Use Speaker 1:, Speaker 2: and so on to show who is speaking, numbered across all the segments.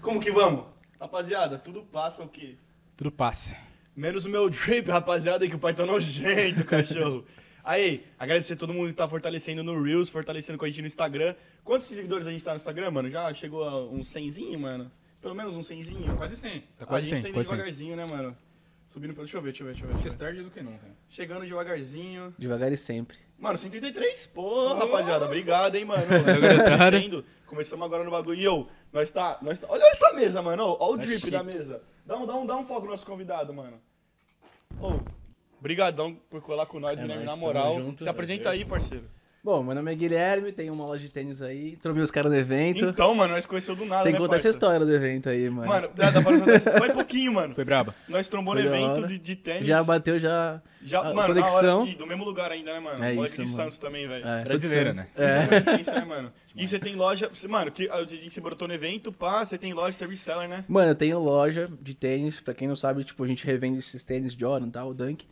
Speaker 1: Como que vamos? Rapaziada, tudo passa o quê?
Speaker 2: Tudo passa.
Speaker 1: Menos o meu drip, rapaziada, que o pai tá nojento, cachorro. Aí, agradecer a todo mundo que tá fortalecendo no Reels, fortalecendo com a gente no Instagram. Quantos seguidores a gente tá no Instagram, mano? Já chegou a um 100zinho, mano? Pelo menos um 100zinho.
Speaker 3: Quase sim.
Speaker 2: Tá quase
Speaker 1: a
Speaker 2: cem,
Speaker 1: gente tá indo
Speaker 2: quase cem.
Speaker 1: devagarzinho, né, mano? Subindo pelo... Deixa eu ver, deixa eu ver, deixa eu ver. Deixa
Speaker 3: Mais
Speaker 1: eu ver.
Speaker 3: tarde do que nunca.
Speaker 1: Chegando devagarzinho.
Speaker 4: Devagar e sempre.
Speaker 1: Mano, 133? Pô, rapaziada, obrigado, hein, mano. Crescendo. Começamos agora no bagulho. E eu, nós tá, nós tá. Olha essa mesa, mano. ó,
Speaker 4: Tá
Speaker 1: Olha o drip da mesa. Dá um, dá, um, dá um foco no nosso convidado, mano. Ô, brigadão por colar com nós, Guilherme,
Speaker 4: É nóis,
Speaker 1: na
Speaker 4: tamo
Speaker 1: moral.
Speaker 4: junto.
Speaker 1: Se apresenta aí, parceiro.
Speaker 4: Bom, meu nome é Guilherme, tenho uma loja de tênis aí. Tromei os caras no evento.
Speaker 1: Então, mano, nós conheceu do nada,
Speaker 4: Tem
Speaker 1: né,
Speaker 4: que contar essa
Speaker 1: parça?
Speaker 4: história do evento aí, mano.
Speaker 1: Mano, é, dá, dá pra contar essa história. Vai pouquinho, mano.
Speaker 2: Foi braba.
Speaker 1: Nós trombou no
Speaker 4: Foi da
Speaker 1: evento
Speaker 4: hora.
Speaker 1: de, de tênis.
Speaker 4: já bateu, já.
Speaker 1: Já,
Speaker 4: a
Speaker 1: mano, na
Speaker 4: conexão.
Speaker 1: Hora, e do mesmo lugar ainda, né, mano?
Speaker 4: É
Speaker 1: Moleque
Speaker 4: isso,
Speaker 1: de
Speaker 4: mano.
Speaker 1: Santos também, velho.
Speaker 4: É, sou de
Speaker 2: Brasileira,
Speaker 4: Santos.
Speaker 2: né?
Speaker 4: É.
Speaker 1: É. Isso, né, mano? E você tem loja. você- Mano, que, a gente se brotou no evento, pá, você tem loja service seller, né?
Speaker 4: Mano, eu tenho loja de tênis, pra quem não sabe, tipo, a gente revende esses tênis Jordan e tal, Dunk.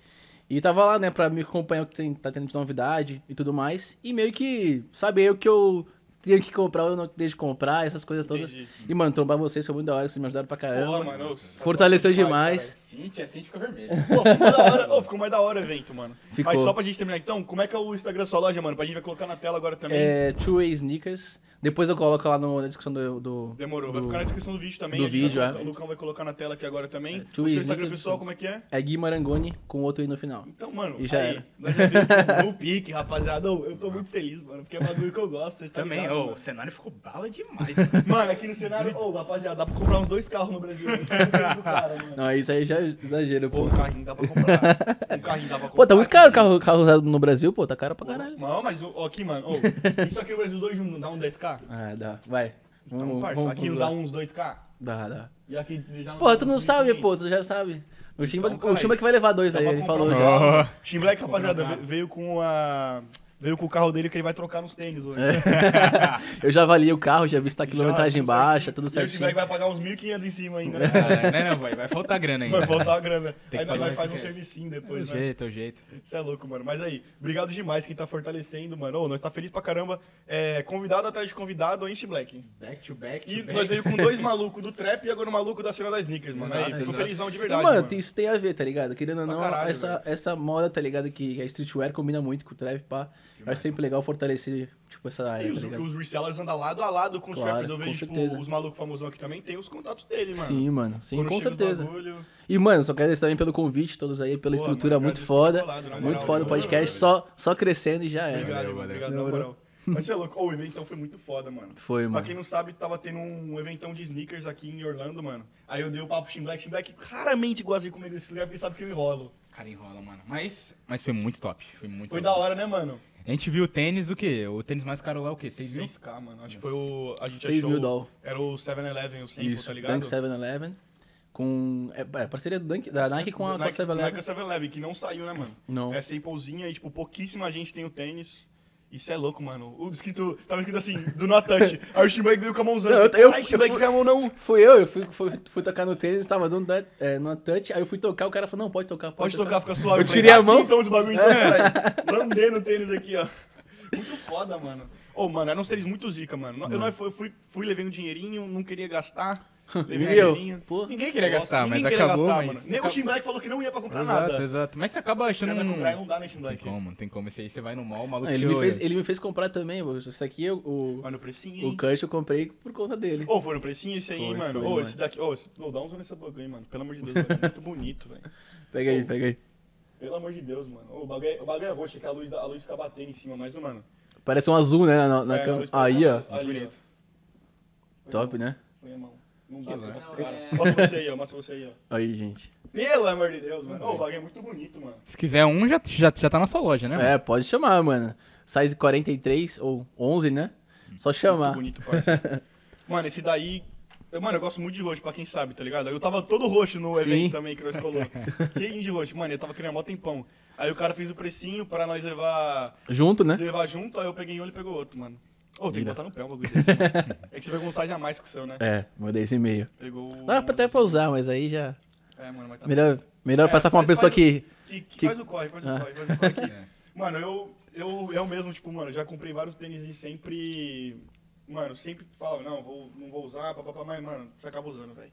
Speaker 4: E tava lá, né, pra me acompanhar o que tem- tá tendo de novidade e tudo mais. E meio que saber o que eu tenho que comprar, eu não tenho de comprar, essas coisas todas.
Speaker 1: Entendi.
Speaker 4: E, mano, trombar vocês foi muito da hora, vocês me ajudaram pra caramba.
Speaker 1: Porra, mano. ô,
Speaker 4: Fortaleceu
Speaker 1: nossa,
Speaker 4: demais.
Speaker 2: é
Speaker 3: Cintia, Cintia fica vermelha.
Speaker 1: Pô, ficou, da hora, ô, ficou mais da hora o evento, mano.
Speaker 4: Ficou.
Speaker 1: Mas só pra gente terminar, então, como é que é o Instagram da sua loja, mano? Pra gente vai colocar na tela agora também.
Speaker 4: É, Two Way Sneakers. Depois eu coloco lá no- na descrição do. do
Speaker 1: Demorou.
Speaker 4: do-
Speaker 1: Vai ficar na descrição do vídeo também.
Speaker 4: do
Speaker 1: a gente vai
Speaker 4: vídeo,
Speaker 1: colocar-
Speaker 4: é.
Speaker 1: O Lucão vai colocar na tela aqui agora também.
Speaker 4: É,
Speaker 1: o seu
Speaker 4: Twiz,
Speaker 1: Instagram
Speaker 4: Nicolas
Speaker 1: pessoal,
Speaker 4: Santos.
Speaker 1: como é que é?
Speaker 4: É Gui Marangoni com outro aí no final.
Speaker 1: Então, mano,
Speaker 4: E já
Speaker 1: aí,
Speaker 4: era.
Speaker 1: nós já vimos o pique, rapaziada. Ô, Eu tô muito feliz, mano, porque é um bagulho que eu gosto. Vocês tá
Speaker 3: Também,
Speaker 1: ligado,
Speaker 3: ô,
Speaker 1: mano.
Speaker 3: o cenário ficou bala demais.
Speaker 1: Mano, aqui no cenário, ô, rapaziada, dá pra comprar uns dois carros no Brasil. né? Do cara, mano.
Speaker 4: Não, isso aí já é exagero,
Speaker 1: Pô,
Speaker 4: pô.
Speaker 1: um carrinho dá pra comprar. Um carrinho dá pra comprar.
Speaker 4: Pô, tá muito caro o carro, carro usado no Brasil, pô, tá caro pra caralho.
Speaker 1: Não, mas ó, aqui, mano, ô, isso aqui no Brasil, os dois juntos, não dá um 10k?
Speaker 4: Ah, dá, vai. Vamos,
Speaker 1: Então, parça,
Speaker 4: vamos
Speaker 1: aqui não
Speaker 4: pular.
Speaker 1: dá um uns 2k?
Speaker 4: Dá, dá.
Speaker 1: E aqui já não
Speaker 4: Pô,
Speaker 1: dá
Speaker 4: tu
Speaker 1: uns
Speaker 4: não sabe,
Speaker 1: 1.500.
Speaker 4: pô, tu já sabe. O Chimba,
Speaker 1: Então, caralho.
Speaker 4: o Chimba que vai levar dois
Speaker 1: Dá
Speaker 4: aí,
Speaker 1: pra
Speaker 4: ele
Speaker 1: comprar
Speaker 4: falou
Speaker 1: um
Speaker 4: já.
Speaker 1: carro. Tim Black, rapaziada, ve- veio com a... Veio com o carro dele que ele vai trocar nos tênis hoje.
Speaker 4: Eu já avaliei o carro, já vi se tá
Speaker 1: Já,
Speaker 4: É, quilometragem
Speaker 1: tudo
Speaker 4: baixa,
Speaker 1: certinho. E o
Speaker 4: tudo
Speaker 1: é Tim Black
Speaker 4: certinho. É.
Speaker 1: vai pagar uns 1.500 em cima ainda, né?
Speaker 2: Ah, não, não, vai, vai faltar grana ainda.
Speaker 1: Vai faltar a grana.
Speaker 2: que
Speaker 1: Aí nós
Speaker 2: pagar
Speaker 1: vai faz um
Speaker 2: isso aí.
Speaker 1: servicinho
Speaker 2: É o
Speaker 1: depois, né?
Speaker 2: jeito, é o jeito.
Speaker 1: Você é louco, mano. Mas aí, obrigado demais quem tá fortalecendo, mano. Ô, nós tá feliz pra caramba. É, convidado atrás de convidado, hein, Black?
Speaker 3: Back to back.
Speaker 1: E
Speaker 3: to back.
Speaker 1: nós veio com dois malucos do trap e agora o maluco da cena das sneakers, mano.
Speaker 3: Exato,
Speaker 1: aí, tô
Speaker 3: exato.
Speaker 1: felizão de
Speaker 4: Não,
Speaker 1: verdade.
Speaker 4: mano,
Speaker 1: mano.
Speaker 4: tem- isso tem a ver, tá ligado? Querendo ou
Speaker 1: Pra
Speaker 4: não,
Speaker 1: caralho,
Speaker 4: essa, essa moda, tá ligado? Que a streetwear combina muito com o trap, pá. Eu acho sempre legal fortalecer, tipo, essa
Speaker 1: E
Speaker 4: área, tá
Speaker 1: os,
Speaker 4: ligado?
Speaker 1: os resellers andam lado a lado com os
Speaker 4: Claro,
Speaker 1: trappers. Eu
Speaker 4: com
Speaker 1: vejo, tipo,
Speaker 4: certeza.
Speaker 1: os malucos famosão aqui também tem os contatos dele, mano.
Speaker 4: Sim, mano, sim,
Speaker 1: Quando
Speaker 4: com
Speaker 1: chega os
Speaker 4: certeza.
Speaker 1: bagulho-
Speaker 4: E, mano, só agradecer também pelo convite, todos aí, pela
Speaker 1: Pô,
Speaker 4: estrutura
Speaker 1: mano,
Speaker 4: muito
Speaker 1: agradeço por
Speaker 4: foda.
Speaker 1: ter colado, na
Speaker 4: muito
Speaker 1: moral,
Speaker 4: foda o
Speaker 1: valeu,
Speaker 4: podcast, só, só crescendo e já era.
Speaker 1: Obrigado, mano.
Speaker 2: valeu.
Speaker 1: Obrigado, na moral. Mas você é louco. Ô, o eventão foi muito foda, mano.
Speaker 4: Foi,
Speaker 1: Pra
Speaker 4: mano.
Speaker 1: quem não sabe, tava tendo um eventão de sneakers aqui em Orlando, mano. Aí eu dei o papo pro Tim Black. Tim Black raramente gosta de comer nesse lugar porque sabe que eu enrolo.
Speaker 3: Cara, enrola, mano.
Speaker 2: Mas, mas foi muito top. Foi muito
Speaker 1: Foi
Speaker 2: top.
Speaker 1: da hora, né, mano?
Speaker 2: A gente viu o tênis, o quê? O tênis mais caro lá, o quê? 6 mil?
Speaker 1: 6K, mano. Acho que foi o. A gente
Speaker 4: 6
Speaker 1: achou.
Speaker 4: mil dólar.
Speaker 1: Era o 7-Eleven, o sample,
Speaker 4: Isso,
Speaker 1: tá ligado?
Speaker 4: Dunk 7-Eleven. Com. É, é, parceria do Dunk, da Nike com a com a
Speaker 1: Nike- Nike
Speaker 4: 7-Eleven.
Speaker 1: é 7-Eleven, que não saiu, né, mano?
Speaker 4: Não.
Speaker 1: É samplezinha e, tipo, pouquíssima gente tem o tênis. Isso é louco, mano. O escrito. Tava escrito assim, do not touch. Aí o Tim Black veio com a mãozona.
Speaker 4: Não, eu- eu-
Speaker 1: Ai, Tim Black com a mão não.
Speaker 4: Fui eu, eu fui, fui, fui tocar no tênis, tava dando da- é, numa touch, aí eu fui tocar, o cara falou, não, pode tocar,
Speaker 1: Pode tocar, fica suave.
Speaker 4: Eu tirei a
Speaker 1: Aqui,
Speaker 4: mão.
Speaker 1: Então os bagulho então,
Speaker 2: É.
Speaker 1: caralho. Lambendo o tênis aqui, ó. Muito foda, mano. Ô, mano, era uns tênis muito zica, mano. Eu, não, fui, fui, fui, levei um dinheirinho, não queria gastar. Levei um
Speaker 4: E eu,
Speaker 1: dinheirinho.
Speaker 4: pô,
Speaker 2: Ninguém queria
Speaker 1: Nossa,
Speaker 2: gastar, mas
Speaker 1: ninguém queria
Speaker 2: acabou.
Speaker 1: gastar,
Speaker 2: mas...
Speaker 1: mano. Nem o Tim Black falou que não ia pra comprar
Speaker 2: Exato,
Speaker 1: nada.
Speaker 2: exato. Mas você acaba
Speaker 1: Você
Speaker 2: achando.
Speaker 1: vai
Speaker 2: um-
Speaker 1: comprar e não dá, né, Tim
Speaker 2: Tem
Speaker 1: Black?
Speaker 2: como, não tem como. Esse aí você vai no mall, o maluco.
Speaker 4: Ah, ele,
Speaker 2: te
Speaker 4: me
Speaker 2: olha.
Speaker 4: fez, ele me fez comprar também, mano. Isso aqui, eu- o,
Speaker 1: Mas no precinho,
Speaker 4: o
Speaker 1: hein?
Speaker 4: Kurt eu comprei por conta dele.
Speaker 1: Ô, foi no precinho esse aí, hein,
Speaker 4: Foi,
Speaker 1: mano.
Speaker 4: foi,
Speaker 1: Ô,
Speaker 4: mano.
Speaker 1: esse daqui. Ô, esse... Ô, dá um zoom nesse bagulho, hein, mano. Pelo amor de Deus, mano. Muito bonito, velho.
Speaker 4: Pega aí, pega aí.
Speaker 1: Pelo amor de Deus, mano. Ô, o, bagulho é, o bagulho é roxo, é que a luz, da- a luz fica batendo em cima, mas, ô, mano.
Speaker 4: Parece um azul, né, na, na
Speaker 1: é, a
Speaker 4: cama.
Speaker 1: luz fica-
Speaker 4: Aí, ó,
Speaker 1: Ali,
Speaker 3: bonito.
Speaker 1: Foi
Speaker 4: top, né?
Speaker 1: Põe a mão. Não dá
Speaker 2: Que
Speaker 1: pra
Speaker 2: lá.
Speaker 1: tocar, cara. Mostra você aí, ó. Mostra você aí, ó.
Speaker 4: Aí, gente.
Speaker 1: Pelo amor de Deus, mano. Ô, o bagulho é muito bonito, mano.
Speaker 2: Se quiser um, já, já, já tá na sua loja, né? mano?
Speaker 4: É, pode chamar, mano. Size 43 ou 11, né? Só
Speaker 1: Hum, Muito
Speaker 4: chamar.
Speaker 1: bonito, parça. mano, esse daí. eu- Mano, eu gosto muito de roxo, pra quem sabe, tá ligado? Eu tava todo roxo no
Speaker 4: Sim.
Speaker 1: evento também que nós colou. Cheio de roxo, mano, eu tava querendo mó tempão. Aí o cara fez o precinho pra nós levar,
Speaker 4: Junto, né?
Speaker 1: levar junto, aí eu peguei um e ele pegou outro, mano. Ô, tem que
Speaker 4: Vira.
Speaker 1: botar no pé um bagulho desse, mano. É que você pegou um size a mais que o seu, né?
Speaker 4: É, mandei esse e-mail.
Speaker 1: Pegou o-
Speaker 4: Dá pra- Ah, até pra usar, mas aí já.
Speaker 1: É, mano, mas tá
Speaker 4: Melhor,
Speaker 1: É,
Speaker 4: melhor passar pra uma
Speaker 1: faz-
Speaker 4: pessoa
Speaker 1: faz-
Speaker 4: que.
Speaker 1: Que, que
Speaker 4: Que-
Speaker 1: faz o corre, faz o
Speaker 4: Ah.
Speaker 1: corre, faz o corre aqui. Mano, eu, eu, eu mesmo, tipo, mano, já comprei vários tênis e sempre mano, sempre falava, não, vou, não vou usar, papapá, mas, mano, você acaba usando, velho.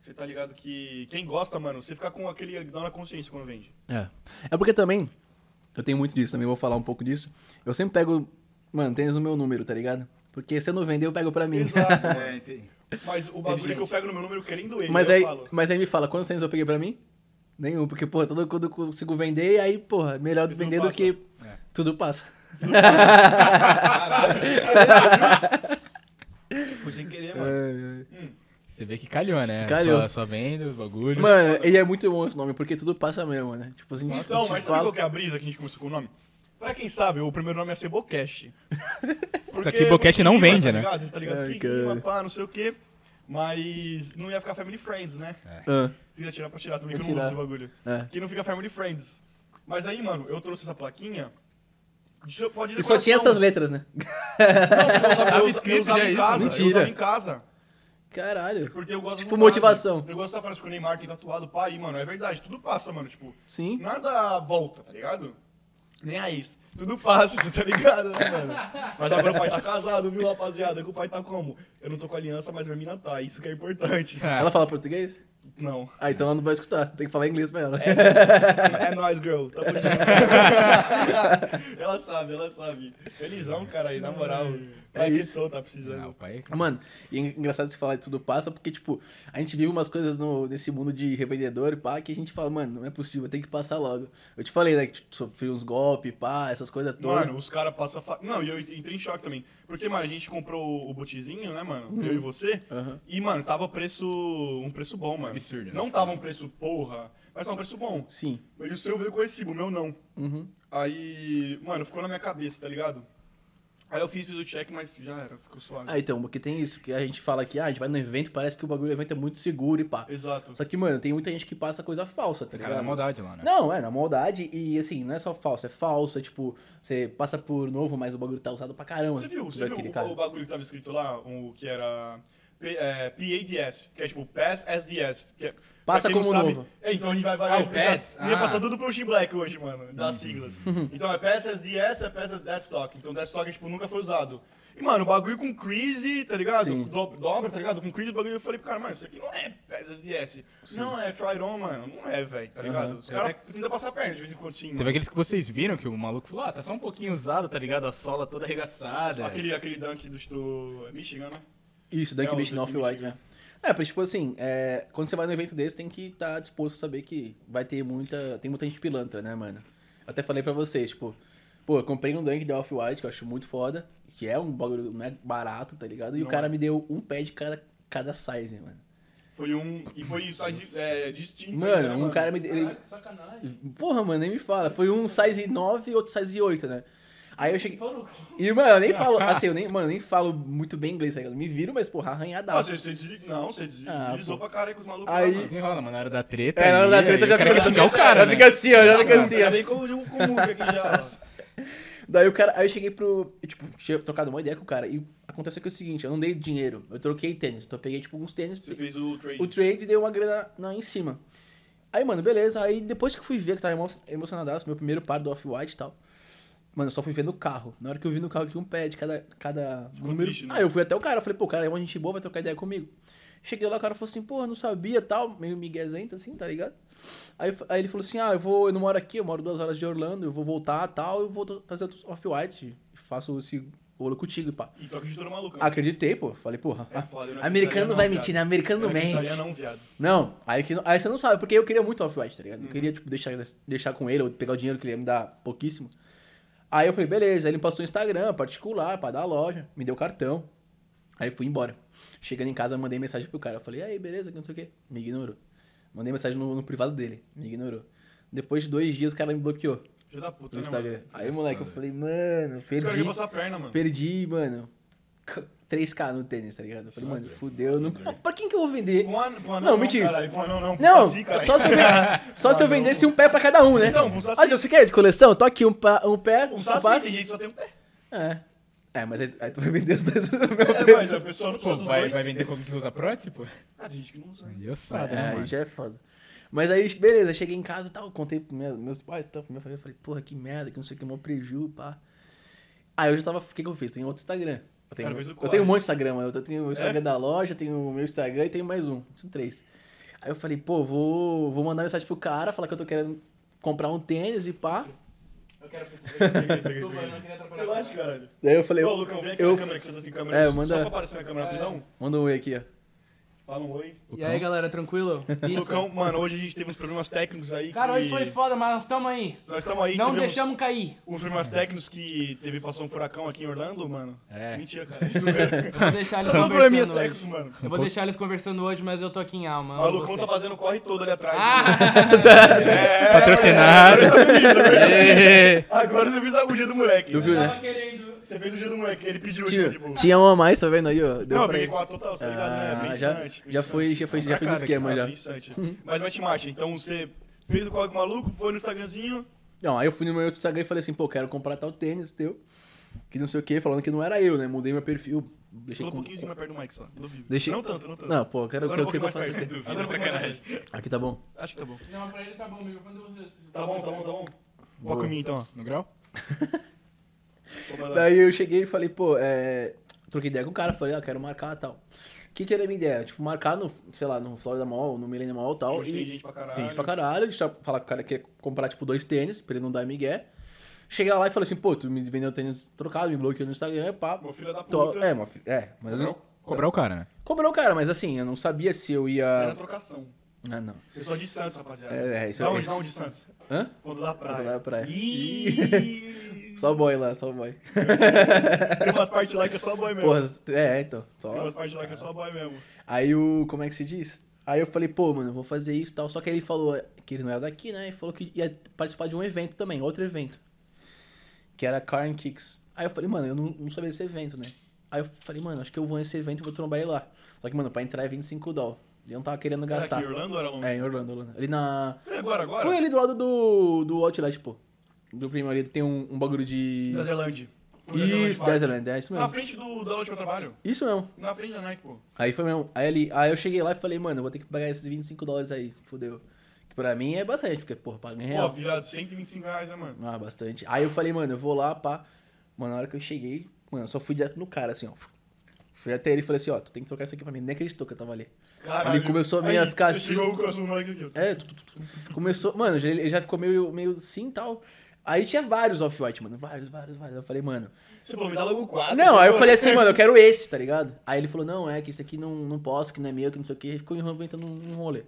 Speaker 1: Você tá ligado que quem gosta, mano, você fica com aquele dá na consciência quando vende.
Speaker 4: É. É porque também, eu tenho muito disso, também vou falar um pouco disso. Eu sempre pego, mano, tênis no meu número, tá ligado? Porque se eu não vender, eu pego pra mim.
Speaker 1: Exato, mano.
Speaker 3: É, entendi.
Speaker 1: Mas o bagulho é que eu pego no meu número querendo ele,
Speaker 4: mas,
Speaker 1: eu
Speaker 4: aí,
Speaker 1: falo.
Speaker 4: mas aí me fala, quantos tênis eu peguei pra mim? Nenhum, porque, porra, todo quando eu consigo vender, aí, porra, melhor
Speaker 1: E tudo
Speaker 4: vender do
Speaker 1: passa. É.
Speaker 4: que. Tudo passa.
Speaker 1: Foi sem querer, mano.
Speaker 2: Você vê que calhou, né?
Speaker 4: Calhou.
Speaker 2: Só, só venda, os bagulho.
Speaker 4: Mano, ele é muito bom esse nome, porque tudo passa mesmo, né? Tipo assim, a gente, a
Speaker 1: Então,
Speaker 4: gente
Speaker 1: mas sabe
Speaker 4: fala.
Speaker 1: qual que é a brisa que a gente começou com o nome? Pra quem sabe, o primeiro nome é ia ser Bocash.
Speaker 2: Só que Bocash não vende,
Speaker 1: tá
Speaker 2: né?
Speaker 1: Ligado? Você tá ligado?
Speaker 4: Ai,
Speaker 1: que clima,
Speaker 4: cara.
Speaker 1: pá, não sei o quê. Mas não ia ficar Family Friends, né?
Speaker 2: É.
Speaker 4: Ah,
Speaker 1: Você ia tirar pra tirar também, que
Speaker 4: Vou
Speaker 1: eu não uso
Speaker 4: tirar.
Speaker 1: esse bagulho.
Speaker 4: é.
Speaker 1: Que não fica Family Friends. Mas aí, mano, eu trouxe essa plaquinha. Deixa eu- pode
Speaker 4: E só tinha essas letras, né?
Speaker 1: letras. Eu
Speaker 2: Tava
Speaker 1: usava, eu
Speaker 2: escrito
Speaker 1: usava
Speaker 2: já
Speaker 1: em
Speaker 2: isso,
Speaker 1: casa. Eu
Speaker 4: mentira.
Speaker 1: usava em casa.
Speaker 4: Caralho.
Speaker 1: Porque eu gosto
Speaker 4: Tipo,
Speaker 1: do
Speaker 4: motivação.
Speaker 1: Neymar. Eu gosto da frase que o Neymar tem tatuado, pai, e, mano, é verdade, tudo passa, mano, tipo,
Speaker 4: Sim.
Speaker 1: nada volta, tá ligado? Nem a isso. Tudo passa, você tá ligado, né, mano? Mas agora o pai tá casado, viu, rapaziada? Que o pai tá como? Eu não tô com aliança, mas minha mina tá, isso que é importante.
Speaker 4: Ela fala português?
Speaker 1: Não.
Speaker 4: Ah, então ela não vai escutar. Tem que falar inglês pra ela.
Speaker 1: É nóis, girl, tá puxando. ela sabe, ela sabe. Felizão, cara, aí, na moral. É isso, tá
Speaker 2: Ah, o
Speaker 1: precisando.
Speaker 2: pai...
Speaker 4: Mano, e é engraçado você falar de tudo passa, porque, tipo, a gente vive umas coisas no, nesse mundo de revendedor e pá, que a gente fala, mano, não é possível, tem que passar logo. Eu te falei, né, que tu sofri uns golpes, pá, essas coisas todas.
Speaker 1: Mano, os caras passam. Fa... Não, e eu entrei em choque também. Porque, mano, a gente comprou o botizinho, né, mano? Eu e você.
Speaker 4: Aham.
Speaker 1: E, mano, tava preço. um preço bom, mano.
Speaker 2: Absurdo, né?
Speaker 1: Não tava um preço porra, mas tava um preço bom.
Speaker 4: Sim.
Speaker 1: E o seu veio com esse, o meu não.
Speaker 4: Uhum.
Speaker 1: Aí, mano, ficou na minha cabeça, tá ligado? Aí eu fiz, fiz o check, mas já era, ficou suave.
Speaker 4: Ah, então, porque tem isso, que a gente fala que, ah, a gente vai no evento, parece que o bagulho do evento é muito seguro e pá.
Speaker 1: Exato.
Speaker 4: Só que, mano, tem muita gente que passa coisa falsa, tá
Speaker 2: O cara da
Speaker 4: ligado?
Speaker 2: maldade lá, né?
Speaker 4: Não, é, na maldade, e assim, não é só falso, é falso, é tipo, você passa por novo, mas o bagulho tá usado pra caramba.
Speaker 1: Você viu,
Speaker 4: Tu
Speaker 1: você
Speaker 4: vê
Speaker 1: viu
Speaker 4: aquele
Speaker 1: o,
Speaker 4: cara.
Speaker 1: o bagulho que tava escrito lá, o que era P- é, PADS, que é tipo Pass SDS. Que é, pra
Speaker 4: Passa
Speaker 1: quem não
Speaker 4: como
Speaker 1: sabe-
Speaker 4: novo.
Speaker 1: É, então a gente vai
Speaker 3: Ah,
Speaker 1: variar
Speaker 3: o
Speaker 1: explicar.
Speaker 3: PADS,
Speaker 1: Eu Ia
Speaker 3: ah.
Speaker 1: passar tudo pro Shin Black hoje, mano, das siglas. então é Pass SDS, é Pass Destock. Então Destock, tipo, nunca foi usado. E, mano, o bagulho com Creasy, tá ligado?
Speaker 4: Sim.
Speaker 1: Do, dobra, tá ligado? Com Creasy, o bagulho eu falei pro cara, mano, isso aqui não é Pass SDS. Não, é Try On, mano. Não é, velho, tá ligado? Os caras tentam passar a perna de vez em quando, sim.
Speaker 2: Teve
Speaker 1: mano.
Speaker 2: aqueles que vocês viram que o maluco falou, ah, tá só um pouquinho usado, tá ligado? A sola toda arregaçada.
Speaker 1: Aquele, aquele dunk do, do Michigan, né?
Speaker 4: Isso, Dunk
Speaker 1: É, o
Speaker 4: Beach
Speaker 1: Dunk
Speaker 4: North White,
Speaker 1: Beach.
Speaker 4: né? É, porque, tipo assim, é, quando você vai num evento desse, tem que estar disposto a saber que vai ter muita. Tem muita gente pilantra, né, mano? Eu até falei pra vocês, tipo, pô, eu comprei um Dunk da Off-White, que eu acho muito foda, que é um bagulho, não é barato, tá ligado? E o
Speaker 1: Não
Speaker 4: cara
Speaker 1: é.
Speaker 4: me deu um pé de cada, cada size, mano.
Speaker 1: Foi um. E foi size é, distinto. ainda, né,
Speaker 4: Mano, um cara me. Ele,
Speaker 5: Caralho, que sacanagem.
Speaker 4: porra, mano, nem me fala. Foi um size 9 e outro size 8, né? Aí eu cheguei.
Speaker 5: Pau no cu.
Speaker 4: E, mano, eu nem falo. Assim, eu nem, mano, eu nem falo muito bem inglês, tá ligado? Me viro, mas, porra,
Speaker 1: Ah,
Speaker 4: arranhadaço.
Speaker 1: você, você desli- Não, você desli-
Speaker 4: Ah,
Speaker 1: deslizou pra caralho com os malucos.
Speaker 4: Aí-
Speaker 1: lá, mano.
Speaker 2: Assim rola, mano, na hora da treta.
Speaker 4: É, na hora
Speaker 2: aí,
Speaker 4: da treta
Speaker 2: aí
Speaker 4: já
Speaker 2: o cara
Speaker 4: fica
Speaker 2: quer
Speaker 4: assim,
Speaker 2: xingar o cara,
Speaker 4: já
Speaker 2: né?
Speaker 4: fica assim, ó, já fica assim,
Speaker 1: Já
Speaker 4: ó.
Speaker 1: vem com o com o Hulk aqui já.
Speaker 4: Daí o cara, aí eu cheguei pro, eu, tipo, tinha trocado uma ideia com o cara e aconteceu que é o seguinte, eu não dei dinheiro, eu troquei tênis, então eu peguei tipo uns tênis,
Speaker 1: Você fez o trade.
Speaker 4: o trade deu uma grana lá em cima. Aí, mano, beleza, aí depois que eu fui ver que tava emo- emocionadaço, meu primeiro par do Off-White e tal. Mano, eu só fui ver no carro. Na hora que eu vi no carro que um pé de cada, cada número.
Speaker 1: triste, né?
Speaker 4: Aí eu fui até o cara, eu falei, pô, o cara é uma gente boa, vai trocar ideia comigo. Cheguei lá, o cara falou assim, pô, eu não sabia tal, meio miguezento assim, tá ligado? Aí, aí ele falou assim: Ah, eu vou, eu não moro aqui, eu moro duas horas de Orlando, eu vou voltar tal, eu vou tra- trazer outros off-white, faço esse rolo contigo, e pá.
Speaker 1: E tu acreditou no maluco. né?
Speaker 4: Acreditei, pô. Falei, porra.
Speaker 1: É foda, eu não
Speaker 4: americano
Speaker 1: acreditaria
Speaker 4: não vai
Speaker 1: não,
Speaker 4: mentir, né?
Speaker 1: cara.
Speaker 4: Americano não
Speaker 1: Eu acreditaria
Speaker 4: mente.
Speaker 1: não, viado.
Speaker 4: Não, aí, que não- aí você não sabe, porque eu queria muito off-white, tá ligado? Eu queria, tipo, deixar, deixar com ele, ou pegar o dinheiro que ele ia me dar pouquíssimo. Aí eu falei, beleza, aí ele me passou o Instagram particular pra dar a loja, me deu o cartão. Aí fui embora. Chegando em casa, eu mandei mensagem pro cara. Eu falei, aí, beleza, que não sei o quê. Me ignorou. Mandei mensagem no, no privado dele, me ignorou. Depois de dois dias, o cara me bloqueou
Speaker 1: Filho da puta,
Speaker 4: no
Speaker 1: né,
Speaker 4: Instagram.
Speaker 1: mano?
Speaker 4: Aí, moleque, eu falei, mano,
Speaker 1: Os caras querem
Speaker 4: perdi.
Speaker 1: passar a perna, mano.
Speaker 4: Perdi, mano, 3k no tênis, tá ligado? Eu falei, mano, fudeu, eu nunca. Pra quem que eu vou vender?
Speaker 1: Um ano- um ano
Speaker 4: Não, mentira.
Speaker 1: caralho, um ano Não, não, pro
Speaker 4: Não, é
Speaker 1: Saci, caralho.
Speaker 4: só se eu, ven- só se eu
Speaker 1: Ah, não.
Speaker 4: vendesse um pé pra cada um, né?
Speaker 1: Então, um saci.
Speaker 4: Mas você quer de coleção? Tô aqui um, pa- um pé,
Speaker 1: Um
Speaker 4: um
Speaker 1: saci,
Speaker 4: pá.
Speaker 1: tem gente que só tem um pé.
Speaker 4: É. É, mas aí, aí tu vai vender os dois no meu
Speaker 1: É, mas
Speaker 4: preço.
Speaker 1: a pessoa não precisa
Speaker 2: Pô,
Speaker 1: dos
Speaker 2: vai,
Speaker 1: dois.
Speaker 2: vai vender como que usa prótese, pô?
Speaker 1: Ah, tem gente que não usa.
Speaker 2: Aí eu
Speaker 4: É,
Speaker 2: sabe, né,
Speaker 4: aí
Speaker 2: mano?
Speaker 4: já é foda. Mas aí, beleza, cheguei em casa e tal, contei pros meus, meus pais, tal, pra minha família, falei, porra, que merda, que não sei o que, mó preju, pá. Aí eu já tava, o que que eu fiz? Tem outro Instagram. Eu tenho,
Speaker 2: Cara, vez do
Speaker 4: eu tenho um monte de Instagram, mano. Eu tenho o Instagram da loja, tenho o meu Instagram e tenho mais um. São três. Aí eu falei, pô, vou, vou mandar mensagem pro cara, falar que eu tô querendo comprar um tênis e pá.
Speaker 3: Eu quero
Speaker 1: peguei, peguei.
Speaker 3: Desculpa, eu não queria atrapalhar.
Speaker 1: Relaxa, caralho.
Speaker 4: Daí eu falei,
Speaker 1: Ô, Lucão, vem aqui
Speaker 4: eu-
Speaker 1: na câmera que você tá sem câmera.
Speaker 4: É,
Speaker 1: Só
Speaker 4: manda-
Speaker 1: pra aparecer na câmera rapidão.
Speaker 4: manda um oi aqui, ó.
Speaker 1: Fala um oi.
Speaker 5: E aí, galera, tranquilo? Pizza.
Speaker 1: Lucão, mano, hoje a gente teve uns problemas técnicos aí
Speaker 5: Cara,
Speaker 1: que...
Speaker 5: hoje foi foda, mas nós estamos aí.
Speaker 1: Nós estamos aí,
Speaker 5: Não
Speaker 1: tivemos
Speaker 5: deixamos cair.
Speaker 1: uns problemas técnicos que teve, passou um furacão aqui em Orlando, mano.
Speaker 2: É.
Speaker 1: Mentira, cara. Isso mesmo.
Speaker 5: Vou deixar eles
Speaker 1: Tá dando probleminhas
Speaker 5: conversando
Speaker 1: técnicos,
Speaker 5: hoje.
Speaker 1: mano.
Speaker 5: Eu vou deixar eles conversando hoje, mas eu tô aqui em
Speaker 1: Ó,
Speaker 5: alma.
Speaker 1: O
Speaker 5: amo
Speaker 1: Lucão tá
Speaker 5: vocês.
Speaker 1: fazendo o corre todo ali atrás. É.
Speaker 5: Ah,
Speaker 2: Patrocinado.
Speaker 1: Agora você fez o dia do moleque.
Speaker 4: Tu viu,
Speaker 5: tava
Speaker 4: né?
Speaker 5: querendo.
Speaker 1: Você fez o dia do moleque, ele pediu o dia de
Speaker 4: Tinha,
Speaker 1: boa.
Speaker 4: tinha um a mais, tá vendo aí, ó? Deu
Speaker 1: tipo, Não, eu
Speaker 4: pra
Speaker 1: peguei
Speaker 4: ele.
Speaker 1: quatro total, tá ligado? né?
Speaker 4: Ah,
Speaker 1: Bem
Speaker 4: já-
Speaker 1: instante, bem
Speaker 4: já
Speaker 1: instante.
Speaker 4: foi- já foi- já
Speaker 1: Pra
Speaker 4: fez o
Speaker 1: cara,
Speaker 4: esquema,
Speaker 1: cara,
Speaker 4: já.
Speaker 1: bem instante. Mas, mas te marcha, então você fez o código maluco, foi no Instagramzinho,
Speaker 4: Não, aí eu fui no meu outro Instagram e falei assim, pô, quero comprar tal tênis teu. Que não sei o que, falando que não era eu, né? Mudei meu perfil. Deixei
Speaker 1: falou um
Speaker 4: com...
Speaker 1: pouquinho de mais perto do Mike só, duvido.
Speaker 4: Deixei-
Speaker 1: Não tanto, não tanto.
Speaker 4: Não, pô, quero
Speaker 1: Agora
Speaker 4: quero
Speaker 1: um
Speaker 4: que
Speaker 1: pouquinho mais
Speaker 4: eu faça
Speaker 1: perto.
Speaker 4: aqui.
Speaker 1: Agora um pouquinho mais perto.
Speaker 4: Aqui tá bom.
Speaker 1: Acho que tá bom.
Speaker 5: Não, pra ele tá bom, o microfone de vocês.
Speaker 1: Tá bom, tá bom, tá bom. Foca em mim, então, ó.
Speaker 2: No grau?
Speaker 1: Toma lá.
Speaker 4: Daí eu cheguei e falei, pô, é. Troquei ideia com o cara, falei, ah, quero marcar tal. O que, que era a minha ideia? Tipo, marcar no, sei lá, no Florida Mall, no Millennium Mall tal,
Speaker 1: Hoje
Speaker 4: e
Speaker 1: tem
Speaker 4: tal.
Speaker 1: gente pra caralho.
Speaker 4: Tem gente pra caralho, a gente tá- falar que o cara quer comprar, tipo, dois tênis, pra ele não dar migué. Chegar lá e falar assim, pô, tu me vendeu tênis trocado, me bloqueou no Instagram, pá.
Speaker 1: Meu filho da
Speaker 4: tô-
Speaker 1: puta.
Speaker 4: É, uma fi- é, mas eu não.
Speaker 2: Cobrar o cara, né?
Speaker 4: Cobrou o cara, mas assim, eu não sabia se eu
Speaker 1: Isso aí é
Speaker 4: ia.
Speaker 1: trocação.
Speaker 4: Ah, não.
Speaker 1: Eu sou de Santos, rapaziada.
Speaker 4: É, é, isso
Speaker 1: Da
Speaker 4: é-
Speaker 1: onde,
Speaker 4: isso-
Speaker 1: da onde de Santos?
Speaker 4: Hã?
Speaker 1: Ponto da praia.
Speaker 4: da praia.
Speaker 1: Ih!
Speaker 4: Só o boy lá, só o boy.
Speaker 1: Tem umas partes lá que é só boy mesmo.
Speaker 4: Porra, é, então. Só...
Speaker 1: Tem umas partes lá que é só boy mesmo.
Speaker 4: Aí o. Como é que se diz? Aí eu falei, pô, mano, eu vou fazer isso e tal. Só que ele falou que ele não era daqui, né? Ele falou que ia participar de um evento também, outro evento. Que era Car and Kicks. Aí eu falei, mano, eu não, não sabia desse evento, né? Aí eu falei, mano, acho que eu vou nesse evento e vou trombar ele lá. Só que, mano, pra entrar é 25 dólares. E eu não tava querendo
Speaker 1: Era
Speaker 4: gastar.
Speaker 1: aqui em Orlando ou era longe?
Speaker 4: É, em Orlando, Orlando. Ali na.
Speaker 1: Foi agora, agora?
Speaker 4: Foi ali do lado do, do Outlet, pô. Do primeiro ali tem um, um bagulho de.
Speaker 1: Da Zelândia. Foi da Zelândia
Speaker 4: Isso,
Speaker 1: Park. Ah,
Speaker 4: Deserland, é isso
Speaker 1: Na
Speaker 4: mesmo.
Speaker 1: frente do, da onde eu trabalho.
Speaker 4: Isso mesmo.
Speaker 1: Na frente da Nike, pô.
Speaker 4: Aí foi mesmo. Aí, ali, aí eu cheguei lá e falei, mano, eu vou ter que pagar esses 25 dólares aí. Fudeu. Que pra mim é bastante, porque, porra, paga em
Speaker 1: Pô,
Speaker 4: real.
Speaker 1: virado 125 reais, né, mano?
Speaker 4: Ah, bastante. Aí eu falei, mano, eu vou lá, pá. Mano, na hora que eu cheguei, mano, eu só fui direto no cara, assim, ó. Fui até ele e falei assim, ó, tu tem que trocar isso aqui pra mim. Nem acreditou que eu tava ali.
Speaker 1: Caralho.
Speaker 4: Ele começou a meio a
Speaker 1: Aí,
Speaker 4: ficar
Speaker 1: você
Speaker 4: assim.
Speaker 1: Chegou o coração do moleque aqui, ó.
Speaker 4: É, tu, tu, tu, tu. começou. Mano, já- ele já ficou meio, meio assim e tal. Aí tinha vários off-white, mano. Vários, vários, vários. Eu falei, mano.
Speaker 1: Você falou, me dá logo quatro.
Speaker 4: Não, aí eu falei assim, mano, eu quero esse, tá ligado? Aí ele falou, não, é que esse aqui não, não posso, que não é meu, que não sei o que. Ele ficou inventando um, um rolê.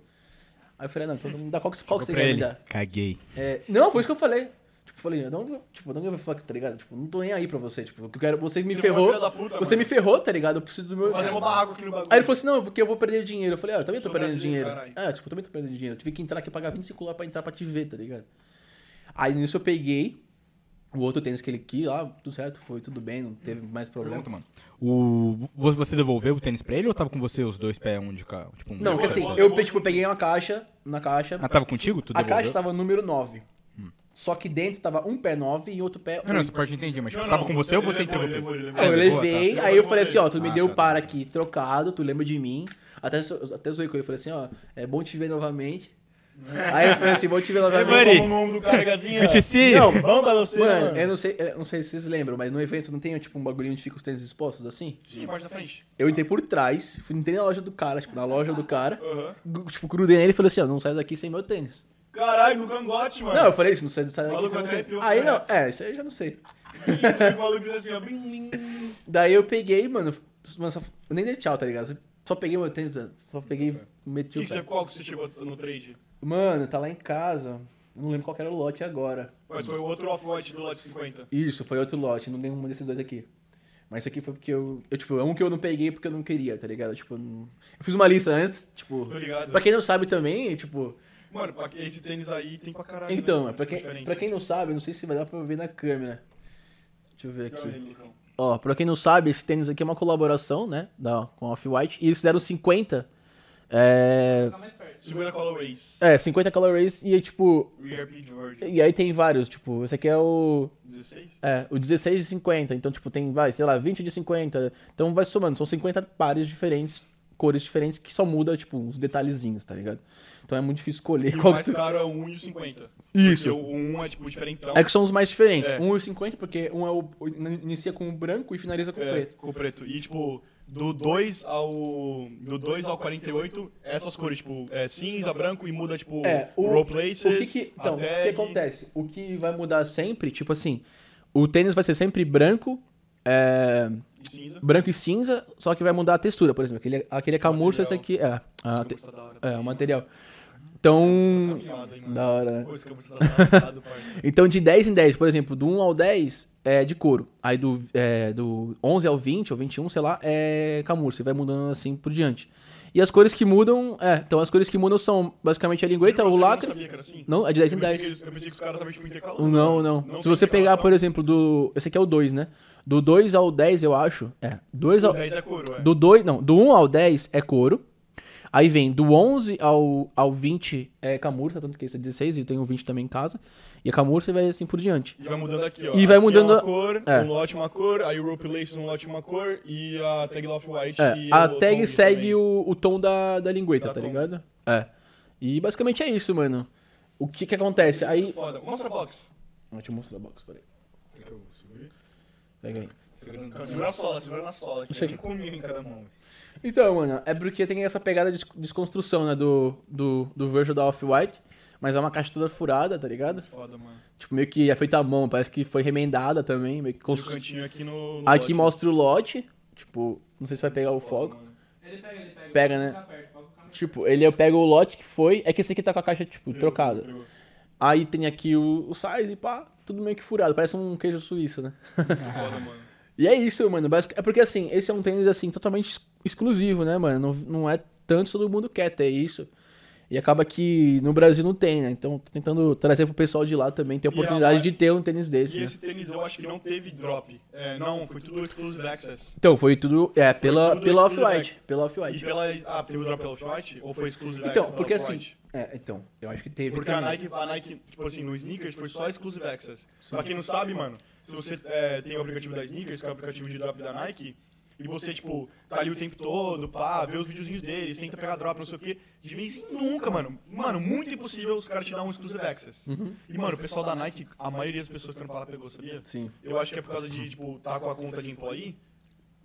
Speaker 4: Aí eu falei, não, então me dá qual que, qual que você
Speaker 2: pra
Speaker 4: quer me
Speaker 2: ele.
Speaker 4: dar?
Speaker 2: Caguei.
Speaker 4: É, não, foi isso que eu falei. Tipo, eu falei, não, não- tipo, não give a fuck, tá ligado? Tipo, não tô nem aí pra você, tipo, o que eu quero, você me
Speaker 1: Ele é um
Speaker 4: ferrou,
Speaker 1: filho da puta,
Speaker 4: você
Speaker 1: mano.
Speaker 4: me ferrou, tá ligado? Eu preciso do meu...
Speaker 1: Fazer uma barraco aqui no bagulho.
Speaker 4: Aí ele falou assim, não, porque eu vou perder dinheiro. Eu falei, ah, eu também tô
Speaker 1: Sou
Speaker 4: perdendo
Speaker 1: brasileiro,
Speaker 4: dinheiro.
Speaker 1: caralho.
Speaker 4: Ah, tipo, eu também tô perdendo dinheiro. Eu tive que entrar aqui e pagar 25 lá pra entrar pra te ver, tá ligado? Aí nisso eu peguei o outro tênis que ele quis lá, tudo certo, foi tudo bem, não teve mais problema.
Speaker 2: Pergunta, mano. O... vo- Você devolveu o tênis pra ele ou tava com você os dois pés, um de cá? Tipo, um
Speaker 4: Não,
Speaker 2: de
Speaker 4: porque
Speaker 1: Demorou,
Speaker 4: assim,
Speaker 1: demorou,
Speaker 4: eu
Speaker 1: demorou.
Speaker 4: tipo, peguei uma caixa, na caixa,
Speaker 2: Ah, tava contigo? Tu
Speaker 4: a
Speaker 2: devolveu? Hum.
Speaker 4: caixa tava número 9. Só que dentro tava um pé 9 e outro pé
Speaker 2: Não, não,
Speaker 4: oito.
Speaker 2: essa parte eu entendi, mas tipo,
Speaker 1: Não,
Speaker 2: tava
Speaker 1: não,
Speaker 2: com você ou você entregou
Speaker 1: levou, ele levou,
Speaker 2: pra
Speaker 1: ele
Speaker 2: ele? Ah,
Speaker 1: levou.
Speaker 4: Aí eu
Speaker 2: levou,
Speaker 4: levei,
Speaker 2: tá.
Speaker 4: aí eu falei assim, ó, tu
Speaker 2: Ah,
Speaker 4: me deu
Speaker 2: tá,
Speaker 4: o para aqui trocado, tu lembra de mim. Até, so- até zoei com ele, eu falei assim, ó, é bom te ver novamente. aí eu falei assim, bom te ver
Speaker 1: É,
Speaker 4: novamente.
Speaker 2: buddy.
Speaker 1: o nome do cara, gazinha.
Speaker 2: BTC!
Speaker 4: Não,
Speaker 1: Bom pra você,
Speaker 4: mano, é-
Speaker 1: mano.
Speaker 4: eu não sei, eu não sei se vocês lembram, mas no evento não tem tipo um bagulhinho onde fica os tênis expostos assim?
Speaker 1: Sim, parte da frente.
Speaker 4: Eu entrei por trás, fui entrei na loja do cara, tipo, na loja do cara,
Speaker 1: Aham.
Speaker 4: gu- tipo, grudei nele e falei assim, ó, não sai daqui sem meu tênis.
Speaker 1: Caralho, no cangote, mano.
Speaker 4: Não, eu falei isso, não sai sai daqui
Speaker 1: Maluco
Speaker 4: sem meu
Speaker 1: até
Speaker 4: tênis.
Speaker 1: arrepiou,
Speaker 4: Aí não,
Speaker 1: cara.
Speaker 4: é, isso aí eu já não sei.
Speaker 1: Isso, o maluco fez assim, ó. bim, bim, bim.
Speaker 4: Daí eu peguei, mano, mano, só- eu nem dei tchau, tá ligado? Só peguei meu tênis, só peguei, meti
Speaker 1: Que
Speaker 4: o
Speaker 1: que você,
Speaker 4: pé.
Speaker 1: qual que você chegou no trade?
Speaker 4: Mano, tá lá em casa. Eu não lembro qual que era o lote agora.
Speaker 1: Mas foi o outro off-white do lote 50.
Speaker 4: Isso, foi outro lote, não nenhum desses dois aqui. Mas esse aqui foi porque eu, eu. Tipo, é um que eu não peguei porque eu não queria, tá ligado? Tipo, eu, não- eu fiz uma lista antes, tipo.
Speaker 1: Tô ligado.
Speaker 4: Pra quem não sabe também, tipo.
Speaker 1: Mano, pra que- esse tênis aí tem pra caralho.
Speaker 4: Então,
Speaker 1: né?
Speaker 4: é pra
Speaker 1: Tipo,
Speaker 4: quem,
Speaker 1: diferente.
Speaker 4: pra quem não sabe, eu não sei se vai dar pra ver na câmera. Deixa eu ver
Speaker 1: Olha aí,
Speaker 4: aqui.
Speaker 1: Lucão.
Speaker 4: Ó, pra quem não sabe, esse tênis aqui é uma colaboração, né? Da, com a Off-White. E eles fizeram 50. É.
Speaker 5: Fica mais perto.
Speaker 1: Segunda colorways.
Speaker 4: É, 50 colorways e aí, tipo.
Speaker 1: Rear Pit Virgin.
Speaker 4: E aí tem vários, tipo, esse aqui é o.
Speaker 1: 16?
Speaker 4: É, o 16 de 50, então, tipo, tem, vai, sei lá, 20 de 50. Então vai somando, são 50 pares diferentes cores diferentes que só muda, tipo, uns detalhezinhos, tá ligado? Então é muito difícil
Speaker 1: E
Speaker 4: escolher
Speaker 1: o
Speaker 4: qual que
Speaker 1: mais
Speaker 4: tu...
Speaker 1: caro é o 1,50.
Speaker 4: Isso.
Speaker 1: Porque o 1 é, tipo, diferentão.
Speaker 4: É que são os mais diferentes.
Speaker 1: É.
Speaker 4: Um e o 50, porque um é o, o- inicia com o branco e finaliza com o
Speaker 1: É,
Speaker 4: preto.
Speaker 1: Com o preto. E, tipo, do 2 ao. Do 2 ao 48, essas cores, tipo, é cinza, branco e muda, tipo,
Speaker 4: É, o-
Speaker 1: row places.
Speaker 4: O que que,
Speaker 1: a
Speaker 4: então, o que
Speaker 1: tag.
Speaker 4: acontece? O que vai mudar sempre, tipo assim, o tênis vai ser sempre branco, é,
Speaker 1: E cinza.
Speaker 4: branco e cinza, só que vai mudar a textura, por exemplo. Aquele, aquele é camurça, esse
Speaker 1: Material.
Speaker 4: aqui é, a,
Speaker 1: Esse camurça da hora.
Speaker 4: é o material. Então,
Speaker 1: Safado, hein, mano?
Speaker 4: da hora, né?
Speaker 1: Pô, esse camurça tá safado, parceiro.
Speaker 4: Então, de 10 em 10, por exemplo, do 1 ao 10 é de couro. Aí do, é, do 11 ao 20, ou 21, sei lá, é camurça. E vai mudando assim por diante. E as cores que mudam, é, então as cores que mudam são basicamente a lingueta, o
Speaker 1: Eu não
Speaker 4: lacre.
Speaker 1: sabia que era assim.
Speaker 4: Não, é de 10 em
Speaker 1: Eu pensei
Speaker 4: 10.
Speaker 1: que- Eu pensei que os caras estavam, tipo, intercalando.
Speaker 4: Não, não. Se você pegar, por exemplo, do. Esse aqui é o 2, né? Do 2 ao 10, eu acho. É. 2 ao.
Speaker 1: exemplo. 10 é couro, é.
Speaker 4: Do 2. Não, do 1 ao 10 é couro. Aí vem do 11 ao, ao 20 é camurça, tanto que esse é 16 e tem o 20 também em casa. E a camurça vai assim por diante.
Speaker 1: E vai mudando aqui, ó.
Speaker 4: E vai
Speaker 1: Aqui É
Speaker 4: mudando a-
Speaker 1: uma cor,
Speaker 4: é.
Speaker 1: um lote uma cor, aí o rope lace um lote uma cor e a tag off white.
Speaker 4: É,
Speaker 1: e
Speaker 4: a
Speaker 1: o
Speaker 4: tag
Speaker 1: Tommy
Speaker 4: segue
Speaker 1: também.
Speaker 4: o, o tom da, da lingueta,
Speaker 1: Da
Speaker 4: tá
Speaker 1: tom.
Speaker 4: ligado? É. E basicamente é isso, mano. O que que acontece? Aí.
Speaker 1: Foda. Mostra a box.
Speaker 4: Deixa eu mostrar a box, peraí. Pega aí.
Speaker 3: Segurando
Speaker 1: Cara, Segura na sola, segura na sola. Isso aqui.
Speaker 3: 5 mil em cada mão.
Speaker 4: Então, mano, é porque tem essa pegada de des- desconstrução, né? Do, do, do Virgil da Off-White. Mas é uma caixa toda furada, tá ligado?
Speaker 1: Foda, mano.
Speaker 4: Tipo, meio que é feita à mão, parece que foi remendada também. Meio que
Speaker 1: E o
Speaker 4: constru...
Speaker 1: cantinho aqui no. no
Speaker 4: Aqui
Speaker 1: um lote.
Speaker 4: mostra o lote. Tipo, não sei se vai pegar o
Speaker 1: Foda,
Speaker 4: fogo.
Speaker 1: mano.
Speaker 5: Ele pega, ele pega.
Speaker 4: Pega,
Speaker 5: Pode
Speaker 4: né?
Speaker 5: colocar perto, pode colocar mais
Speaker 4: Tipo, ele eu pego o lote que foi. É que esse aqui tá com a caixa, tipo,
Speaker 1: Pegou,
Speaker 4: trocada.
Speaker 1: pegou.
Speaker 4: Aí tem aqui o, o size, pá, tudo meio que furado, parece um queijo suíço, né?
Speaker 1: Foda, mano.
Speaker 4: E é isso, mano. basic- É porque assim, esse é um tênis assim totalmente ex- exclusivo, né, mano? Não, não é tanto que todo mundo quer ter isso. E acaba que no Brasil não tem, né? Então tô tentando trazer pro pessoal de lá também ter a
Speaker 1: E
Speaker 4: oportunidade
Speaker 1: a-
Speaker 4: de ter um tênis desse,
Speaker 1: E
Speaker 4: né?
Speaker 1: esse tênis eu acho que não teve drop. É, não, foi tudo exclusive access.
Speaker 4: Então, foi tudo. É, pela,
Speaker 1: tudo
Speaker 4: pela
Speaker 1: exclusive,
Speaker 4: off-white. Pela
Speaker 1: E
Speaker 4: off-white.
Speaker 1: pela. Ah, teve o drop pela Off-White? Ou foi exclusive access?
Speaker 4: Então,
Speaker 1: pela
Speaker 4: porque assim.
Speaker 1: Off-White?
Speaker 4: É, então, eu acho que teve.
Speaker 1: Porque a
Speaker 4: também.
Speaker 1: Nike, a Nike, tipo assim, no Sneakers foi só Exclusive Access. Pra quem não sabe, mano, se você é, tem o aplicativo da Sneakers, que é o aplicativo de drop da Nike, e você, tipo, tá ali o tempo todo, pá, vê os videozinhos deles, tenta pegar drop, não sei o quê, de vez em nunca, mano. Mano, muito impossível os caras te dar um Exclusive Access.
Speaker 4: Uhum.
Speaker 1: E, mano, o pessoal da Nike, a maioria das pessoas que trampam lá pegou, sabia?
Speaker 4: Sim.
Speaker 1: Eu acho que é por causa de, tipo, tá com a conta de employee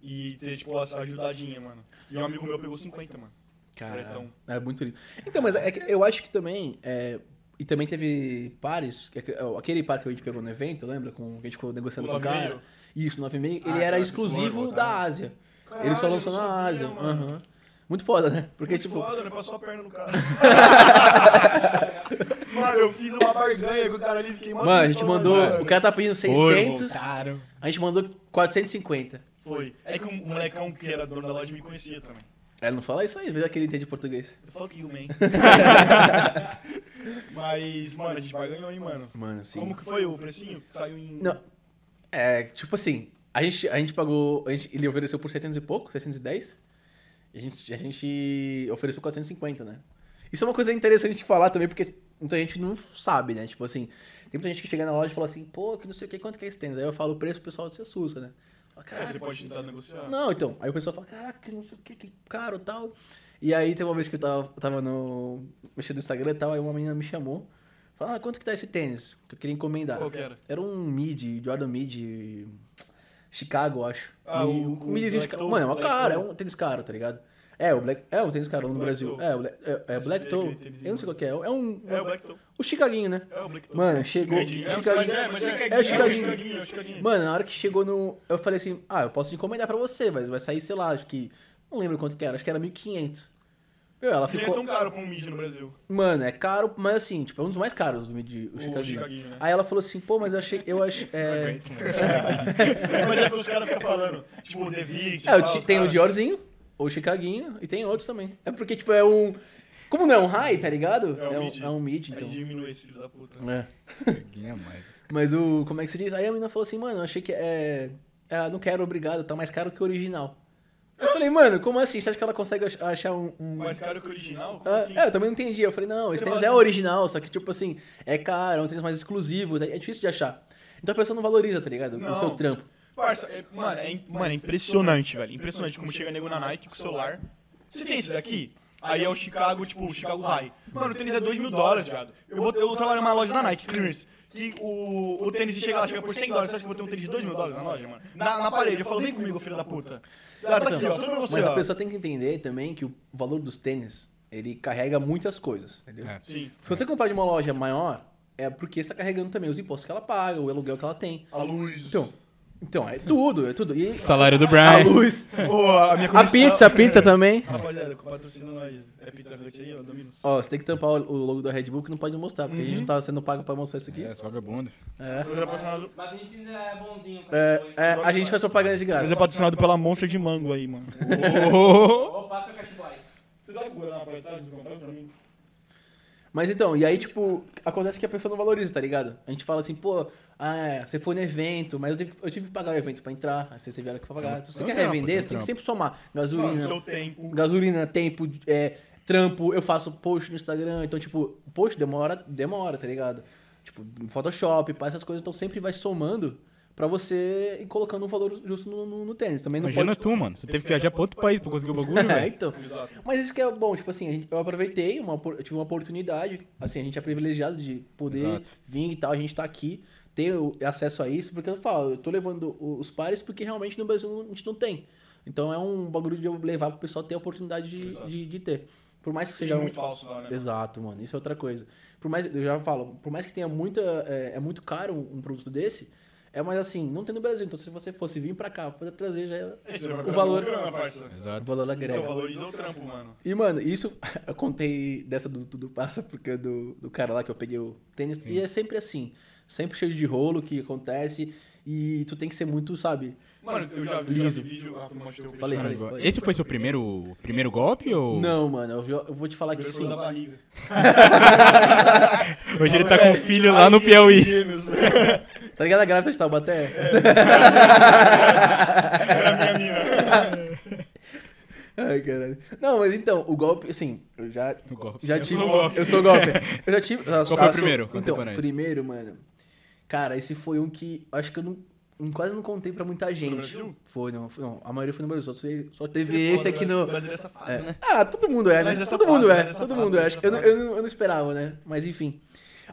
Speaker 1: e ter, tipo, essa ajudadinha, mano. E um amigo meu pegou 50, mano.
Speaker 4: Cara,
Speaker 1: Pretão.
Speaker 4: é muito lindo. Então, mas é que eu acho que também. é, e também teve pares, que- é, aquele par que a gente pegou no evento, lembra? Com, que a gente ficou negociando
Speaker 1: O
Speaker 4: com o cara.
Speaker 1: 9,5?
Speaker 4: Isso, 9,5.
Speaker 3: Ah,
Speaker 4: Ele era
Speaker 3: tá,
Speaker 4: exclusivo
Speaker 3: boa, tá.
Speaker 4: da Ásia. ele só
Speaker 1: Caralho,
Speaker 4: lançou
Speaker 1: eu não
Speaker 4: na
Speaker 1: sabia,
Speaker 4: Ásia.
Speaker 1: mano.
Speaker 4: Aham. Muito foda, né? Porque,
Speaker 1: Muito
Speaker 4: tipo.
Speaker 1: foda, né? Passou a perna no cara. mano, eu fiz uma barganha com o cara ali, fiquei mó
Speaker 4: Mano, a gente
Speaker 1: pistola,
Speaker 4: mandou.
Speaker 1: mano.
Speaker 4: O cara tá pedindo 600,
Speaker 2: Caro.
Speaker 4: a gente mandou 450.
Speaker 1: Foi. É que o molecão que era dono da loja me conhecia também.
Speaker 4: É, não fala isso aí, vê que ele entende português.
Speaker 1: Fuck you, man. Mas, mano, a gente barganhou, hein, mano. assim,
Speaker 4: Mano, sim.
Speaker 1: Como que foi o precinho? Saiu em...
Speaker 4: Não. É, tipo assim, a gente, a gente pagou. a gente- ele ofereceu por 700 e pouco, 610. E a gente, a gente ofereceu 450, né? Isso é uma coisa interessante de falar também, porque muita gente não sabe, né? Tipo assim, tem muita gente que chega na loja e fala assim, pô, que não sei o que, quanto que é esse tênis? Aí eu falo o preço, o pessoal se assusta, né? Fala,
Speaker 1: É, você
Speaker 4: "Caraca,
Speaker 1: pode tentar negociar.
Speaker 4: não, então. Aí o pessoal fala, caraca, que não sei o que, que caro e tal. E aí tem uma vez que eu tava, tava no. mexendo no Instagram e tal, aí uma menina me chamou. Falou, ah, quanto que tá esse tênis? Que eu queria encomendar.
Speaker 1: Qual que era?
Speaker 4: um mid, Jordan Mid. Chicago, eu acho.
Speaker 1: Ah,
Speaker 4: E
Speaker 1: o-
Speaker 4: um
Speaker 1: o
Speaker 4: midzinho de
Speaker 1: Black
Speaker 4: Chicago.
Speaker 1: Toe,
Speaker 4: Mano, é uma
Speaker 1: Black
Speaker 4: cara, é
Speaker 1: Toe.
Speaker 4: um tênis caro, tá ligado? É, o Black, é um tênis caro lá no
Speaker 1: Black
Speaker 4: Brasil.
Speaker 1: Toe.
Speaker 4: É, o Black- é, é
Speaker 1: Esse
Speaker 4: Black
Speaker 1: é
Speaker 4: Toe.
Speaker 1: aquele tênisinho.
Speaker 4: Eu não sei qual que é. É um.
Speaker 1: É o Blackton.
Speaker 4: O Chicaguinho, né?
Speaker 1: É o Blackton.
Speaker 4: Mano, chegou.
Speaker 1: É o
Speaker 4: Chicaguinho.
Speaker 1: Chicaguinho. mas
Speaker 4: É o Chicaguinho.
Speaker 1: É o Chicaguinho.
Speaker 4: Mano, na hora que chegou no. Eu falei assim: ah, eu posso encomendar pra você, mas vai sair, sei lá, acho que. Não lembro quanto que era, acho que era 1.500. Meu, ela
Speaker 1: Ele é
Speaker 4: Ah, ficou.
Speaker 1: tão caro pra um mid no Brasil.
Speaker 4: Mano, é caro, mas assim, tipo, é um dos mais caros o midi, o
Speaker 1: O
Speaker 4: Chicaguinho.
Speaker 1: Chicaguinho, né?
Speaker 4: Aí ela falou assim: pô, mas eu achei. Eu achei é...
Speaker 1: Mas é que os caras ficam falando, tipo, o The Vict,
Speaker 4: É,
Speaker 1: tal,
Speaker 4: o-
Speaker 1: os
Speaker 4: tem o
Speaker 1: caras-
Speaker 4: Diorzinho, o Chicaguinho, e tem outros também. É porque, tipo, é um. Como não é um high, tá ligado?
Speaker 1: É um
Speaker 4: é um,
Speaker 1: mid.
Speaker 4: é um mid,
Speaker 1: Aí
Speaker 4: então.
Speaker 1: diminui esse filho da puta.
Speaker 4: É.
Speaker 2: Peguinha mais.
Speaker 4: Mas o. Como é que se diz? Aí a menina falou assim, mano, eu achei que é. é, não quero, obrigado, tá mais caro que o original. Eu falei, mano, como assim? Você acha que ela consegue ach- achar um. um-
Speaker 1: Mais caro que o original? Como
Speaker 4: Ah,
Speaker 1: tipo assim?
Speaker 4: é, eu também não entendi. Eu falei, não,
Speaker 1: Você
Speaker 4: esse tênis
Speaker 1: fala
Speaker 4: é
Speaker 1: assim-
Speaker 4: original, só que, tipo assim, é caro, é um tênis mais exclusivo, é difícil de achar. Então a pessoa não valoriza, tá ligado? O
Speaker 1: Não.
Speaker 4: seu trampo.
Speaker 1: é Parça, é- mano, é, im- mano, é impressionante, velho. Impressionante como chega nego na Nike com o celular. Você tem esse daqui? Aí é um Chicago, tipo, Chicago High. Mano, o tênis é 2 mil dólares, viado. Eu, vou, eu trabalho numa loja da Nike, Clearance. Que o, o tênis chega lá, chega por 100 dólares. Você acha que eu vou ter um tênis de 2 mil dólares na loja, mano? Na, na parede. Eu falo, vem comigo, filho da puta. Ah, tá aqui, ó. Tudo pra você,
Speaker 4: Mas a
Speaker 1: ó.
Speaker 4: pessoa tem que entender também que o valor dos tênis, ele carrega muitas coisas, entendeu?
Speaker 2: É.
Speaker 1: Sim.
Speaker 4: Se você comprar de uma loja maior, é porque você tá carregando também os impostos que ela paga, o aluguel que ela tem.
Speaker 1: A luz.
Speaker 4: Então, então é tudo, é tudo. E
Speaker 2: Salário do
Speaker 4: É. a
Speaker 2: Brian.
Speaker 4: luz,
Speaker 1: Pô, a minha
Speaker 4: assim. a
Speaker 1: comissão.
Speaker 4: pizza, a pizza também.
Speaker 1: Rapaziada, patrocina nós. É Pizza Hut aí, ó, Dominus.
Speaker 4: Ó, você tem que tampar o o logo da Red Bull que não pode mostrar, porque a gente não tá sendo pago pra mostrar isso aqui.
Speaker 2: É, só vagabundo.
Speaker 4: É.
Speaker 1: Mas é patrocinado-
Speaker 5: Mas a gente ainda é bonzinho. com
Speaker 4: É,
Speaker 5: cachorro,
Speaker 4: é,
Speaker 5: hein?
Speaker 4: a gente faz propaganda de
Speaker 1: Mas
Speaker 4: graça.
Speaker 1: é patrocinado pela Monster de Mango aí, mano.
Speaker 5: Ou passa o Cacheboys.
Speaker 1: Você dá cura na apartagem do comprar pra mim?
Speaker 4: Mas então, e aí, tipo, acontece que a pessoa não valoriza, tá ligado? A gente fala assim, pô, ah, é, você foi no evento, mas eu tive, eu tive que pagar o evento pra entrar, aí vocês tiveram que pagar. Então, se
Speaker 2: É
Speaker 4: você
Speaker 2: um
Speaker 4: quer
Speaker 2: trampo, é
Speaker 4: revender,
Speaker 2: um
Speaker 4: você tem
Speaker 2: trampo.
Speaker 4: que sempre somar.
Speaker 1: Mano,
Speaker 4: Gasolina,
Speaker 1: seu tempo.
Speaker 4: gasolina, tempo, é, trampo, eu faço post no Instagram, então, tipo, post demora, demora, tá ligado? Tipo, Photoshop, pá, essas coisas, então sempre vai somando pra você ir colocando um valor justo no, no- no tênis. Também não
Speaker 2: Imagina
Speaker 4: pode...
Speaker 2: tu, mano. Você teve que viajar pra outro país pra conseguir o bagulho,
Speaker 4: É,
Speaker 2: velho.
Speaker 4: então. Mas isso que é bom, tipo assim, a gente- eu aproveitei, uma, opor- eu tive uma oportunidade, assim, a gente é privilegiado de poder
Speaker 2: Exato.
Speaker 4: vir e tal, a gente tá aqui, ter o- acesso a isso, porque eu falo, eu tô levando o- os pares porque realmente no Brasil a gente não tem. Então é um bagulho de eu levar pro pessoal ter a oportunidade de, de, de ter. Por mais que seja um-
Speaker 1: muito falso lá, né?
Speaker 4: Exato, mano. Isso é outra coisa. Por mais, eu já falo, por mais que tenha muita. É, é muito caro um, um produto desse, é mais assim, não tem no Brasil. Então se você fosse vir pra cá, pra trazer já
Speaker 1: Você vai
Speaker 4: é, o
Speaker 1: gastar
Speaker 4: valor.
Speaker 1: um grana, parça.
Speaker 4: O
Speaker 2: Exato.
Speaker 4: valor agrega.
Speaker 1: Então valoriza o trampo, mano.
Speaker 4: E, mano, isso eu contei dessa do Tudo Passa, porque é do, do cara lá que eu peguei o tênis. E é sempre assim. Sempre cheio de rolo que acontece. E tu tem que ser muito, sabe?
Speaker 1: Mano, eu já vi já vi vídeo. Rafa, mostrei o vídeo.
Speaker 4: Falei, falei.
Speaker 2: Mano, Esse foi seu primeiro, primeiro golpe ou.
Speaker 4: Não, mano, eu, vi- eu vou te falar que
Speaker 1: Primeiro
Speaker 4: sim.
Speaker 1: foi da barriga. é,
Speaker 2: Hoje ele tá
Speaker 4: é.
Speaker 2: com o filho lá no Piauí.
Speaker 1: Gêmeos.
Speaker 4: Tá ligado a grávida de Taubaté?
Speaker 1: Era minha mina.
Speaker 4: Ai, caralho. Não, mas então, o golpe, assim, eu já,
Speaker 2: O golpe.
Speaker 4: já tive.
Speaker 2: sou o golpe.
Speaker 4: Eu sou o golpe. Eu já tive. Qual
Speaker 2: foi o primeiro? Conta
Speaker 4: Então,
Speaker 2: pra nós.
Speaker 4: primeiro, mano. Cara, esse foi um que acho que eu não. eu Quase não contei pra muita gente.
Speaker 1: Brasil?
Speaker 4: Foi, não, foi, não. A maioria foi no Brasil. Só teve, só teve
Speaker 1: Foda,
Speaker 4: esse aqui no.
Speaker 1: Brasileiro é safado,
Speaker 4: É.
Speaker 1: né?
Speaker 4: Ah, todo mundo é, né?
Speaker 1: Mas é
Speaker 4: todo
Speaker 1: safado,
Speaker 4: mundo é,
Speaker 1: mas é
Speaker 4: todo
Speaker 1: safado,
Speaker 4: mundo é.
Speaker 1: mas é
Speaker 4: Acho que eu, não-
Speaker 1: safado.
Speaker 4: eu, não, eu não esperava, né? Mas enfim.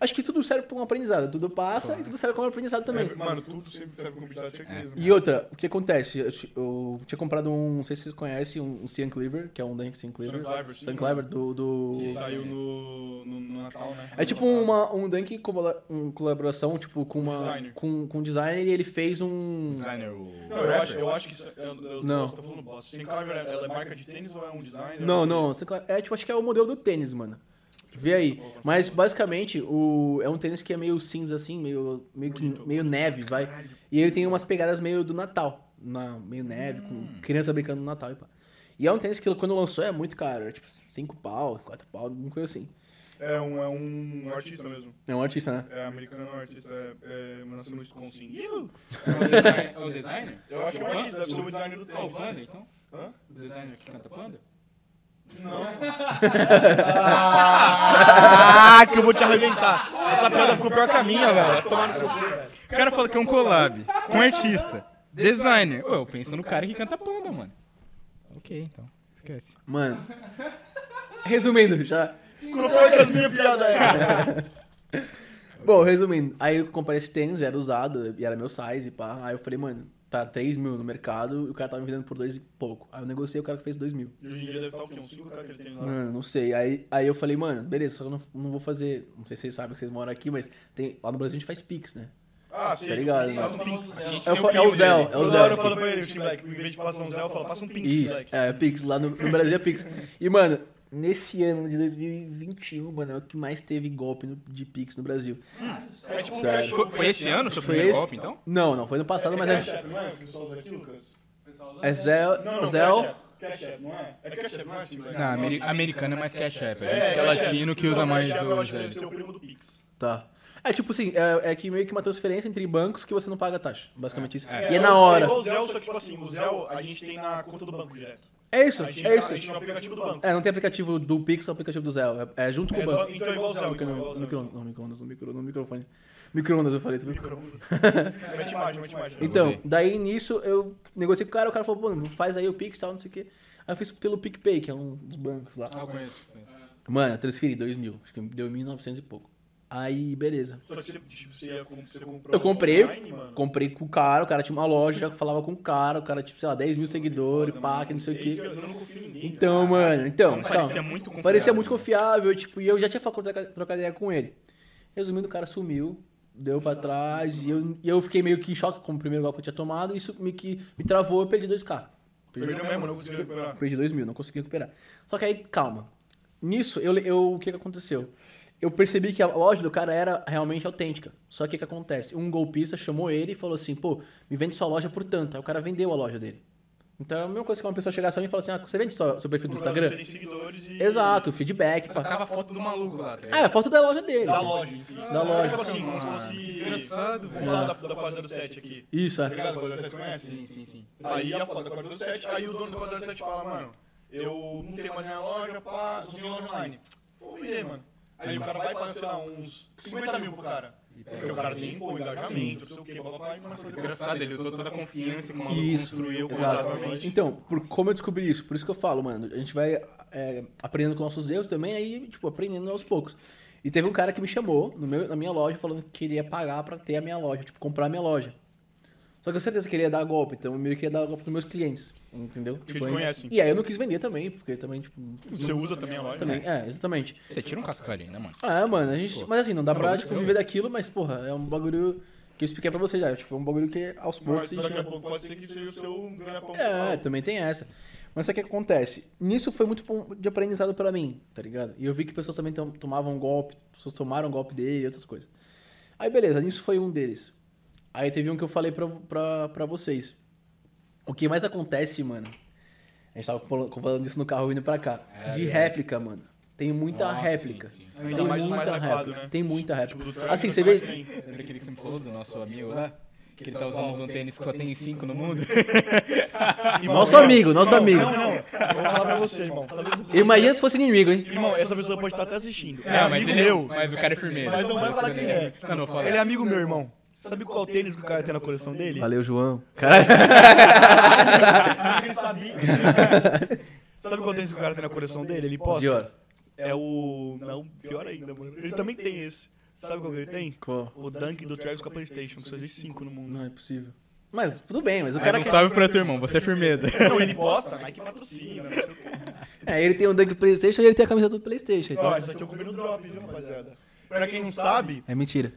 Speaker 4: Acho que tudo serve pra um aprendizado. Tudo passa e tudo serve como aprendizado também.
Speaker 1: É, Mano, tudo sempre serve como publicidade, certeza.
Speaker 4: É. E outra, o que acontece? Eu, ti- eu tinha comprado um, não sei se vocês conhecem, um, um Cian Cleaver, que é um Dunk Cian Cleaver.
Speaker 1: Cian Cleaver, sim.
Speaker 4: Cian Cleaver do. do...
Speaker 1: Que saiu no, no, no Natal, né?
Speaker 4: É tipo
Speaker 1: Ano passado.
Speaker 4: uma, um Dunk com uma- um colaboração, tipo, com uma.
Speaker 1: Designer.
Speaker 4: Com, com um designer e ele fez um.
Speaker 2: Designer, o.
Speaker 1: Não, eu acho, eu acho que. isso- Eu, eu,
Speaker 4: Não.
Speaker 1: Tô falando bosta. Sim, Cliver, ela é marca de tênis ou é um designer?
Speaker 4: Não, não, Cian Cleaver- é tipo, acho que é o modelo do tênis, mano. Vê aí. Mas basicamente o, é um tênis que é meio cinza, assim, meio, meio, que, meio neve, vai. E ele tem umas pegadas meio do Natal. Na, meio neve, com criança brincando no Natal e pá. E é um tênis que quando lançou é muito caro. Era tipo 5 pau, 4 pau, alguma coisa assim.
Speaker 1: É um, é um artista mesmo.
Speaker 4: É um artista, né?
Speaker 1: É americano, é um artista. É, é, mas nasceu no Wisconsin.
Speaker 3: É o designer?
Speaker 1: Eu acho que é um artista, deve ser o designer do
Speaker 3: É o
Speaker 1: tênis.
Speaker 3: Panda, então?
Speaker 1: Hã?
Speaker 3: O designer que canta Panda?
Speaker 1: Não. Ah, que eu vou te arrebentar. Essa piada ficou pior que a minha, velho. Tomar no seu cu.
Speaker 2: O cara fala que é um collab com artista. Designer. Ué, eu penso no cara que canta panda, mano. Ok, então. Esquece.
Speaker 4: Mano. Resumindo, já.
Speaker 1: Ficou pior que as minhas piadas, é.
Speaker 4: Bom, resumindo. Aí eu comprei esse tênis, era usado, e era meu size, e pá. Aí eu falei, mano, tá 3 mil no mercado e o cara tava me vendendo por dois e pouco. Aí eu negociei o cara que fez 2 mil.
Speaker 1: E hoje em dia deve estar o quê? Uns 5K que ele tem lá.
Speaker 4: Mano, não sei. Aí, aí eu falei, mano, beleza, só que eu não, não vou fazer. Não sei se vocês sabem que vocês moram aqui, mas tem, lá no Brasil a gente faz Pix, né?
Speaker 1: Ah, sim.
Speaker 4: Tá ligado, né?
Speaker 1: Passa um
Speaker 5: O
Speaker 1: pix.
Speaker 5: famoso Zé.
Speaker 4: É o, fa- é o Zé, é o
Speaker 1: Toda hora eu
Speaker 4: Zé.
Speaker 1: falo pra ele, moleque, em vez de passar um Zé, eu falo, passa um pix,
Speaker 4: Isso,
Speaker 1: moleque.
Speaker 4: é, Pix, lá no, no Brasil é Pix. E, mano, nesse ano de 2021, mano, é o que mais teve golpe no- de Pix no Brasil.
Speaker 1: É tipo um
Speaker 4: Sério.
Speaker 1: cachorro.
Speaker 2: esse ano seu
Speaker 4: Foi esse? Não, não, foi no passado, mas é,
Speaker 1: Cash App, não é? O que o pessoal usa aqui, Lucas?
Speaker 5: pessoal usa
Speaker 4: é
Speaker 5: Zé.
Speaker 4: Zé,
Speaker 1: Não, não,
Speaker 4: Zé,
Speaker 1: Cash App. Cash App, não é? É Cash App, não é? Tim Black?
Speaker 2: Não, ameri- americano é mais cash app.
Speaker 1: É,
Speaker 2: É, é
Speaker 1: Cash App.
Speaker 2: latino que
Speaker 1: Não,
Speaker 2: usa
Speaker 1: Cash
Speaker 2: mais
Speaker 1: App, eu
Speaker 2: o
Speaker 1: acho que deve ser
Speaker 2: Zé.
Speaker 1: o primo do Pix.
Speaker 4: Tá. É tipo assim, é, é que meio que uma transferência entre bancos que você não paga a taxa. Basicamente isso. E é
Speaker 1: o-
Speaker 4: na hora.
Speaker 1: um igual o Zé, só que tipo assim, o Zé a gente tem na conta do banco direto.
Speaker 4: É isso,
Speaker 1: A gente, a
Speaker 4: é
Speaker 1: gente
Speaker 4: isso.
Speaker 1: tem o aplicativo do banco.
Speaker 4: É, não tem aplicativo do Pix, é o aplicativo do Zé. É, é junto com
Speaker 1: É
Speaker 4: o banco.
Speaker 1: do- então é igual o Zé, então é
Speaker 4: No micro-
Speaker 1: igual o Zé.
Speaker 4: no micro- no micro-ondas, no micro- no microfone. Micro-ondas, eu falei. Tu viu?
Speaker 1: Mete imagem, mete imagem.
Speaker 4: Então,
Speaker 6: ver.
Speaker 4: daí nisso eu negociei com o cara, o cara falou, pô, faz aí o Pix e tal, não sei o quê. Aí eu fiz pelo PicPay, que é um dos bancos lá.
Speaker 3: Ah, eu conheço. conheço.
Speaker 4: Mano, eu transferi 2 mil, acho que deu 1.900 e pouco. Aí, beleza.
Speaker 1: Só que você, tipo, você, ia comp- você comprou
Speaker 4: Eu comprei,
Speaker 1: online, mano?
Speaker 4: comprei com o cara, o cara tinha uma loja, já falava com o cara, o cara tinha, sei lá, 10 mil seguidores, pá, que não sei o
Speaker 1: É né? isso que
Speaker 4: quê.
Speaker 1: Eu não confio em ninguém.
Speaker 4: Então, mano, então, então.
Speaker 2: Parecia muito confiável.
Speaker 4: Parecia muito confiável, tipo, e eu já tinha falado troca- trocar ideia com ele. Resumindo, o cara sumiu, deu pra trás, e eu, e eu fiquei meio que em choque com o primeiro golpe que eu tinha tomado, e isso me, que, me travou, eu perdi 2k.
Speaker 1: Perdeu mesmo, né? não conseguiu recuperar.
Speaker 4: Perdi 2 mil, não consegui recuperar. Só que aí, calma. Nisso, eu, eu, o que, que aconteceu? Eu percebi que a loja do cara era realmente autêntica. Só que o que, que acontece? Um golpista chamou ele e falou assim, pô, me vende sua loja por tanto. Aí o cara vendeu a loja dele. Então é a mesma coisa que uma pessoa chegasse a mim e falasse assim, ah, você vende sua- seu perfil do Instagram?
Speaker 1: Você tem seguidores e...
Speaker 4: Exato, feedback. Pá.
Speaker 2: Tava a foto do maluco lá, tá
Speaker 4: Ah, é a foto da loja dele.
Speaker 1: Da loja em si.
Speaker 4: Da loja.
Speaker 1: Tipo assim, como se fosse...
Speaker 2: Engraçado,
Speaker 1: Vamos falar da, da 407 aqui.
Speaker 4: Isso,
Speaker 1: Tá
Speaker 4: é.
Speaker 1: ligado? 407 conhece?
Speaker 3: Sim, sim, sim.
Speaker 1: Aí a foto da 407, aí o dono da 407 fala, mano, eu não tenho mais minha loja, pá, só tenho loja online. Vou vender, mano. Aí o cara vai passar, sei lá, uns 50 mil pro cara. Porque o cara tem, pô, engajamento, não sei o quê, papai, começa a fazer
Speaker 2: Engraçado, ele usou toda a confiança que o maluco
Speaker 4: Isso,
Speaker 2: construiu
Speaker 4: Exato.
Speaker 2: completamente.
Speaker 4: Então, por como eu descobri isso? Por isso que eu falo, mano. A gente vai é, aprendendo com nossos erros também, aí, tipo, aprendendo aos poucos. E teve um cara que me chamou no meu, na minha loja falando que queria pagar pra ter a minha loja, tipo, comprar a minha loja. Só que eu certeza que ele ia dar golpe, então eu meio que ia dar golpe pros meus clientes, entendeu? Tipo,
Speaker 1: eles conhecem.
Speaker 4: E aí eu não quis vender também, porque também, tipo.
Speaker 1: Você usa também a loja?
Speaker 4: Também, é, exatamente.
Speaker 6: Você tira um cascarinho, né, mano?
Speaker 4: Ah, mano, a gente. Mas assim, não dá pra tipo, viver daquilo, mas, porra, é um bagulho que eu expliquei pra vocês já. Tipo, é um bagulho que aos poucos
Speaker 1: Mas
Speaker 4: a gente.
Speaker 1: daqui a pouco pode ser que seja o seu ganha-pão.
Speaker 4: É, também tem essa. Mas sabe o que acontece? Nisso foi muito bom de aprendizado pra mim, tá ligado? E eu vi que pessoas também tom- tomavam golpe, pessoas tomaram golpe dele e outras coisas. Aí beleza, nisso foi um deles. Aí teve um que eu falei pra, pra, pra vocês. O que mais acontece, mano? A gente tava falando, falando disso no carro indo pra cá. de réplica, mano. Tem muita
Speaker 3: É, Nossa,
Speaker 4: réplica.
Speaker 3: sim, sim.
Speaker 1: Ainda
Speaker 4: Tem
Speaker 1: mais-
Speaker 4: muita
Speaker 1: mais hypado,
Speaker 4: réplica.
Speaker 1: né?
Speaker 4: Tem muita réplica.
Speaker 1: Tipo, do
Speaker 4: assim,
Speaker 1: Trump,
Speaker 4: você
Speaker 1: mas
Speaker 4: vê.
Speaker 1: tem.
Speaker 3: Lembra aquele que me falou do nosso amigo lá? Que ele tá usando um tênis que só tem cinco no mundo?
Speaker 1: tá.
Speaker 4: Nosso amigo, nosso amigo.
Speaker 1: Não, não, vou falar pra você, irmão. Talvez essa pessoa-
Speaker 4: Imagina se fosse inimigo, hein?
Speaker 1: Irmão, essa pessoa pode estar até assistindo.
Speaker 3: Ah,
Speaker 2: É, mas ele
Speaker 3: um-
Speaker 2: Mas o cara é firmeza.
Speaker 1: Mas não vai falar quem é.
Speaker 2: Não, não, fala.
Speaker 1: Ele é amigo meu, irmão. Sabe qual tênis que o cara tem na coleção dele?
Speaker 4: Valeu, João. Caralho.
Speaker 1: Ele sabia. Sabe qual tênis que o cara tem na coleção dele? Ele
Speaker 4: De
Speaker 1: posta?
Speaker 4: hora.
Speaker 1: É o... Não, pior ainda, mano. Ele também tem esse. Sabe qual que ele tem?
Speaker 4: Qual?
Speaker 1: O Dunk do Travis com a Playstation, que só existe cinco no mundo.
Speaker 4: Não é possível. Mas tudo bem, mas o
Speaker 2: Mas
Speaker 4: cara.
Speaker 2: um salve pra tu, irmão. Você é firmeza.
Speaker 1: Não, ele posta, Nike patrocina. não sei o quê.
Speaker 4: É, ele tem o Dunk Playstation e ele tem a camisa do Playstation. Então...
Speaker 1: Ó, isso aqui eu comprei no drop, viu, rapaziada? Pra quem não sabe,
Speaker 4: É mentira.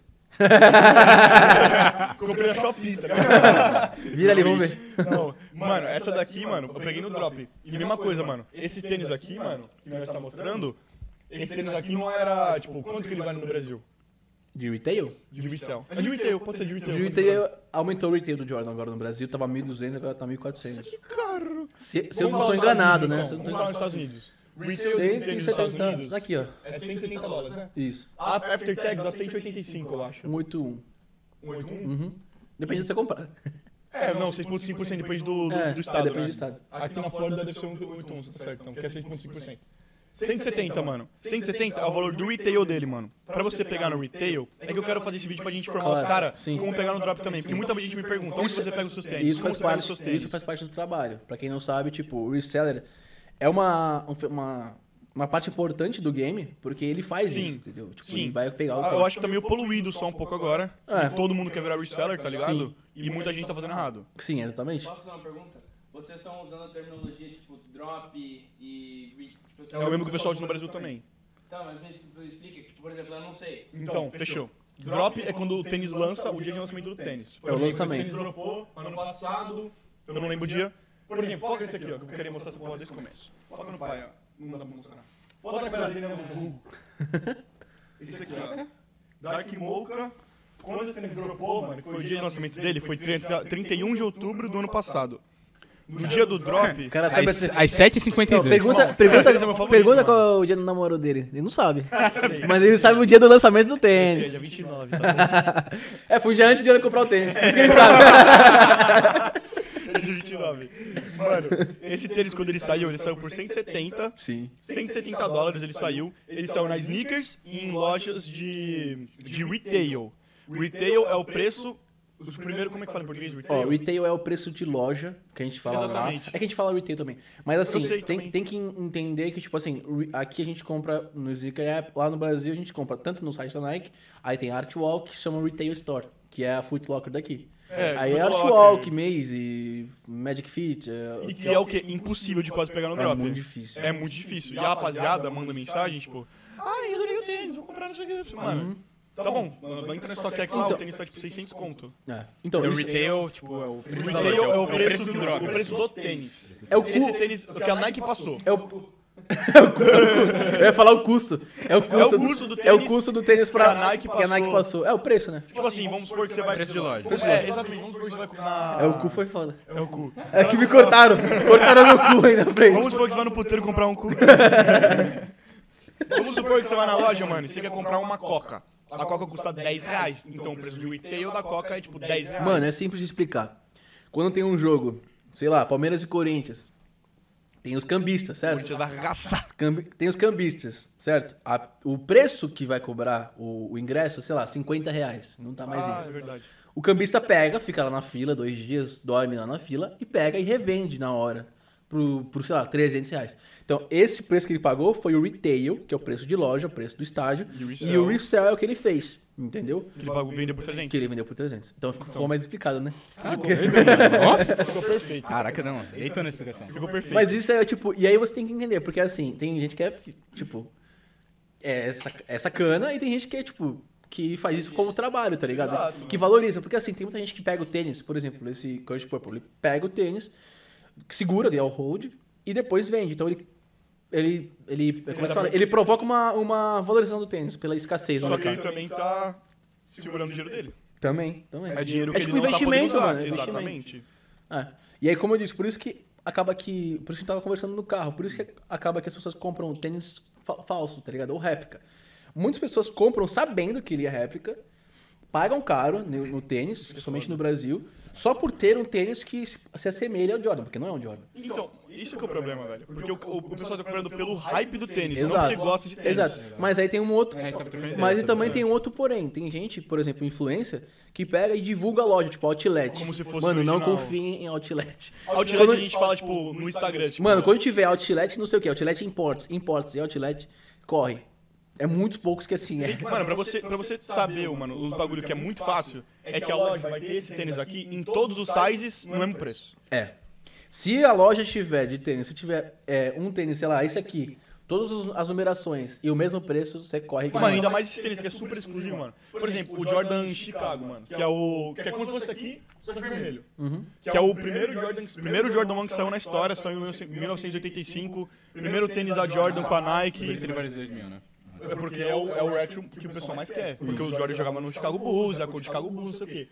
Speaker 1: comprei na Shopee, tá ligado?
Speaker 4: Vira ali, vamos ver.
Speaker 1: Não, mano, essa daqui, mano, eu peguei no drop. E mesma coisa, mano. Esses tênis aqui, mano, que nós tá mostrando, esse tênis aqui não era, tipo, quanto que ele vale no Brasil?
Speaker 4: De retail?
Speaker 1: De resell. É de retail, pode ser de retail.
Speaker 4: De retail, aumentou o retail do Jordan agora no Brasil, tava 1.200, agora tá 1.400.
Speaker 1: Caro.
Speaker 4: Se, se eu não tô enganado, né? Se eu
Speaker 1: Vamos
Speaker 4: não tô
Speaker 1: falar nos Estados
Speaker 4: enganado.
Speaker 1: Unidos. Retail de tênis nos Estados
Speaker 4: 170.
Speaker 1: Unidos
Speaker 4: Aqui, ó.
Speaker 1: é 170 dólares, né?
Speaker 4: Isso.
Speaker 1: A After Tag dá 185, eu acho.
Speaker 4: 181.
Speaker 1: 181?
Speaker 4: Uhum. Depende do que você comprar.
Speaker 1: É, não, 6,5% depende do, do,
Speaker 4: É,
Speaker 1: do estado,
Speaker 4: é, depende
Speaker 1: né?
Speaker 4: do estado.
Speaker 1: Aqui na Flórida deve ser 1,81, você tá certo, então, que é 6,5%. 170, mano. 170 é o valor do retail dele, mano. Pra você pegar no retail, é que eu quero fazer esse vídeo pra gente informar os
Speaker 4: Claro,
Speaker 1: caras
Speaker 4: sim.
Speaker 1: como pegar no drop também. Porque muita gente me pergunta, onde
Speaker 4: Isso-
Speaker 1: você pega os seus tênis?
Speaker 4: Isso
Speaker 1: É Como você pega
Speaker 4: faz,
Speaker 1: os
Speaker 4: parte,
Speaker 1: seus tênis?
Speaker 4: isso faz parte do trabalho. Pra quem não sabe, tipo, o reseller é uma, uma, uma parte importante do game, porque ele faz
Speaker 1: Sim.
Speaker 4: isso, entendeu? Tipo,
Speaker 1: Sim.
Speaker 4: ele vai pegar o
Speaker 1: Ah,
Speaker 4: teu.
Speaker 1: Eu acho que tá meio poluído só um pouco agora.
Speaker 4: É.
Speaker 1: E Todo mundo quer virar reseller, tá ligado?
Speaker 4: Sim.
Speaker 1: E muita gente tá fazendo errado.
Speaker 4: Sim, exatamente.
Speaker 5: Posso fazer uma pergunta? Vocês estão usando a terminologia tipo drop e. re- tipo, assim,
Speaker 1: É o mesmo que o pessoal de no Brasil também.
Speaker 5: Tá, mas me expl- explica, tipo, por exemplo, eu não sei.
Speaker 1: Então, fechou. Drop é quando o tênis lança o dia de lançamento do tênis. Por
Speaker 4: É o
Speaker 1: exemplo, esse
Speaker 4: lançamento.
Speaker 1: tênis dropou ano passado, eu não lembro o dia. Por exemplo, foca esse aqui, ó, que eu queria mostrar essa porra desde o começo. Foca no pai, ó. Não dá pra mostrar. Foca na cara dele, né, Google? Esse aqui, ó. Dark Mocha. Quando esse tênis dropou, mano, foi o dia de lançamento dele, foi 30, 31 de outubro do ano passado. No dia do drop,
Speaker 4: O cara sabe
Speaker 2: Às
Speaker 4: essa-
Speaker 2: às 7h52.
Speaker 4: Pergunta,
Speaker 1: esse
Speaker 4: pergunta,
Speaker 1: é meu favorito,
Speaker 4: pergunta
Speaker 1: mano.
Speaker 4: qual é o dia do namoro dele. Ele não sabe. Mas ele sabe o dia do lançamento do
Speaker 1: esse é
Speaker 4: tênis.
Speaker 1: dia 29, tá bom?
Speaker 4: É, foi um dia antes de ele comprar o tênis. Por isso que ele sabe.
Speaker 1: É dia 29. Mano, esse tênis quando ele saiu, ele saiu por 170.
Speaker 4: Sim.
Speaker 1: 170 dólares ele saiu. Ele saiu na sneakers e em lojas de, de retail. Retail é o preço. Os primeiro, como é que fala em português?
Speaker 4: Ó,
Speaker 1: Retail?
Speaker 4: retail é o preço de loja, que a gente fala
Speaker 1: Exatamente.
Speaker 4: lá. É que a gente fala retail também. Mas assim,
Speaker 1: sei
Speaker 4: tem,
Speaker 1: também.
Speaker 4: tem que entender que, tipo assim, re- aqui a gente compra no Zika App, lá no Brasil a gente compra tanto no site da Nike, aí tem a Artwalk, que chama Retail Store, que é a Foot Locker daqui.
Speaker 1: É,
Speaker 4: aí é
Speaker 1: Foot Locker.
Speaker 4: Artwalk, Maze, Magic Fit, é,
Speaker 1: E que é o que? Impossível de quase pegar no
Speaker 4: é
Speaker 1: drop.
Speaker 4: muito difícil.
Speaker 1: É muito difícil. E a rapaziada manda mensagem, tipo, ah, eu adorei o tênis, vou comprar não sei o que. Mano, tá bom, vai entrar no StockX lá, o
Speaker 4: Então-
Speaker 1: tênis tá tipo 600 conto.
Speaker 4: É. Então,
Speaker 2: É o
Speaker 4: isso-
Speaker 2: retail, tipo, é o
Speaker 1: O
Speaker 2: preço da
Speaker 1: retail
Speaker 2: loja,
Speaker 1: é o preço do o preço do tênis.
Speaker 4: É o cu-
Speaker 1: Esse tênis o que a Nike passou.
Speaker 4: É o... é o cu- Eu ia falar o custo. É o custo,
Speaker 1: custo do
Speaker 4: É o
Speaker 1: tênis
Speaker 4: custo do tênis pra,
Speaker 1: que a Nike
Speaker 4: que a Nike
Speaker 1: passou.
Speaker 4: passou. É o preço, né?
Speaker 1: Tipo assim, vamos supor que você vai...
Speaker 2: Preço de loja.
Speaker 1: É, exatamente, vamos supor que você vai na...
Speaker 4: É o cu foi foda.
Speaker 1: É o cu.
Speaker 4: É que me cortaram. Cortaram meu cu aí na
Speaker 1: Vamos
Speaker 4: frente.
Speaker 1: supor que você vai no puteiro comprar um cu. Vamos supor que você vai na loja, mano, e você quer comprar uma coca. A coca custa 10 reais, então o preço de retail da coca é tipo 10 reais.
Speaker 4: Mano, é simples de explicar. Quando tem um jogo, sei lá, Palmeiras e Corinthians, tem os cambistas, certo?
Speaker 1: Corinthians arrasar.
Speaker 4: Cambi- Tem os cambistas, certo? A- o preço que vai cobrar o, o ingresso, sei lá, 50 reais. Não tá mais
Speaker 1: Ah,
Speaker 4: isso.
Speaker 1: é verdade.
Speaker 4: O cambista pega, fica lá na fila, dois dias, dorme lá na fila e pega e revende na hora. Pro, pro, sei lá, 300 reais. Então, esse preço que ele pagou foi o retail, que é o preço de loja, o preço do estádio.
Speaker 1: E o resell.
Speaker 4: E o resell é o que ele fez, entendeu?
Speaker 1: Que ele pagou vender por 300.
Speaker 4: Que ele vendeu por 300. Então, ficou mais explicado, né?
Speaker 1: Ficou perfeito.
Speaker 2: Caraca, não, deitou na explicação.
Speaker 1: Ficou perfeito.
Speaker 4: Mas isso é tipo. E aí você tem que entender, porque assim, tem gente que é, fi- tipo. É, sac- é sacana e tem gente que é, tipo. Que faz isso como trabalho, tá ligado?
Speaker 1: Exato.
Speaker 4: Que valoriza. Porque assim, tem muita gente que pega o tênis, por exemplo, esse Kurt Purple, ele pega o tênis, segura, ele é o hold, e depois vende. Então ele. Ele. ele como é que fala? Ele provoca uma, uma valorização do tênis pela escassez no
Speaker 1: Só que ele
Speaker 4: mercado.
Speaker 1: também tá segurando o dinheiro dele.
Speaker 4: Também, também.
Speaker 1: É dinheiro que
Speaker 4: é tipo
Speaker 1: ele não
Speaker 4: investimento,
Speaker 1: tá podendo usar.
Speaker 4: mano. é investimento.
Speaker 1: Exatamente.
Speaker 4: É. E aí, como eu disse, por isso que acaba que. Por isso que eu tava conversando no carro, por isso que acaba que as pessoas compram um tênis fa- falso, tá ligado? Ou réplica. Muitas pessoas compram sabendo que ele é réplica, pagam caro no, no
Speaker 1: é
Speaker 4: tênis, principalmente no Brasil, só por ter um tênis que se, se assemelha ao Jordan, porque não é um Jordan.
Speaker 1: Então, isso que é o problema, velho. Porque o, o- o pessoal tá comprando pelo hype do tênis, não
Speaker 4: Exato.
Speaker 1: porque gosta é um de tênis. né? então
Speaker 4: Exato. Mas aí tem um outro.
Speaker 2: É, tá trocando ideia
Speaker 4: mas
Speaker 2: sobre
Speaker 4: aí também
Speaker 2: isso,
Speaker 4: tem um outro porém. Tem gente, por exemplo, influencer, que pega e divulga a loja, tipo Outlet.
Speaker 1: Como se fosse
Speaker 4: Mano, não
Speaker 1: original.
Speaker 4: confiem em Outlet.
Speaker 1: Outlet a gente fala, tipo, no Instagram. Tipo,
Speaker 4: Mano, quando tiver outlet, não sei o que, outlet imports, imports e outlet, corre. É muitos poucos que assim é.
Speaker 1: Mano, pra você, pra você saber, mano, os bagulho que é muito fácil, é que a loja vai ter esse tênis aqui em todos os sizes no mesmo preço.
Speaker 4: É. Se a loja tiver de tênis, se tiver é, um tênis, sei lá, esse aqui, todas os- as numerações e o mesmo preço, você corre.
Speaker 1: Mano, ainda mais esse tênis que é super exclusivo, mano. Por exemplo, o Jordan Chicago, mano, que é o... Que é como se fosse aqui, só de vermelho. Que é o primeiro Jordan, primeiro Jordan 1 que saiu na história, saiu em 1985. Primeiro tênis da Jordan com a
Speaker 2: Por isso
Speaker 1: Nike.
Speaker 2: ele vale 2 mil, né?
Speaker 1: É porque é o, é o retro que o pessoal mais quer. Porque o Jordan jogava no Chicago Bulls, a cor do Chicago Bulls, não sei o quê.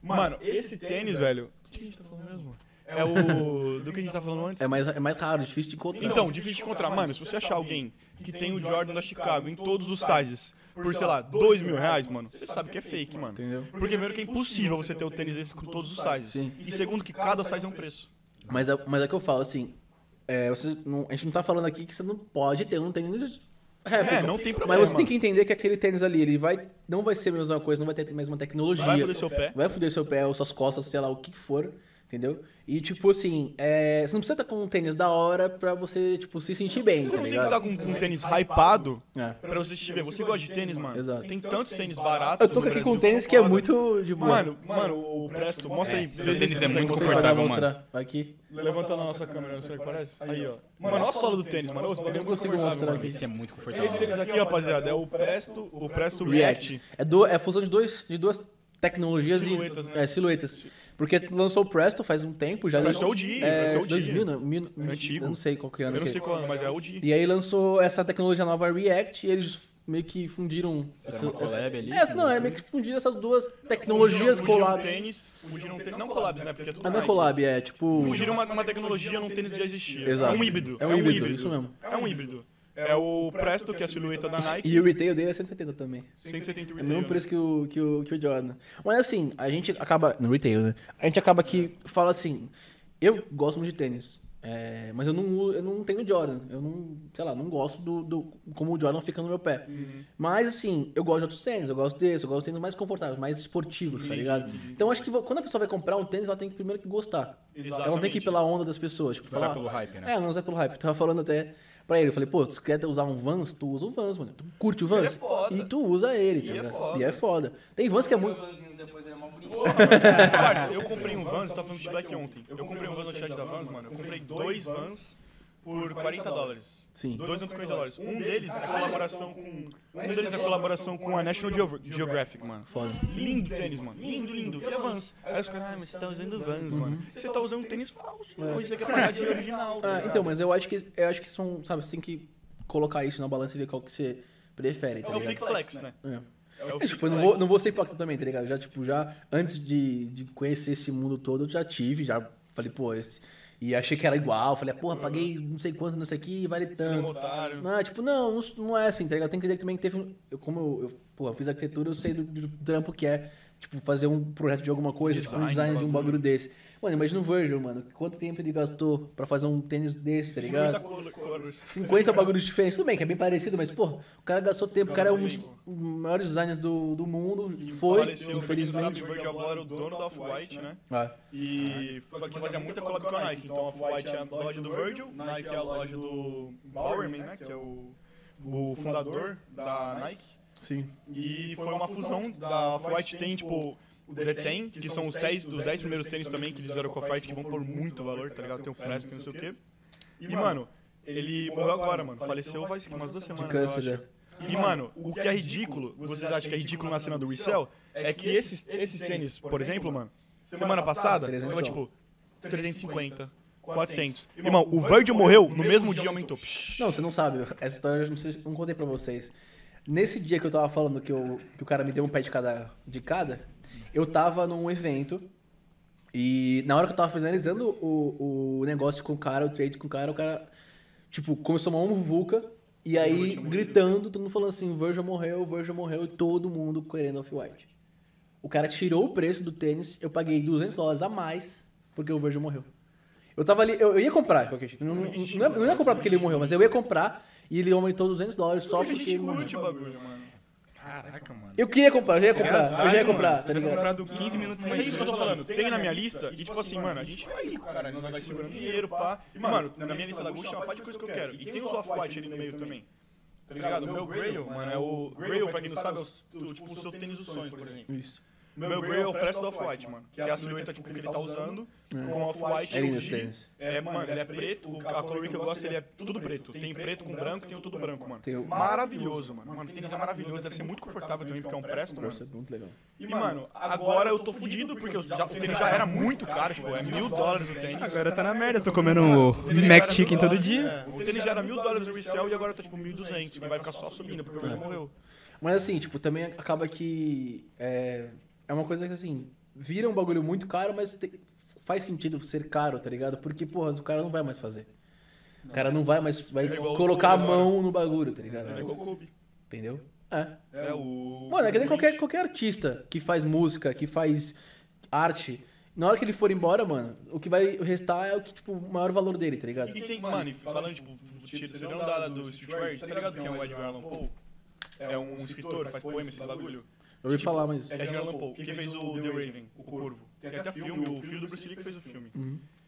Speaker 1: Mano, esse tênis, velho... O que a gente tá falando mesmo? É o... Do que a gente tá falando antes?
Speaker 4: É mais, é mais raro, difícil de encontrar.
Speaker 1: Então, difícil de encontrar. Mano, se você achar alguém que tem o Jordan da Chicago em todos os sizes por, sei lá, dois mil reais, mano, você sabe que é fake, mano.
Speaker 4: entendeu?
Speaker 1: Porque primeiro que é impossível você ter o tênis desse com todos os sizes.
Speaker 4: Sim.
Speaker 1: E segundo que cada size é um preço.
Speaker 4: Mas é, mas é que eu falo assim, é, você não- a gente não tá falando aqui que você não pode ter um tênis réplica.
Speaker 1: É, não tem
Speaker 4: mas
Speaker 1: problema.
Speaker 4: você tem que entender que aquele tênis ali, ele vai, não vai ser a mesma coisa, não vai ter a mesma tecnologia.
Speaker 1: Vai foder seu pé.
Speaker 4: Vai foder seu pé, ou suas costas, sei lá, o que for, entendeu? E, tipo assim, é, você não precisa estar com um tênis da hora pra você, tipo, se sentir bem,
Speaker 1: Você
Speaker 4: tá
Speaker 1: não tem tá que estar
Speaker 4: ligado?
Speaker 1: com um tênis hypado
Speaker 4: É.
Speaker 1: pra você se ver. Você gosta de tênis, mano?
Speaker 4: Exato.
Speaker 1: Tem tantos tênis baratos
Speaker 4: Eu tô
Speaker 1: no
Speaker 4: aqui com um
Speaker 1: Brasil,
Speaker 4: tênis que é
Speaker 1: foda.
Speaker 4: muito de boa.
Speaker 1: Mano, mano, o Presto, mostra aí.
Speaker 2: seu tênis é
Speaker 1: Você
Speaker 2: muito
Speaker 1: consegue
Speaker 4: Vocês vão
Speaker 2: confortável,
Speaker 4: mostrar aqui.
Speaker 1: Levanta na nossa câmera, você que parece? Aí, ó. Mano, olha a sola do tênis, mano. Esse bagulho é
Speaker 4: Eu não
Speaker 1: muito
Speaker 4: consigo mostrar
Speaker 1: confortável,
Speaker 4: aqui.
Speaker 2: Esse é muito
Speaker 1: mano. Esse
Speaker 2: confortável.
Speaker 1: tênis aqui, rapaziada, é o Presto, o Presto React.
Speaker 4: É, do, é a fusão de, dois, de duas tecnologias
Speaker 1: Silhuetas,
Speaker 4: e
Speaker 1: né?
Speaker 4: é, silhuetas. Porque lançou o Presto faz um tempo já.
Speaker 1: Presto é o dia, Presto
Speaker 4: É,
Speaker 1: é o dia. É
Speaker 4: 2000, não, mil,
Speaker 1: Antigo.
Speaker 4: Eu não sei qual que
Speaker 1: Eu
Speaker 4: ano.
Speaker 1: não
Speaker 4: que é.
Speaker 1: sei qual ano, mas é o de.
Speaker 4: E aí lançou essa tecnologia nova React e eles meio que fundiram... essa-
Speaker 2: collab ali, né?
Speaker 4: essa- não, é meio que fundiram essas duas tecnologias
Speaker 1: Fugiram um
Speaker 4: coladas.
Speaker 1: tênis, fugiram um tênis, não collabs, né? Porque é tudo
Speaker 4: Ah, não é
Speaker 1: Nike.
Speaker 4: collab, é tipo.
Speaker 1: Fugiram uma, uma tecnologia num tênis que já existia.
Speaker 4: Exato.
Speaker 1: É um híbrido.
Speaker 4: É um híbrido, isso mesmo.
Speaker 1: É um híbrido. É o Presto, que é a silhueta da Nike.
Speaker 4: E o retail dele é 170 também.
Speaker 1: 170
Speaker 4: É o mesmo
Speaker 2: né?
Speaker 4: preço que o, que, o, que o Jordan. Mas assim, a gente acaba. No retail, né? A gente acaba que fala assim. Eu gosto muito de tênis. É, mas eu não, u- eu não tenho Jordan. Eu não, sei lá, não gosto do, do- como o Jordan fica no meu pé.
Speaker 2: Uhum.
Speaker 4: Mas assim, eu gosto de outros tênis, eu gosto desse, eu gosto de tênis mais confortáveis, mais esportivos, tá ligado? Então acho que vo- quando a pessoa vai comprar um tênis, ela tem que primeiro que gostar. Ela não tem que ir pela onda das pessoas. Tipo, falar,
Speaker 2: pelo hype, né?
Speaker 4: É, não usar pelo hype. Eu tava falando até pra ele, eu falei, pô, se tu quer usar um Vans, tu usa o Vans, mano. Tu curte o Vans?
Speaker 1: é foda.
Speaker 4: E tu usa ele, tá
Speaker 1: E é
Speaker 4: ligado?
Speaker 1: foda.
Speaker 4: E é foda. Tem Vans que é muito.
Speaker 5: depois ele é mó bonito.
Speaker 1: Parça, eu comprei um Vans, eu tava falando de Black ontem. Eu comprei um Vans no chat da Vans, mano. Eu comprei dois Vans por 40 dólares.
Speaker 4: Sim.
Speaker 1: Dois anos por 40 dólares. Um deles é colaboração com. Um deles é colaboração com a National Geo- Geographic, mano.
Speaker 4: Foda.
Speaker 1: Lindo tênis, mano. Lindo, lindo. E é Vans. Aí os caras, ah, mas você tá usando Vans, mano. Você tá usando um tênis falso. Ou você quer pagar de original. tá
Speaker 4: Ah,
Speaker 1: ligado?
Speaker 4: então, mas eu acho que eu acho que são, sabe, você tem que colocar isso na balança e ver qual que você prefere, tá
Speaker 1: É o
Speaker 4: ligado?
Speaker 1: Flick Flex, né?
Speaker 4: É.
Speaker 1: É o
Speaker 4: É, tipo, eu não vou, não vou ser hipócrita também, tá ligado? Já, tipo, já antes de, de conhecer esse mundo todo, eu já tive, já falei, pô, esse. E achei que era igual, falei, porra, paguei não sei quanto nisso aqui, vale
Speaker 1: Um
Speaker 4: tanto.
Speaker 1: otário.
Speaker 4: Não, tipo, não, não, não é assim, tá ligado? Tem que entender que também que teve. um- Eu, como eu, eu, pô, eu fiz arquitetura, eu sei do, do trampo que é, tipo, fazer um projeto de alguma coisa, tipo, um design de um bagulho desse. Mano, imagina o Virgil, mano, quanto tempo ele gastou pra fazer um tênis desse, tá ligado?
Speaker 1: 50 colo- cores.
Speaker 4: 50 bagulhos diferentes. Tudo bem, que é bem parecido, mas, pô, o cara gastou tempo. O cara é um dos maiores designers do, do mundo. Foi,
Speaker 1: Faleceu,
Speaker 4: infelizmente.
Speaker 1: O Virgil agora, o dono da Off-White, né?
Speaker 4: Ah,
Speaker 1: E foi que fazia muita collab com a Nike. Então a Off-White é a loja do Virgil, Nike é a loja do Bowerman, né? Que é o, o fundador da Nike.
Speaker 4: sim.
Speaker 1: E foi uma fusão da Off-White tem, tipo, o Detain, que são os 10, dos 10 primeiros tênis também que eles fizeram com a Off-White, que vão por muito valor, tá ligado? Tem o Fresco, tem não sei o quê. E, mano, ele morreu agora, mano. Faleceu faz umas duas
Speaker 4: De
Speaker 1: semanas, eu
Speaker 4: câncer,
Speaker 1: acho.
Speaker 4: né?
Speaker 1: E, mano, o que é ridículo, vocês acham que é ridículo na cena do resell, é que esses, esses tênis, por exemplo, mano, semana passada, tava tipo 350, 400. Irmão, o Virgil morreu, no mesmo dia aumentou. Psh,
Speaker 4: Não, você não sabe. Essa história eu não, sei, não contei pra vocês. Nesse dia que eu tava falando que, eu, que o cara me deu um pé de cada, de cada, eu tava num evento. E na hora que eu tava finalizando o, o negócio com o cara, o trade com o cara, o cara, tipo, começou uma muvuca. E aí, gritando, todo mundo falando assim, Virgil morreu, Virgil morreu, e todo mundo querendo Off-White. O cara tirou o preço do tênis, eu paguei 200 dólares a mais, porque o Virgil morreu. Eu tava ali, eu, eu ia comprar, de qualquer jeito. Não, não, não, não ia comprar porque ele morreu, mas eu ia comprar e ele aumentou 200 dólares só porque ele morreu.
Speaker 1: curte o bagulho, mano.
Speaker 2: Caraca, mano.
Speaker 4: Eu queria comprar,
Speaker 1: É
Speaker 4: eu já ia comprar, eu já ia comprar, tá
Speaker 2: Vocês
Speaker 4: ligado?
Speaker 2: comprado 15 minutos
Speaker 1: Mas é
Speaker 2: mais
Speaker 1: isso que eu tô falando, tem na minha lista, e tipo assim, mano, a gente vai rico, cara, não vai segurando dinheiro, pá. E, mano, na minha lista da Gucci é uma parte de coisa que eu quero. E tem os Off-White ali no meio também. Tá ligado? O meu Grail, mano, é o Grail, pra quem não sabe, é o, tipo, o seu tênis dos sonhos, por exemplo.
Speaker 4: Isso.
Speaker 1: Meu, meu Grail é o preço do Off-White, mano. Que é a silhueta tipo, que ele tá usando com Off-White.
Speaker 4: É lindo
Speaker 1: o
Speaker 4: esse
Speaker 1: G.
Speaker 4: tênis.
Speaker 1: É, mano, ele é preto. o- A cor que eu gosto, ele é tudo preto. Tem preto com branco, tem o tudo branco, mano.
Speaker 4: Tem o-
Speaker 1: Maravilhoso, mano. Mano, o tênis é maravilhoso. Deve ser muito confortável também, porque é um Presto, mano.
Speaker 4: Isso é muito legal.
Speaker 1: E, mano, agora eu tô fudido, porque eu já- o tênis já era muito caro, tipo, é mil dólares o tênis.
Speaker 2: Agora tá na merda, eu tô comendo Mac Chicken todo dia.
Speaker 1: É, O tênis já era mil dólares o resell e agora tá, tipo, mil duzentos. Vai ficar só subindo, porque o meu morreu.
Speaker 4: Mas assim, tipo, também acaba que é, é uma coisa que assim, vira um bagulho muito caro, mas te- faz sentido ser caro, tá ligado? Porque, porra, o cara não vai mais fazer. O cara não vai mais vai
Speaker 1: É igual
Speaker 4: colocar a
Speaker 1: o Kobe agora.
Speaker 4: mão no bagulho, tá ligado?
Speaker 1: É igual o Kobe.
Speaker 4: Entendeu? É.
Speaker 1: É o...
Speaker 4: Mano, é que nem qualquer, qualquer artista que faz música, que faz arte. Na hora que ele for embora, mano, o que vai restar é o que, tipo, o maior valor dele, tá ligado?
Speaker 1: E tem, mano, e falando, tipo, do tiro serão da, do Streetwear, tá ligado quem é o Edgar Allan Poe? É um escritor, faz poema, esse bagulho.
Speaker 4: Eu
Speaker 1: Tipo,
Speaker 4: ouvi falar, mas.
Speaker 1: Edgar Allan Poe, quem fez o The Raven, o Corvo. Tem até filme, o filho do Bruce Lee que fez o filme.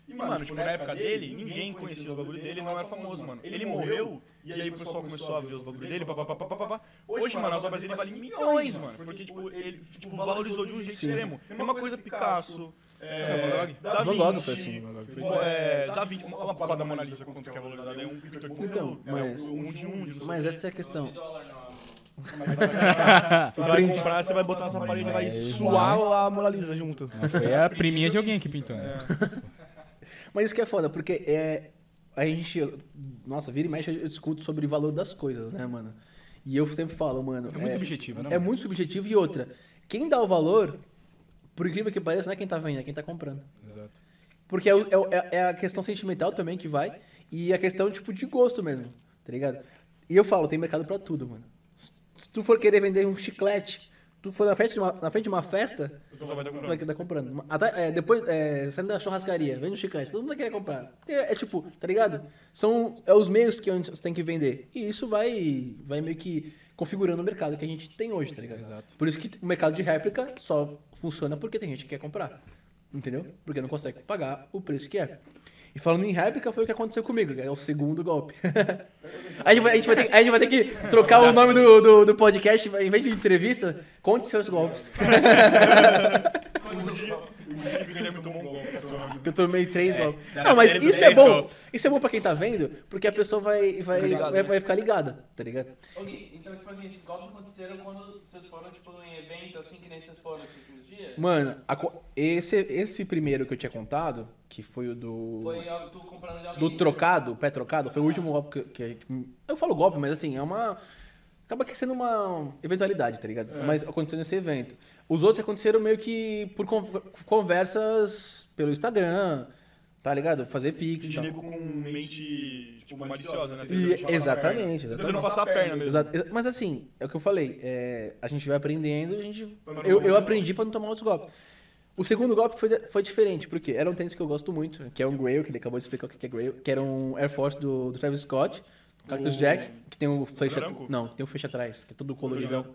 Speaker 1: E, mano, tipo, na época dele, ninguém conhecia os bagulho dele, não era famoso, mano. Ele morreu, e aí o pessoal começou a ver os bagulho dele, papapá, papapá. Hoje, mano, as obras dele valem milhões, mano. Porque, tipo, ele tipo, valorizou de um jeito extremo. Mesma coisa Picasso, é, Da
Speaker 4: Van Gogh foi
Speaker 1: Vinci,
Speaker 4: assim. Van Gogh foi assim.
Speaker 1: é, da Vinci, uma, uma foto da Mona Lisa, quanto que é valorizada? É um pintor de
Speaker 4: Então,
Speaker 1: um, é
Speaker 4: mas-
Speaker 1: um de um, de não sei
Speaker 4: Mas
Speaker 1: o
Speaker 4: essa é a questão.
Speaker 1: quê. Você vai comprar, você vai botar na sua parede e vai suar a Mona Lisa junto.
Speaker 2: Foi a priminha de alguém que pintou. né?
Speaker 4: Mas isso que é foda, porque é. A gente. Nossa, vira e mexe, eu discuto sobre o valor das coisas, né, mano? E eu sempre falo, mano. É
Speaker 2: muito subjetivo, né,
Speaker 4: É muito subjetivo e outra. Quem dá o valor, por incrível que pareça, não é quem tá vendo, é quem tá comprando.
Speaker 2: Exato.
Speaker 4: Porque é, o- é o- é- é a questão sentimental também que vai. E a questão, tipo, de gosto mesmo, tá ligado? E eu falo, tem mercado pra tudo, mano. Se tu for querer vender um chiclete, tu tu for na frente de uma, na frente de uma festa,
Speaker 1: O pessoal vai estar
Speaker 4: tu vai
Speaker 1: comprando.
Speaker 4: estar tá comprando. Uma- até- é, depois, é, saindo da churrascaria, vende um chiclete, todo mundo vai querer comprar. Porque é, tipo, tá ligado? São é os meios que onde você tem que vender. E isso vai, vai meio que configurando o mercado que a gente tem hoje, tá ligado? Por isso que o mercado de réplica só funciona porque tem gente que quer comprar. Entendeu? Porque não consegue pagar o preço que é. E falando em réplica, foi o que aconteceu comigo, que é o segundo golpe. a, gente vai, a, gente vai ter, a gente vai ter que trocar o nome do, do, do podcast, em vez de entrevista, conte seus golpes.
Speaker 1: um O Guilherme tomou um gol. pessoal.
Speaker 4: Porque eu tomei três golpes.
Speaker 2: tá
Speaker 4: Não, mas
Speaker 2: série do
Speaker 4: isso é
Speaker 2: três
Speaker 4: bom.
Speaker 2: golpes.
Speaker 4: Isso é bom pra quem tá vendo, porque a pessoa vai, vai, vai, vai ficar ligada, tá ligado?
Speaker 5: Ô, Gui, então, tipo assim, esses golpes aconteceram quando vocês foram, tipo, em evento, assim, que nem vocês foram nos últimos dias?
Speaker 4: Mano, a co- esse, esse primeiro que eu tinha contado, que foi o do.
Speaker 5: Foi algo tu comprando de alguém.
Speaker 4: do trocado, o pé trocado, foi o último golpe que, que a gente. Eu falo golpe, mas assim, é uma. Acaba que sendo uma eventualidade, tá ligado? Mas aconteceu nesse evento. Os outros aconteceram meio que por con- conversas pelo Instagram, tá ligado? Fazer pix. e
Speaker 1: De
Speaker 4: tal.
Speaker 1: nego com mente, tipo, maliciosa, né?
Speaker 4: E-
Speaker 1: Tentando passar
Speaker 4: exatamente,
Speaker 1: a perna.
Speaker 4: exatamente.
Speaker 1: Tentando passar a perna mesmo.
Speaker 4: Exa- exa- Mas assim, é o que eu falei, é, a gente vai aprendendo, a gente,
Speaker 1: Pra não
Speaker 4: eu,
Speaker 1: tomar
Speaker 4: eu
Speaker 1: outro
Speaker 4: aprendi pra não tomar outros golpes. O segundo golpe foi, foi diferente, porque era um tênis que eu gosto muito, que é um Grail, que ele acabou de explicar o que é Grail, que era um Air Force do, do Travis Scott, Cactus Jack, que tem um flecha,
Speaker 1: branco?
Speaker 4: não, tem um flecha atrás, que é todo coloridão.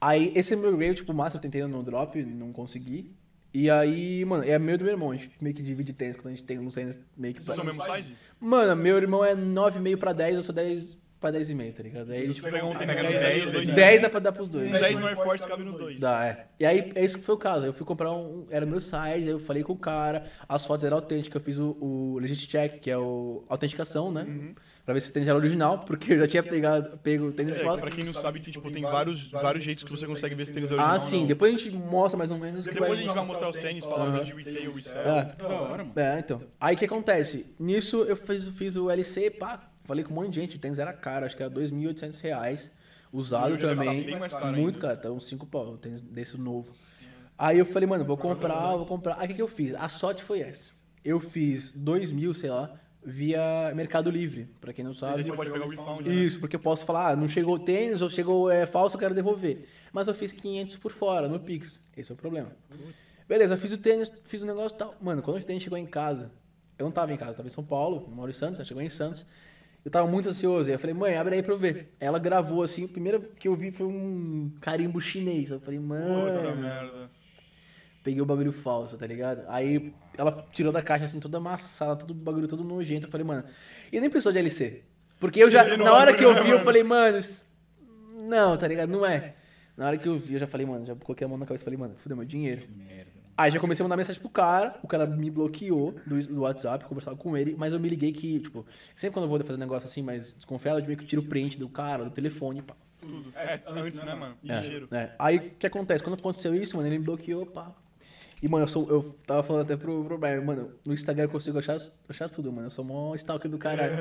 Speaker 4: Aí, esse é meu Grail, tipo, massa, eu tentei no drop, não consegui. E aí, mano, é meu e do meu irmão, a gente meio que divide tênis, quando a gente tem uns tênis meio que...
Speaker 1: Vocês são é o mesmo size?
Speaker 4: Mano, meu irmão é 9,5 pra 10, eu sou 10 pra 10,5, tá ligado? Aí,
Speaker 1: Vocês pegam um tênis
Speaker 2: Pega no
Speaker 1: 10, 2
Speaker 4: 10 dá pra dar pros dois.
Speaker 1: 10 no Air Force cabe nos dois.
Speaker 4: Dá, é. E aí, é isso que foi o caso. Eu fui comprar um. Era meu site, aí eu falei com o cara, as fotos eram autênticas, eu fiz o, o legit check, que é o a autenticação, né?
Speaker 1: Uhum.
Speaker 4: Pra ver se o tênis era original, porque eu já tinha pegado, pego o tênis
Speaker 1: É,
Speaker 4: falso.
Speaker 1: pra quem não sabe, tem, tipo, tem vários, vários jeitos que você consegue ver se tem os original
Speaker 4: Ah,
Speaker 1: ou
Speaker 4: sim.
Speaker 1: não.
Speaker 4: Depois a gente mostra mais ou menos o que
Speaker 1: Depois a
Speaker 4: vai.
Speaker 1: gente vai mostrar os tênis, falar
Speaker 4: Aham.
Speaker 1: de retail e sell.
Speaker 4: É.
Speaker 2: Da hora, mano.
Speaker 4: É, então. Aí o que acontece? Nisso eu fiz, fiz o LC, pá, falei com um monte de gente, o tênis era caro, acho que era 2.800 reais, usado
Speaker 1: Hoje deve tá
Speaker 4: também,
Speaker 1: bem mais caro
Speaker 4: muito
Speaker 1: ainda.
Speaker 4: caro, então 5 pau, um tênis desse novo. Aí eu falei, mano, vou comprar, vou comprar. Aí o que, que eu fiz? A sorte foi essa. Eu fiz 2 mil, sei lá, via Mercado Livre, pra quem não
Speaker 1: Às
Speaker 4: sabe.
Speaker 1: vezes você pode pegar o refund, né?
Speaker 4: Isso, porque eu posso falar, ah, não chegou o tênis, ou chegou é, falso, eu quero devolver. Mas eu fiz 500 por fora, no Pix. Esse é o problema. Beleza, eu fiz o tênis, fiz o negócio e tal. Mano, quando o tênis chegou em casa, eu não tava em casa, eu tava em São Paulo, eu moro em Santos, ela chegou em Santos. Eu tava muito ansioso. Aí eu falei, mãe, abre aí pra eu ver. Ela gravou assim, o primeiro que eu vi foi um carimbo chinês. Eu falei,
Speaker 1: Puta
Speaker 4: mano
Speaker 1: merda.
Speaker 4: peguei o bagulho falso, tá ligado? Aí ela tirou da caixa assim, toda amassada, todo bagulho todo nojento. Eu falei, mano, e nem precisou de LC. Porque eu já,
Speaker 1: Ele não
Speaker 4: na hora
Speaker 1: abre,
Speaker 4: que eu
Speaker 1: né,
Speaker 4: vi, eu
Speaker 1: mano?
Speaker 4: falei, mano, isso- não, tá ligado? Não é. Na hora que eu vi, eu já falei, mano, já coloquei a mão na cabeça e falei, mano, fudeu meu dinheiro. Aí já comecei a mandar mensagem pro cara, o cara me bloqueou do, do WhatsApp, conversava com ele, mas eu me liguei que, tipo, sempre quando eu vou fazer um negócio assim, mas desconfiado, eu meio que tiro o print do cara, do telefone, pá.
Speaker 1: É, antes, né, mano?
Speaker 4: É,
Speaker 1: Ligeiro.
Speaker 4: né? Aí o que acontece? Quando aconteceu isso, mano, ele me bloqueou, pá. E, mano, eu, sou, eu tava falando até pro, pro Brian, mano, no Instagram eu consigo achar, achar tudo, mano. Eu sou mó stalker do caralho.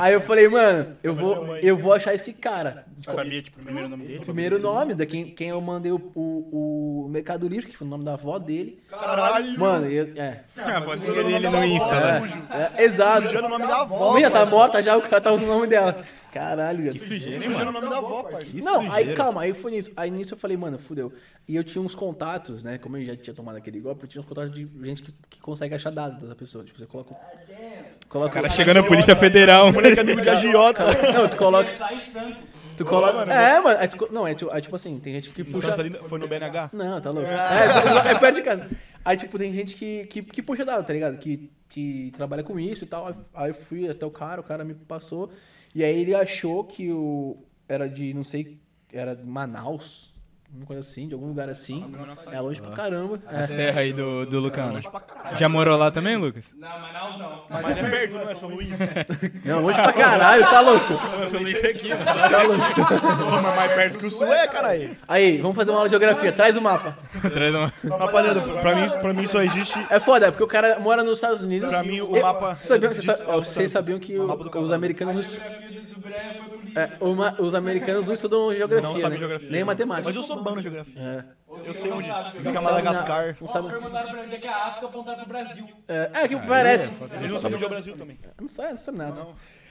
Speaker 4: Aí eu falei, mano, eu vou, eu vou achar esse cara.
Speaker 1: Sabia, tipo, o primeiro nome dele?
Speaker 4: Primeiro nome, da quem, quem eu mandei o, o, o Mercado Livre, que foi o nome da avó dele.
Speaker 1: Caralho!
Speaker 4: Mano, eu, é,
Speaker 2: Ah, pode ser ele no Insta, né?
Speaker 4: é, é, Exato.
Speaker 1: Sujando o nome da avó.
Speaker 4: Minha, tá morta já, o cara tá usando o nome dela. Caralho, que
Speaker 1: Nem sujando o nome da avó, parceiro.
Speaker 4: não, aí calma, aí foi nisso. Aí nisso eu falei, mano, fudeu. E eu tinha uns contatos, né? Como eu já tinha tomado aquele golpe, eu tinha uns contatos de gente que, que consegue achar dados da pessoa. Tipo, você coloca. Coloca o
Speaker 2: Tá chegando a Polícia Federal.
Speaker 1: Moleque amigo de agiota.
Speaker 4: Não, tu coloca.
Speaker 5: Sai santo.
Speaker 4: Tu coloca. É, mano. aí tu co- não, é tipo, é tipo assim, tem gente que puxa.
Speaker 1: Foi no BNH?
Speaker 4: Não, tá louco. É, é perto de casa. Aí, tipo, tem gente que, que, que puxa dado, tá ligado? Que, que trabalha com isso e tal. Aí- Aí eu fui até o cara, o cara me passou. E aí ele achou que o. Era de, não sei, era de Manaus. Uma coisa assim, de algum lugar assim. É longe pra caramba.
Speaker 2: A
Speaker 4: É.
Speaker 2: terra aí do, do Lucão. né? Já morou lá também, Lucas?
Speaker 5: Não, Manaus não.
Speaker 1: Mas é perto, né? São Luís.
Speaker 4: Não, longe pra caralho, tá louco?
Speaker 2: São Luís aqui,
Speaker 4: Tá louco.
Speaker 1: Mas mais perto que o Sul é, caralho.
Speaker 4: Aí, vamos fazer uma aula de geografia, traz o mapa.
Speaker 2: Traz uma...
Speaker 1: Rapaziada, pra- pra mim, pra mim só existe...
Speaker 4: É foda, porque o cara mora nos Estados Unidos.
Speaker 1: Pra mim, o
Speaker 4: Eu-
Speaker 1: mapa...
Speaker 4: Sabiam que
Speaker 1: de-
Speaker 4: vocês, sa-
Speaker 1: é o
Speaker 4: vocês
Speaker 1: Santos.
Speaker 4: sabiam que o-
Speaker 1: O mapa do
Speaker 4: os
Speaker 1: cavalo.
Speaker 4: americanos
Speaker 5: A biografia do Bré foi política.
Speaker 4: É, uma- os americanos não estudam geografia,
Speaker 1: Não sabe
Speaker 4: né?
Speaker 1: geografia.
Speaker 4: nem matemática.
Speaker 1: Mas eu sou bom na geografia.
Speaker 4: É.
Speaker 5: Eu sei onde.
Speaker 1: Fica Madagascar.
Speaker 4: Não
Speaker 5: Ó,
Speaker 4: sabe...
Speaker 5: perguntaram pra onde é que é a África, apontaram pro Brasil.
Speaker 4: É, é
Speaker 1: Ah,
Speaker 4: que parece.
Speaker 1: Eles não sabem onde é o Brasil também.
Speaker 4: Não sabe, não sabe nada.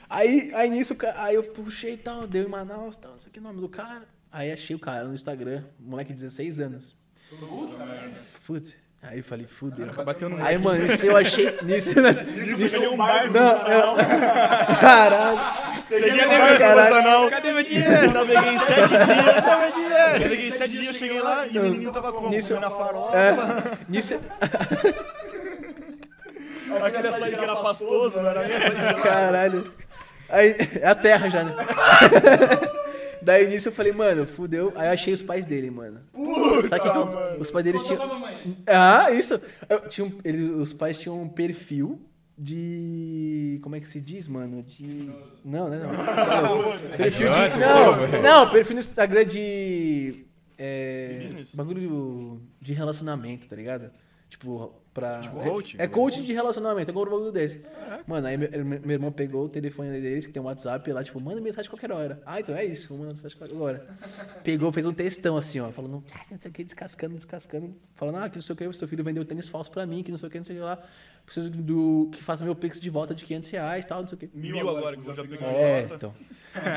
Speaker 4: Aí, aí nisso, o ca- aí eu puxei e tal, deu em Manaus, tal, não sei o que o nome do cara. Aí achei o cara no Instagram, moleque de 16 anos. Putz. Aí eu falei, fudeu.
Speaker 2: Bateu no
Speaker 4: Aí, mano, isso eu achei. Nisso, nisso, nisso
Speaker 1: um bardo.
Speaker 4: não, eu- Caralho.
Speaker 1: Peguei
Speaker 4: Caralho.
Speaker 1: não.
Speaker 2: Cadê meu dinheiro?
Speaker 1: Eu peguei em sete dias.
Speaker 2: Cadê meu dinheiro?
Speaker 1: Eu peguei em sete dias, cheguei lá e o menino tava como?
Speaker 4: Nisso- é,
Speaker 1: Comendo a farofa.
Speaker 4: Nisso,
Speaker 1: Aquele açaí que era pastoso, não era mesmo?
Speaker 4: Caralho. Aí, é a terra já, né? Daí nisso eu falei, mano, fudeu. Aí eu achei os pais dele, mano. Puta, que que eu- Os pais deles
Speaker 5: Contou pra
Speaker 4: tinham.
Speaker 5: mamãe.
Speaker 4: Ah, isso! Eu- tinha um- ele- os pais tinham um perfil de. Como é que se diz, mano? De. Não, né? Não. perfil de. Não, não, perfil no Instagram de. É, bagulho de relacionamento, tá ligado? Tipo, pra.
Speaker 2: coach?
Speaker 4: É coaching de relacionamento, é como um bagulho desse. Mano, aí meu, meu irmão pegou o telefone deles, que tem um WhatsApp lá, tipo, manda mensagem qualquer hora. Ah, então é isso, manda mensagem qualquer hora. Pegou, fez um textão assim, ó, falando, ah, não sei o que, descascando, descascando, falando, ah, que não sei o que, seu filho vendeu tênis falso pra mim, que não sei o que, não sei o que lá. Preciso do, que faça meu pix de volta de 500 reais e tal, não sei o que.
Speaker 1: Mil agora, que eu já peguei.
Speaker 4: É, então.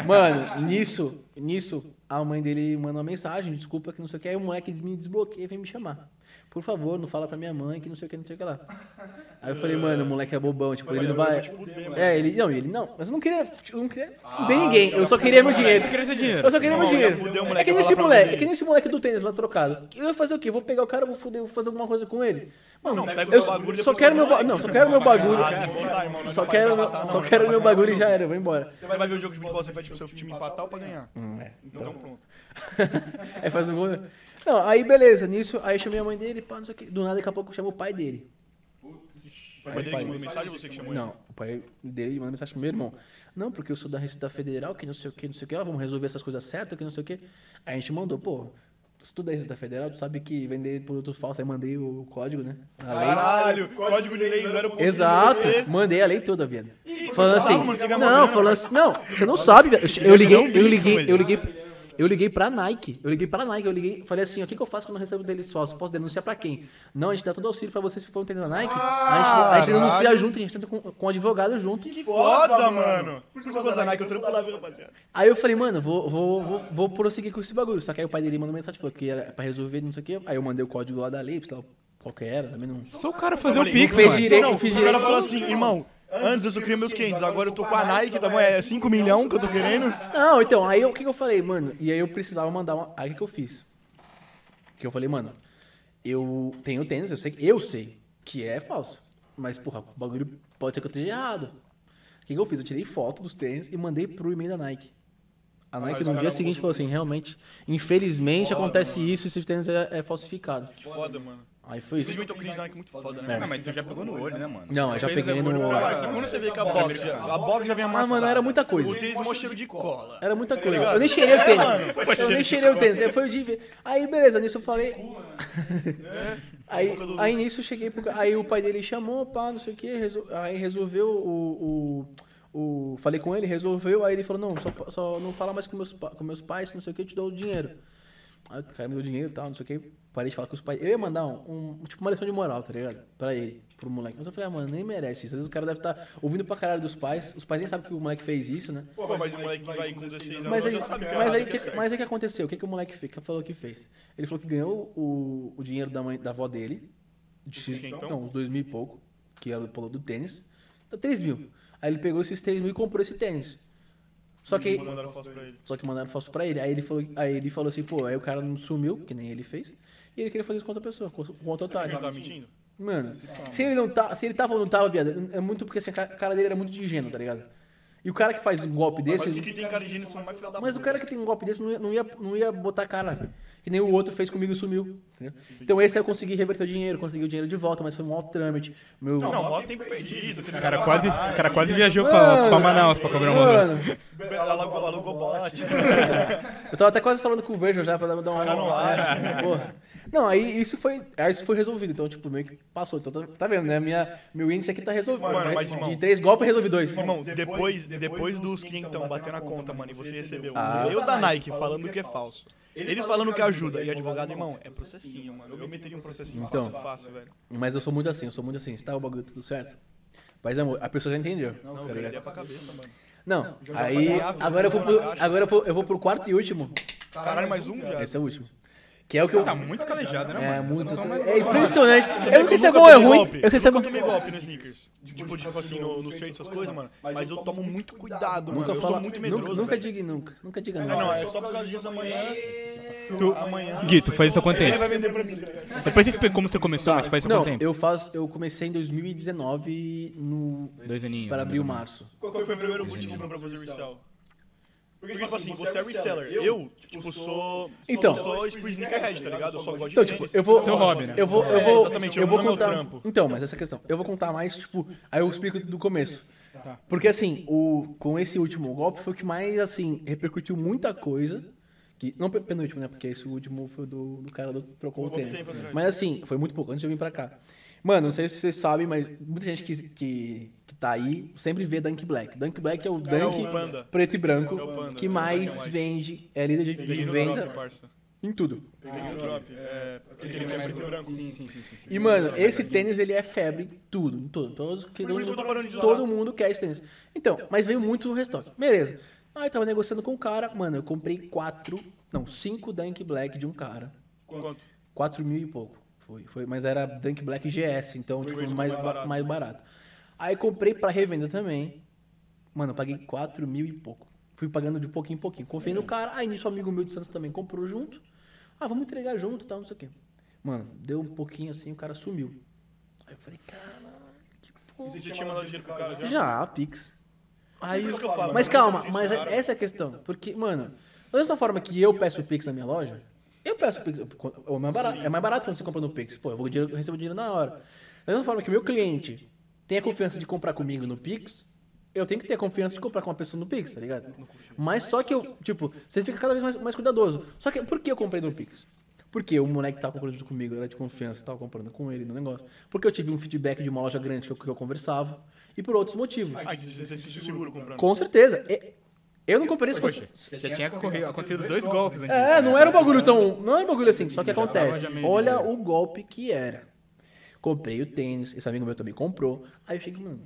Speaker 4: Mano, nisso, nisso, a mãe dele manda uma mensagem, desculpa que não sei o que, aí o moleque me desbloqueia e vem me chamar. Por favor, não fala pra minha mãe que não sei o que, não sei o que lá. Aí eu falei, mano, o moleque é bobão, tipo, ele não vai. É, ele. Não, ele não. Mas eu não queria. tipo, Eu não queria
Speaker 1: Ah,
Speaker 4: fuder ninguém. Eu só queria meu dinheiro.
Speaker 2: Queria seu dinheiro.
Speaker 4: Eu só queria
Speaker 1: Não,
Speaker 4: meu
Speaker 1: eu ia
Speaker 4: dinheiro.
Speaker 1: fuder o
Speaker 4: É
Speaker 1: moleque,
Speaker 4: que
Speaker 1: eu ia
Speaker 4: nem esse
Speaker 1: falar pra
Speaker 4: moleque,
Speaker 1: fuder
Speaker 4: é que nem esse moleque do tênis lá trocado. Eu ia fazer o quê? Eu Vou pegar o cara, vou foder, vou fazer alguma coisa com ele. Mano,
Speaker 1: pega o
Speaker 4: eu
Speaker 1: teu bagulho e
Speaker 4: só
Speaker 1: depois
Speaker 4: quero
Speaker 1: você
Speaker 4: meu
Speaker 1: vai.
Speaker 4: bagulho. Não, só quero meu bagulho.
Speaker 1: Ah, tem que voltar, irmão. não
Speaker 4: Só
Speaker 1: vai
Speaker 4: quero
Speaker 1: empatar,
Speaker 4: meu,
Speaker 1: não,
Speaker 4: só
Speaker 1: não
Speaker 4: quero
Speaker 1: vai
Speaker 4: meu
Speaker 1: empatar,
Speaker 4: bagulho e
Speaker 1: não.
Speaker 4: já era, eu vou embora.
Speaker 1: Você vai ver o jogo de futebol, você vai pro seu time empatar ou pra ganhar. Então pronto.
Speaker 4: Aí faz um gol. né? Não, aí beleza, nisso, aí eu chamei a mãe dele, pá, não sei o quê. Do nada, daqui a pouco chamou o pai dele.
Speaker 1: Foi ele que mandou mensagem ou você que chamou ele?
Speaker 4: Não, o pai dele manda mensagem pro meu irmão. Não, porque eu sou da Receita Federal, que não sei o que, não sei o que, lá, vamos resolver essas coisas certas, que não sei o que. Aí a gente mandou, pô, se tu da Receita Federal, tu sabe que vender produto falso, aí mandei o código, né? A lei.
Speaker 1: Caralho, código de lei 0.5.
Speaker 4: Exato, mandei a lei toda, viado. Falando
Speaker 1: você
Speaker 4: assim,
Speaker 1: sabe, mano, você ganha uma
Speaker 4: não,
Speaker 1: grana,
Speaker 4: falando assim, não, você não sabe, velho. Eu, eu liguei, eu liguei, eu liguei, eu liguei pra Nike, eu liguei pra Nike, eu liguei, falei assim, ó, o que, que eu faço quando eu recebo deles falso? Posso denunciar pra quem? Não, a gente dá todo auxílio pra você se for um tênis da Nike, a, gente, a gente denuncia junto, a gente tenta com, com o advogado junto.
Speaker 1: Que foda, mano. Por isso que eu gosto da Nike, eu trampo lá, viu, rapaziada?
Speaker 4: Aí eu falei, mano, vou, vou, vou, vou prosseguir com esse bagulho. Só que aí o pai dele mandou mensagem, falou que era pra resolver, não sei o quê. Aí eu mandei o código lá da lei, sei lá, qual que era, também não...
Speaker 2: Só o cara fazer o pix,
Speaker 4: fez
Speaker 2: mano.
Speaker 4: direito,
Speaker 1: Não,
Speaker 4: não fiz
Speaker 1: o cara
Speaker 4: direito.
Speaker 1: falou assim, irmão, antes eu só queria meus 500, agora eu tô com a Nike, tá bom? É 5 milhão que eu tô querendo.
Speaker 4: Não, então, aí eu- o que, que eu falei, mano? E aí eu precisava mandar uma. Aí o que, que eu fiz? Que eu falei, mano, eu tenho tênis, eu sei, eu sei que é falso. Mas, porra, o bagulho pode ser que eu esteja errado. O que, que eu fiz? Eu tirei foto dos tênis e mandei pro e-mail da Nike.
Speaker 1: Ah,
Speaker 4: A Nike no
Speaker 1: é um
Speaker 4: dia seguinte falou assim, realmente, infelizmente acontece isso, esse tênis é, é falsificado.
Speaker 1: Foda, mano. Tipo,
Speaker 4: Aí foi
Speaker 1: Fiz
Speaker 4: isso.
Speaker 1: muito cringe Nike, muito foda, né?
Speaker 2: Não, Ah, mas tu já pegou no olho, né, mano?
Speaker 4: Não, eu já
Speaker 2: Fez
Speaker 4: peguei
Speaker 2: o
Speaker 4: no-
Speaker 2: olho.
Speaker 1: Mas tipo, quando Ah, você vê que a box já, a box já vem
Speaker 4: Ah,
Speaker 1: amassada.
Speaker 4: mano, era muita coisa.
Speaker 1: O tênis mó cheiro de cola.
Speaker 4: Era muita coisa. Eu nem cheirei o tênis. Eu nem cheirei o tênis. Aí Foi o dia. Aí, beleza, nisso eu falei. Aí, aí nisso eu cheguei pro ca- Aí o pai dele chamou, pá, não sei o quê. resol- Aí resolveu o. o, o- falei com ele, resolveu. Aí ele falou: Não, só, só não fala mais com meus, pa- com meus pais, não sei o que, eu te dou o dinheiro. Aí o cara me deu dinheiro e tal, não sei o que. Parei de falar com os pais. Eu ia mandar um, um- tipo uma lição de moral, tá ligado? Pra ele, pro moleque. Mas eu falei, ah, mano, nem merece isso. Às vezes o cara deve estar ouvindo pra caralho dos pais. Os pais nem sabem que o moleque fez isso, né?
Speaker 1: Pô, mas o moleque que vai com 16 anos
Speaker 4: Mas aí,
Speaker 1: já sabe que
Speaker 4: mas, aí,
Speaker 1: é
Speaker 4: que- mas aí que aconteceu? O que, que o moleque fez, que falou que fez? Ele falou que ganhou o, o dinheiro da, mãe, da avó dele. De,
Speaker 1: então?
Speaker 4: Não, uns dois mil e pouco, que era do polo do tênis. Então, três mil. Aí ele pegou esses três mil e comprou esse tênis. Só que,
Speaker 1: Mandaram foto pra ele.
Speaker 4: só que mandaram falso pra ele. Aí ele, falou, aí ele falou assim, pô, aí o cara não sumiu, que nem ele fez. E ele queria fazer isso com outra pessoa, com com outro
Speaker 1: Ele
Speaker 4: otário.
Speaker 1: tá mentindo?
Speaker 4: Mano, se ele não tá, se ele tava ou não tava, viado, é muito porque assim, a ca- cara dele era muito de ingênuo, tá ligado? E o cara que faz um golpe
Speaker 1: Mas
Speaker 4: desse.
Speaker 1: o que tem cara de gênio são mais filha da
Speaker 4: Mas o
Speaker 1: puta.
Speaker 4: cara que tem um golpe desse não ia, não ia, não ia botar a cara. Que nem o outro fez comigo e sumiu. entendeu? Então esse aí eu consegui reverter o dinheiro, consegui o dinheiro de volta, mas foi um mau trâmite. Meu...
Speaker 1: Não, mó tempo perdido. aquele
Speaker 2: O cara
Speaker 1: lá-
Speaker 2: quase, o cara quase viajou
Speaker 4: Mano.
Speaker 2: pra, pra Manaus pra cobrar um valor.
Speaker 4: Mano,
Speaker 1: Alugou, alugou bot.
Speaker 4: eu tava até quase falando com o Virgil já pra dar dar uma.
Speaker 1: Cara, não acha.
Speaker 4: É, porra. Não, aí isso foi. Aí isso foi resolvido. Então, tipo, meio que passou. Então, tá- tá vendo, né? Minha, meu índice aqui tá resolvido.
Speaker 1: Mano,
Speaker 4: né?
Speaker 1: mas, irmão-
Speaker 4: De três golpes eu resolvi dois.
Speaker 1: Irmão, depois, depois dos 500 então, batendo a conta, mano, e você recebeu
Speaker 4: Ah.
Speaker 1: o e-mail da Nike falando que é falso. Ele falando que ajuda e advogado, irmão, é processinho, mano. Eu meteria um processinho
Speaker 4: Então.
Speaker 1: fácil, fácil, velho.
Speaker 4: Mas eu sou muito assim, eu sou muito assim. Tá o bagulho tudo certo? Mas amor, a pessoa já entendeu.
Speaker 1: Não,
Speaker 4: tá
Speaker 1: eu
Speaker 4: ligado?
Speaker 1: iria pra cabeça, mano. tá,
Speaker 4: Não, aí agora eu vou pro, agora eu vou, eu vou pro quarto e último,
Speaker 1: Caralho, mais um, viado.
Speaker 4: Esse é o último. Que é o que eu.
Speaker 2: Tá muito calejado, né,
Speaker 4: É
Speaker 2: mano?
Speaker 4: muito.
Speaker 2: Você não toma mais-
Speaker 4: É impressionante.
Speaker 1: Sabe
Speaker 4: Eu não
Speaker 1: que
Speaker 4: sei se é
Speaker 1: nunca
Speaker 4: bom ou é
Speaker 1: tomei
Speaker 4: ruim.
Speaker 1: golpe?
Speaker 4: Eu sei se é
Speaker 1: nunca
Speaker 4: bom.
Speaker 1: tomei golpe no sneakers. Tipo, tipo assim, no, no skate, essas coisas, mano. Mas eu tomo muito cuidado, mano.
Speaker 4: Nunca
Speaker 1: Eu sou
Speaker 4: fala.
Speaker 1: muito medroso.
Speaker 4: Nunca nunca
Speaker 1: velho.
Speaker 4: diga nunca. Nunca diga
Speaker 1: Não, não,
Speaker 4: nunca.
Speaker 1: é só por causa disso amanhã.
Speaker 2: Tu-
Speaker 1: Amanhã.
Speaker 2: Gui, tu faz isso há quanto
Speaker 1: Ele
Speaker 2: tempo?
Speaker 1: vai vender pra mim. tá ligado?
Speaker 2: Depois você explica como você começou,
Speaker 4: Tá,
Speaker 2: mas faz isso há
Speaker 4: não,
Speaker 2: quanto tempo?
Speaker 4: eu faço. Eu comecei em 2019 no.
Speaker 2: Dois aninhos. né?
Speaker 4: Para
Speaker 2: mais
Speaker 4: abril,
Speaker 2: ou menos.
Speaker 4: março.
Speaker 1: Qual que foi o primeiro boot que comprou pra fazer resell? Porque, tipo assim, você é reseller. Eu, tipo, sou.
Speaker 4: Então.
Speaker 1: Sou, sou tipo, sneakerhead, tá ligado? Eu só gosto de.
Speaker 4: Então, tipo,
Speaker 1: tênis.
Speaker 4: eu vou.
Speaker 2: Seu hobby, né?
Speaker 4: Eu vou. Eu
Speaker 1: É,
Speaker 4: vou,
Speaker 1: exatamente,
Speaker 4: eu
Speaker 1: eu
Speaker 4: vou
Speaker 1: amo meu
Speaker 4: contar.
Speaker 1: trampo.
Speaker 4: Então, mas essa questão. Eu vou contar mais, tipo. Aí eu explico do começo.
Speaker 1: Tá.
Speaker 4: Porque assim, o, com esse último golpe foi o que mais, assim, repercutiu muita coisa. Que, não pe- penúltimo, né? Porque esse último foi do, do cara do trocou o
Speaker 1: Quanto
Speaker 4: tempo.
Speaker 1: tempo atrás?
Speaker 4: Mas assim, foi muito pouco antes de eu vir pra cá. Mano, não sei se vocês sabem, mas muita gente que, que, que tá aí sempre vê Dunk Black. Dunk Black é o Dunk
Speaker 1: Panda.
Speaker 4: preto e branco
Speaker 1: É o Panda,
Speaker 4: que
Speaker 1: é o Black and
Speaker 4: mais
Speaker 1: White.
Speaker 4: vende, é líder de,
Speaker 1: Peguei
Speaker 4: de
Speaker 1: no drop,
Speaker 4: venda
Speaker 1: parça.
Speaker 4: em tudo.
Speaker 1: Peguei no drop. É. Aquele que é preto e branco. Sim, sim, sim.
Speaker 4: E, mano, esse tênis, ele é febre em tudo, em tudo. Então, Todos, que
Speaker 1: Por isso que eu tô parando de usar.
Speaker 4: todo mundo quer esse tênis. Então, mas veio muito o restock. Beleza. Aí tava negociando com o cara. Mano, eu comprei quatro, não, cinco Dunk Black de um cara.
Speaker 1: Quanto?
Speaker 4: Quatro mil e pouco. Foi, foi, mas era Dunk Black GS, então, tipo, mais, ba- mais
Speaker 1: né?
Speaker 4: barato. Aí comprei pra revenda também. Mano, eu paguei quatro mil e pouco. Fui pagando de pouquinho em pouquinho. Confiei no
Speaker 1: É.
Speaker 4: cara. Aí nisso, um amigo meu de Santos também comprou junto. Ah, vamos entregar junto e tal, não sei o quê. Mano, deu um pouquinho assim, o cara sumiu. Aí eu falei, cara, que porra.
Speaker 1: Você tinha mandado dinheiro pro cara já?
Speaker 4: Já, a Pix. Aí,
Speaker 1: Isso é isso que eu falo,
Speaker 4: mas
Speaker 1: mano.
Speaker 4: calma,
Speaker 1: Isso,
Speaker 4: mas
Speaker 1: cara.
Speaker 4: essa é a questão. Porque, mano, da mesma forma que eu peço o Pix na minha loja, eu peço o Pix. É mais barato, é mais barato quando você compra no Pix. Pô, eu, vou dinheiro, eu recebo dinheiro na hora. Da mesma forma que o meu cliente tem a confiança de comprar comigo no Pix, eu tenho que ter a confiança de comprar com uma pessoa no Pix, tá ligado? Mas só que eu, tipo, você fica cada vez mais, mais cuidadoso. Só que por que eu comprei no Pix? Porque o moleque que tava comprando comigo era de confiança, tava comprando com ele no negócio. Porque eu tive um feedback de uma loja grande que eu, que eu conversava. E por outros motivos.
Speaker 1: Ah, você se sentiu seguro comprando.
Speaker 4: Com certeza. E- Eu não comprei se fosse.
Speaker 2: Já tinha corrido, acontecido dois golpes antes.
Speaker 4: É, não era um bagulho tão. Não era um bagulho assim. Só que acontece.
Speaker 2: meio
Speaker 4: Olha o golpe que era. Comprei o tênis, esse amigo meu também comprou. Aí eu cheguei, mano.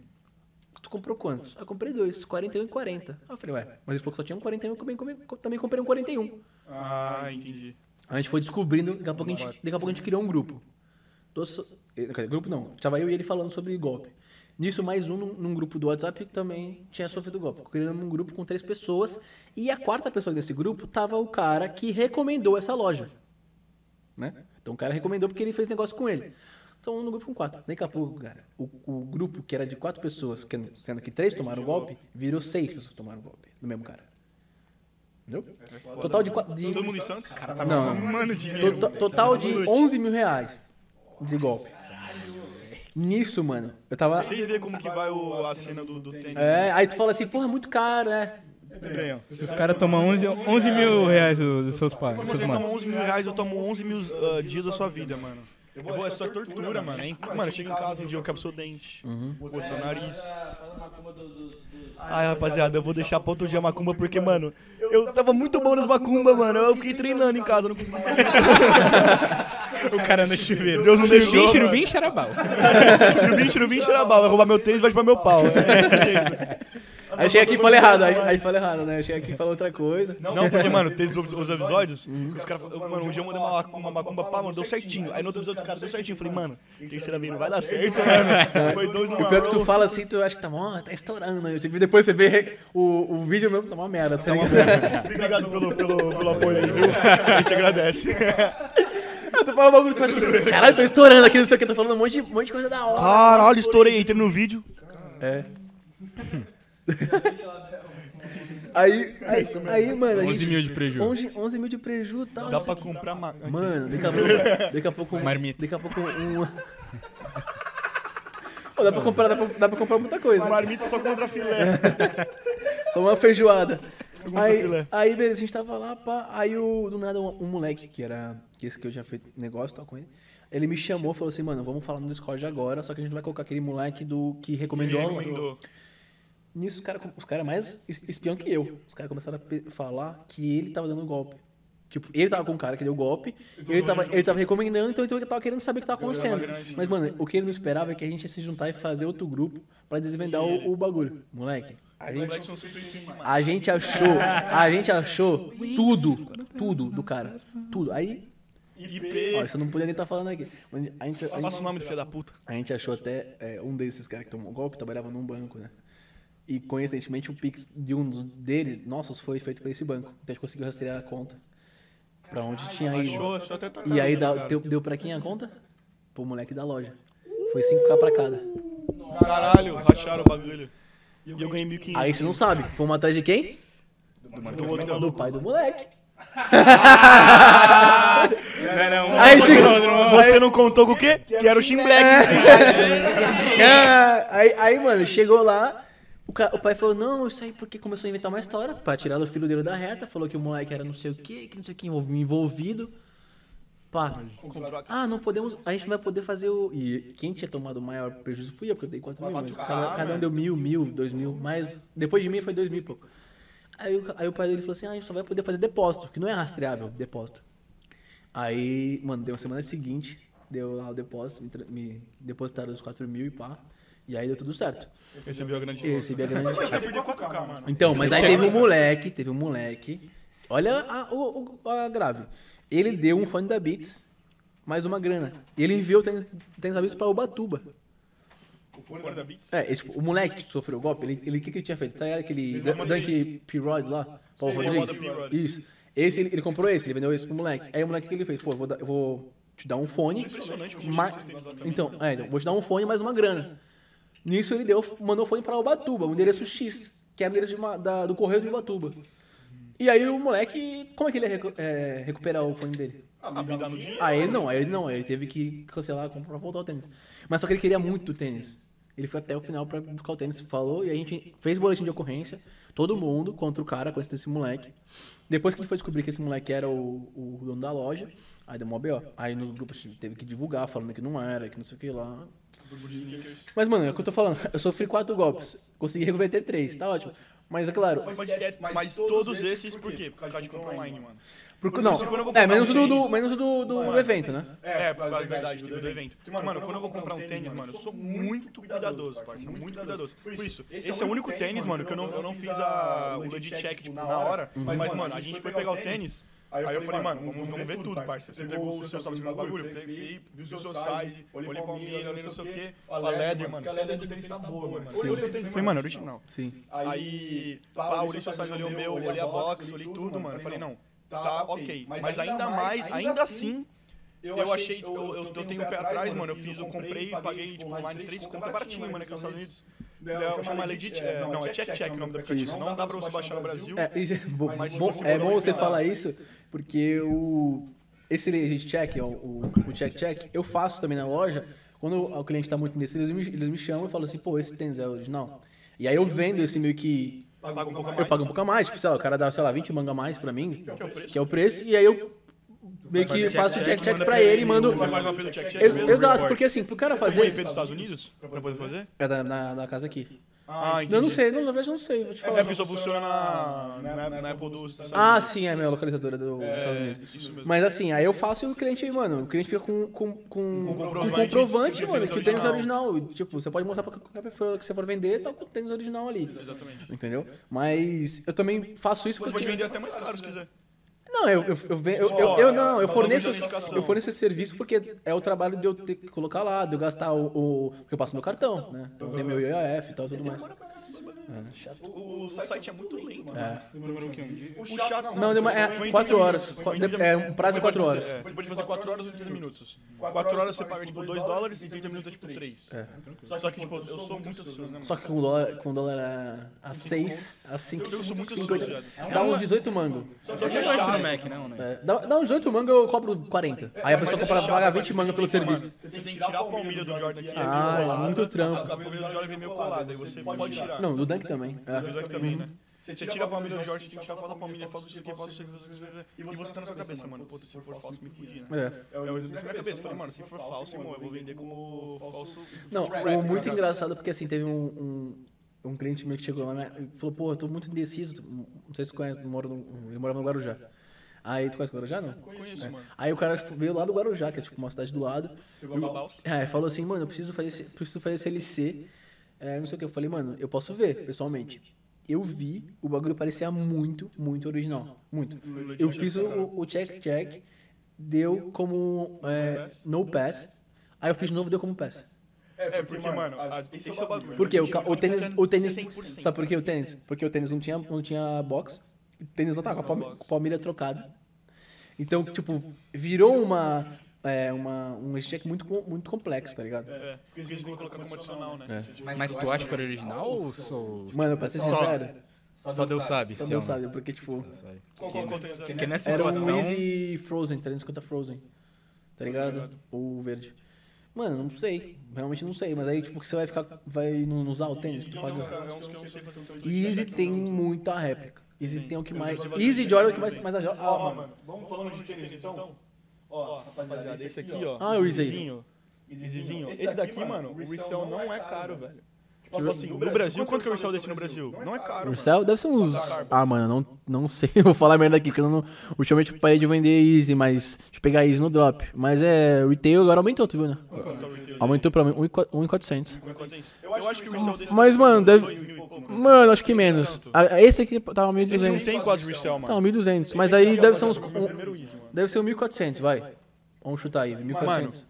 Speaker 4: Tu comprou quantos? Ah, eu comprei dois, 41 e 40. Aí eu falei, ué, mas ele falou que só tinha um 41, eu também, também- também comprei um 41.
Speaker 1: Ah, entendi.
Speaker 4: A gente foi descobrindo, daqui a pouco a gente, daqui a pouco a gente criou um grupo. Todos so- eh, cadê? grupo não, tava eu e ele falando sobre golpe. Nisso, mais um num, num grupo do WhatsApp que também tinha sofrido golpe. Criamos um grupo com três pessoas e a quarta pessoa desse grupo tava o cara que recomendou essa loja. Né? Então o cara recomendou porque ele fez negócio com ele. Então no grupo com quatro. Daqui a pouco, cara, o, o grupo que era de quatro pessoas, que- sendo que três tomaram golpe, virou seis pessoas que tomaram golpe do mesmo cara. Entendeu?
Speaker 1: É,
Speaker 4: Total de, quatro- de
Speaker 1: né? Todo mundo em Santos?
Speaker 4: não,
Speaker 2: Mano, dinheiro.
Speaker 4: Tota- total de 11 mil reais de golpe. Nisso, mano, eu tava.
Speaker 1: Vocês veem como que vai o- a cena do, do tênis.
Speaker 4: É, aí tu fala assim, porra, muito caro, né?
Speaker 2: Se os caras tomam 11, 11 mil reais do- dos seus pais,
Speaker 1: Se
Speaker 2: dos
Speaker 1: você
Speaker 2: seus
Speaker 1: toma
Speaker 2: manos.
Speaker 1: 11 mil reais, eu tomo 11 mil ah, dias da sua vida, mano. Eu vou, é só tortura, mano. hein? Mano, chega em casa um dia, eu quebro seu dente, outro seu nariz.
Speaker 5: Faz uma macumba do- dos. dos-
Speaker 1: Ai, rapaziada, eu vou deixar pra outro dia a macumba, porque, mano, eu tava muito bom nas macumbas, mano. Eu fiquei treinando em casa, eu não quis mais.
Speaker 2: O cara no chuveiro.
Speaker 1: Deus não
Speaker 2: Churubim,
Speaker 1: deixou,
Speaker 2: Churubim, charabal.
Speaker 1: Churubim, churubim, xarabal. Vai roubar meu tênis, vai chupar meu pau. É desse jeito.
Speaker 4: Aí eu cheguei aqui e falei errado, aí, aí falei errado, né? Eu cheguei aqui e falei outra coisa.
Speaker 1: Não, porque, mano, tem os, os episódios, É, os caras falam, mano, um dia eu mandei uma, macumba- uma macumba, pá, mano, deu certinho. Aí no outro episódio, os caras deu certinho. Eu falei, mano, terceira vez não vai dar certo, mano. Foi dois no
Speaker 4: O pior que tu fala assim, tu acha que tá mó, tá estourando. né? Depois você vê o, o vídeo mesmo, tá uma merda, tá ligado?
Speaker 1: Obrigado pelo, pelo, pelo apoio aí, viu? A gente agradece.
Speaker 4: Aí tu fala um bagulho, tu acha que, caralho, tô estourando aqui, não sei o que, tô falando um monte de, um monte de coisa da hora.
Speaker 1: Caralho, estourei, entrei no vídeo.
Speaker 4: Aí, aí, aí mano, a
Speaker 2: 11
Speaker 4: gente.
Speaker 2: mil de prejuízo.
Speaker 4: 11, 11 mil de preju tá e tal.
Speaker 1: Dá
Speaker 4: não
Speaker 1: pra
Speaker 4: sei o quê.
Speaker 1: comprar uma.
Speaker 4: Mano, daqui a pouco. Daqui a pouco um,
Speaker 2: Marmita.
Speaker 4: Daqui a pouco um. Pô, dá, pra comprar, dá, pra, dá pra comprar muita coisa.
Speaker 1: Marmita só contra filé.
Speaker 4: Só uma feijoada. Aí,
Speaker 1: filé.
Speaker 4: aí, beleza, a gente tava lá, pá. Aí o, do nada um, um moleque que era. Que esse que eu tinha feito negócio e tal com ele. Ele me chamou e falou assim, mano, vamos falar no Discord agora, só que a gente não vai colocar aquele moleque do que recomendou. a loja." Nisso, os caras os cara mais es- espião que eu. Os caras começaram a pe- falar que ele tava dando golpe. Tipo, ele tava com um cara que deu golpe, ele tava, ele tava recomendando, então, então ele tava querendo saber o que tava acontecendo. Mas, mano, o que ele não esperava é que a gente ia se juntar e fazer outro grupo pra desvendar o, o bagulho. Moleque, a gente
Speaker 1: Moleque, são 120 mano.
Speaker 4: a gente achou, a gente achou tudo, tudo do cara. Tudo. Aí, ó,
Speaker 1: IP.
Speaker 4: isso eu não podia nem estar falando aqui. Mas A gente, a
Speaker 1: Passa o
Speaker 4: gente,
Speaker 1: nome do filho da puta.
Speaker 4: a gente achou até é, um desses caras que tomou golpe, trabalhava num banco, né? E coincidentemente o Pix de um dos deles, nossos, foi feito pra esse banco. Então a gente conseguiu rastrear a conta pra onde tinha ido.
Speaker 1: Achou, achou até tartaruga,
Speaker 4: E aí
Speaker 1: cara.
Speaker 4: dá- deu, deu pra quem a conta? Pro moleque da loja. Foi 5k pra cada.
Speaker 1: Caralho, racharam o bagulho. E eu ganhei 1.500.
Speaker 4: Aí você não sabe, fomos atrás de quem?
Speaker 1: que eu vou dar
Speaker 4: Do pai do moleque.
Speaker 2: Não, não,
Speaker 4: É Aí chegou.
Speaker 1: Você É, não contou com o quê? Que era o Shimbleck.
Speaker 4: Ah, aí, aí, mano, chegou lá. O, ca- o pai falou, não, isso aí porque começou a inventar uma história pra tirar o filho dele da reta. Falou que o moleque era não sei o que, que não sei o que, envolvido. Pá. Ah, não podemos. A gente não vai poder fazer o. E quem tinha tomado o maior prejuízo fui eu, porque eu dei 4 mil, mas cada, cada um deu mil, mil, dois mil. Mas depois de mim foi dois mil e pouco. Aí, o- aí o pai dele falou assim: ah, a gente só vai poder fazer depósito, que não é rastreável, depósito. Aí, mano, deu a semana seguinte, deu lá o depósito, me tra- me depositaram os 4 mil e pá. E aí deu tudo certo.
Speaker 1: Recebeu a grande
Speaker 4: Eu recebi a grande.
Speaker 1: Eu perdi 4K, mano.
Speaker 4: Então, mas aí teve um moleque, teve um moleque. Olha a, o, o- a grave. Ele deu um fone da Beats, mais uma grana. E ele enviou o tênis tênis da Beats pra Ubatuba.
Speaker 1: O fone da Beats.
Speaker 4: É, esse- o moleque que sofreu o golpe, ele, ele- o que, que ele tinha feito? Tá ligado aquele Dan- Dunk Pirod lá? Paul
Speaker 1: Sim,
Speaker 4: Rodrigues?
Speaker 1: Paulo Rodrigues.
Speaker 4: Isso. Esse, ele, ele comprou esse, ele vendeu esse pro moleque. Aí o moleque o que ele fez? Pô, eu vou, dar- eu vou te dar um fone.
Speaker 1: Impressionante como
Speaker 4: ma- Então, é, então, vou te dar um fone mais uma grana. Nisso ele deu, mandou o fone pra Ubatuba, o endereço X, que era o endereço de uma- da- do correio de Ubatuba. E aí o moleque, como é que ele ia recu- é, recuperar o fone dele?
Speaker 1: Ah, me dá no dia.
Speaker 4: Aí ele não, aí ele não, aí ele teve que cancelar a compra pra voltar o tênis. Mas só que ele queria muito o tênis. Ele foi até o final pra buscar o tênis, falou, e a gente fez boletim de ocorrência, todo mundo contra o cara, contra esse moleque. Depois que a gente foi descobrir que esse moleque era o, o dono da loja, aí deu mó B.O. Aí nos grupos teve que divulgar, falando que não era, que não sei o que lá. Mas, mano, é o que eu tô falando, eu sofri quatro golpes, consegui reverter três, tá ótimo. Mas, é claro,
Speaker 1: Mas, mas, todos esses, por quê? Por causa de compra online, mano.
Speaker 4: porque, não,
Speaker 1: quando eu vou
Speaker 4: é,
Speaker 1: comprar
Speaker 4: menos
Speaker 1: um
Speaker 4: do,
Speaker 1: tênis-
Speaker 4: do- menos do, do evento, né?
Speaker 1: É, por causa da verdade, do, do evento. Porque, Mano, quando eu vou comprar um tênis, mano, eu sou muito cuidadoso, parceiro. Muito cuidadoso. Por isso, esse é o único tênis, mano, que eu não, eu não fiz a, o legit check, tipo, na hora. Mas, mano, a gente foi pegar o tênis. Aí eu falei, mano, vamos, vamos ver tudo, parceiro. Você pegou o seu salto de bagulho, eu peguei, vi o seu size, olhei pra mina, olhei não sei o quê. A leather, mano. A leather do tênis tá boa, mano. Olhei o teu tênis, falei, mano, original.
Speaker 4: Sim.
Speaker 1: Aí, pá, olhei sua size, olhei o meu, olhei a box, olhei tudo, mano. Falei, não, tá ok. Mas ainda mais, ainda assim, eu achei, eu, eu, eu tenho o pé atrás, mano, eu fiz, eu comprei, paguei, tipo, online 3, compra baratinho, mano, aqui nos Estados Unidos. Não, chama Legit, é, não, é Check Check o nome do aplicativo, não dá pra você baixar no Brasil.
Speaker 4: É, isso é bom,
Speaker 1: Mas se
Speaker 4: bom-
Speaker 1: você
Speaker 4: é
Speaker 1: for
Speaker 4: bom você
Speaker 1: olhar-
Speaker 4: falar isso, porque o. Esse legit check, ó, o, o check check, eu faço também na loja. Quando o cliente tá muito indeciso, eles me, eles me chamam e falam assim, pô, esse tênis é original. E aí eu vendo esse meio que.
Speaker 1: Paga um pouco a
Speaker 4: Eu
Speaker 1: mais.
Speaker 4: pago um pouco a mais, tipo, sei lá, o cara dá, sei lá, 20 manga a mais pra mim, que é o preço, e aí eu meio que faço o check check pra ele e mando.
Speaker 1: Você faz uma pelo Check Check.
Speaker 4: Ex- Exato, porque assim, pro cara
Speaker 1: Fazer IP
Speaker 4: fazer.
Speaker 1: dos Estados Unidos, pra poder fazer?
Speaker 4: É da, da, da casa aqui.
Speaker 1: Ah, entendi.
Speaker 4: Eu não sei, não, na verdade eu não sei, vou te
Speaker 1: É
Speaker 4: falar.
Speaker 1: porque só funciona na, na, na Apple dos Estados
Speaker 4: Ah, sim, é a minha localizadora do- dos Estados Unidos.
Speaker 1: Unidos. Isso mesmo.
Speaker 4: Mas assim, aí eu faço e o cliente aí, mano, o cliente fica com, com, com, com comprovante,
Speaker 1: comprovante de tá
Speaker 4: mano, que o tênis
Speaker 1: tênis
Speaker 4: é original. E, Tipo, você pode mostrar pra qualquer pessoa que você for vender, tá com o tênis original ali. Exatamente. Entendeu? Mas eu também faço isso
Speaker 1: Você pode
Speaker 4: porque...
Speaker 1: vender até mais caro se quiser.
Speaker 4: Não, eu, eu, eu, ve- eu, eu- eu não, eu forneço, eu forneço esse serviço porque é o trabalho de eu ter que colocar lá, de eu gastar o... o porque eu passo meu cartão, né? Então tem meu IAF e tal, tudo mais.
Speaker 1: O, o site é muito lento, mano.
Speaker 3: Demorou o quê? Um dia?
Speaker 1: O chato
Speaker 4: Não, deu uma- é,
Speaker 1: foi em
Speaker 4: quatro
Speaker 1: 30
Speaker 4: horas.
Speaker 1: minutos,
Speaker 4: Qua-
Speaker 1: foi em 30
Speaker 4: é, um
Speaker 1: minutos.
Speaker 4: prazo de quatro
Speaker 1: Você pode
Speaker 4: horas.
Speaker 1: fazer- é, Você pode fazer 4 horas ou 30 minutos. 4 horas você paga tipo 2 dólares e 30 minutos é tipo 3. Só que tipo, eu sou muito ansioso, né? mano?
Speaker 4: Só que com o dólar, com o dólar a, a 6, a 5,
Speaker 1: Eu sou muito
Speaker 4: 50,
Speaker 1: associado.
Speaker 4: dá um 18 mango.
Speaker 1: Só que é
Speaker 2: não
Speaker 1: chato,
Speaker 2: é Mac, não, né?
Speaker 4: É, dá, dá uns 18 manga, eu cobro 40. Aí a pessoa compra, paga 20 manga pelo serviço.
Speaker 1: Você tem que tirar a palmilha do Jordan aqui.
Speaker 4: Ah, é muito
Speaker 1: A
Speaker 4: trampo.
Speaker 1: palmilha do Jordan vem meio colada, aí você pode tirar.
Speaker 4: Não, do Dunk também.
Speaker 1: Mas
Speaker 4: É.
Speaker 1: aqui também, né? Você tira a palmilha do Jordan, você tem que tirar a foto da palmilha, foto do seu, foto do seu, foto do seu. E você tá na sua cabeça, mano. Puta, se for falso, me fudi, né?
Speaker 4: É.
Speaker 1: Eu, eu, na minha cabeça, falei, mano, se for falso, irmão, eu vou vender como falso.
Speaker 4: Não, o muito engraçado porque assim, teve um, um, um cliente meu que chegou lá né, e falou, pô, eu tô muito indeciso. Não sei se você conhece, eu moro no, ele morava no Guarujá. Aí tu conhece Guarujá, não?
Speaker 1: Conheço,
Speaker 4: É.
Speaker 1: mano.
Speaker 4: Aí o cara veio lá do Guarujá, que é tipo uma cidade do lado.
Speaker 1: Pegou a balsa.
Speaker 4: É, falou assim, mano, eu preciso fazer, esse- preciso fazer esse LC. É, não sei o que. Eu falei, mano, eu posso ver, pessoalmente. Eu vi, o bagulho parecia muito, muito original. Muito. Eu fiz o, o check check, deu como é, no pass. Aí eu fiz de novo, deu como pass.
Speaker 1: É, porque, mano, a- esse é o bagulho.
Speaker 4: Por quê? O, ca- o tênis. O tênis sabe por que o tênis? Porque o tênis não tinha, não tinha box. O tênis não tava com a palme- com a palmilha trocada. Então, tipo, virou uma. É, uma, um check muito, com- muito complexo, tá ligado?
Speaker 1: É, porque eles têm que colocar como adicional, né?
Speaker 2: Mas tu acha que era original ou sou...
Speaker 4: Mano, pra ser sincero,
Speaker 2: Só Deus sabe.
Speaker 4: só
Speaker 2: se
Speaker 4: Deus
Speaker 2: é ou não.
Speaker 4: sabe, porque, tipo,
Speaker 1: Qual qual- qual tênis é?
Speaker 2: Porque nessa
Speaker 4: era um
Speaker 2: situação...
Speaker 4: Easy Frozen, 350 Frozen, tá ligado? O verde. Mano, não sei, realmente não sei, mas aí, tipo, que você vai ficar, vai não não usar o tênis, tu
Speaker 1: Tem
Speaker 4: pode
Speaker 1: uns
Speaker 4: usar.
Speaker 1: caras que eu não sei fazer um tênis de
Speaker 4: Easy
Speaker 1: tênis.
Speaker 4: tem muita réplica. Easy tem o que mais.
Speaker 1: Eu já
Speaker 4: Easy
Speaker 1: vi-
Speaker 4: Jordan é o que mais. mais ah,
Speaker 1: Ó,
Speaker 4: mano.
Speaker 1: mano, vamos falando de tênis então. Ó, rapaziada, esse aqui, ó.
Speaker 4: Ah, o Easy.
Speaker 1: Easyzinho, Easyzinho. Esse daqui, mano, o resell não é caro, velho. Tipo assim, no Brasil, quanto que o resell desse no Brasil? Não é caro, mano.
Speaker 4: Marcel, deve ser uns. Ah, mano, não, não sei. Eu vou falar merda aqui, porque eu não. Ultimamente eu parei de vender Easy, mas. De pegar Easy no drop. Mas é. Retail agora aumentou, tu viu, né? Aumentou pra mim 1,400.
Speaker 1: Eu acho que o resell desse
Speaker 4: Mas, mano,
Speaker 1: dois mil
Speaker 4: deve.
Speaker 1: e pouco, né?
Speaker 4: Mano, acho que menos. A- a- Esse aqui tava
Speaker 1: Esse não
Speaker 4: 1.200.
Speaker 1: tem quase resell, mano. é
Speaker 4: Tava 1.200. Mas aí deve ser uns.
Speaker 1: Foi meu primeiro Easy, mano.
Speaker 4: Deve ser um 1.400, vai. Vamos chutar aí, 1.400.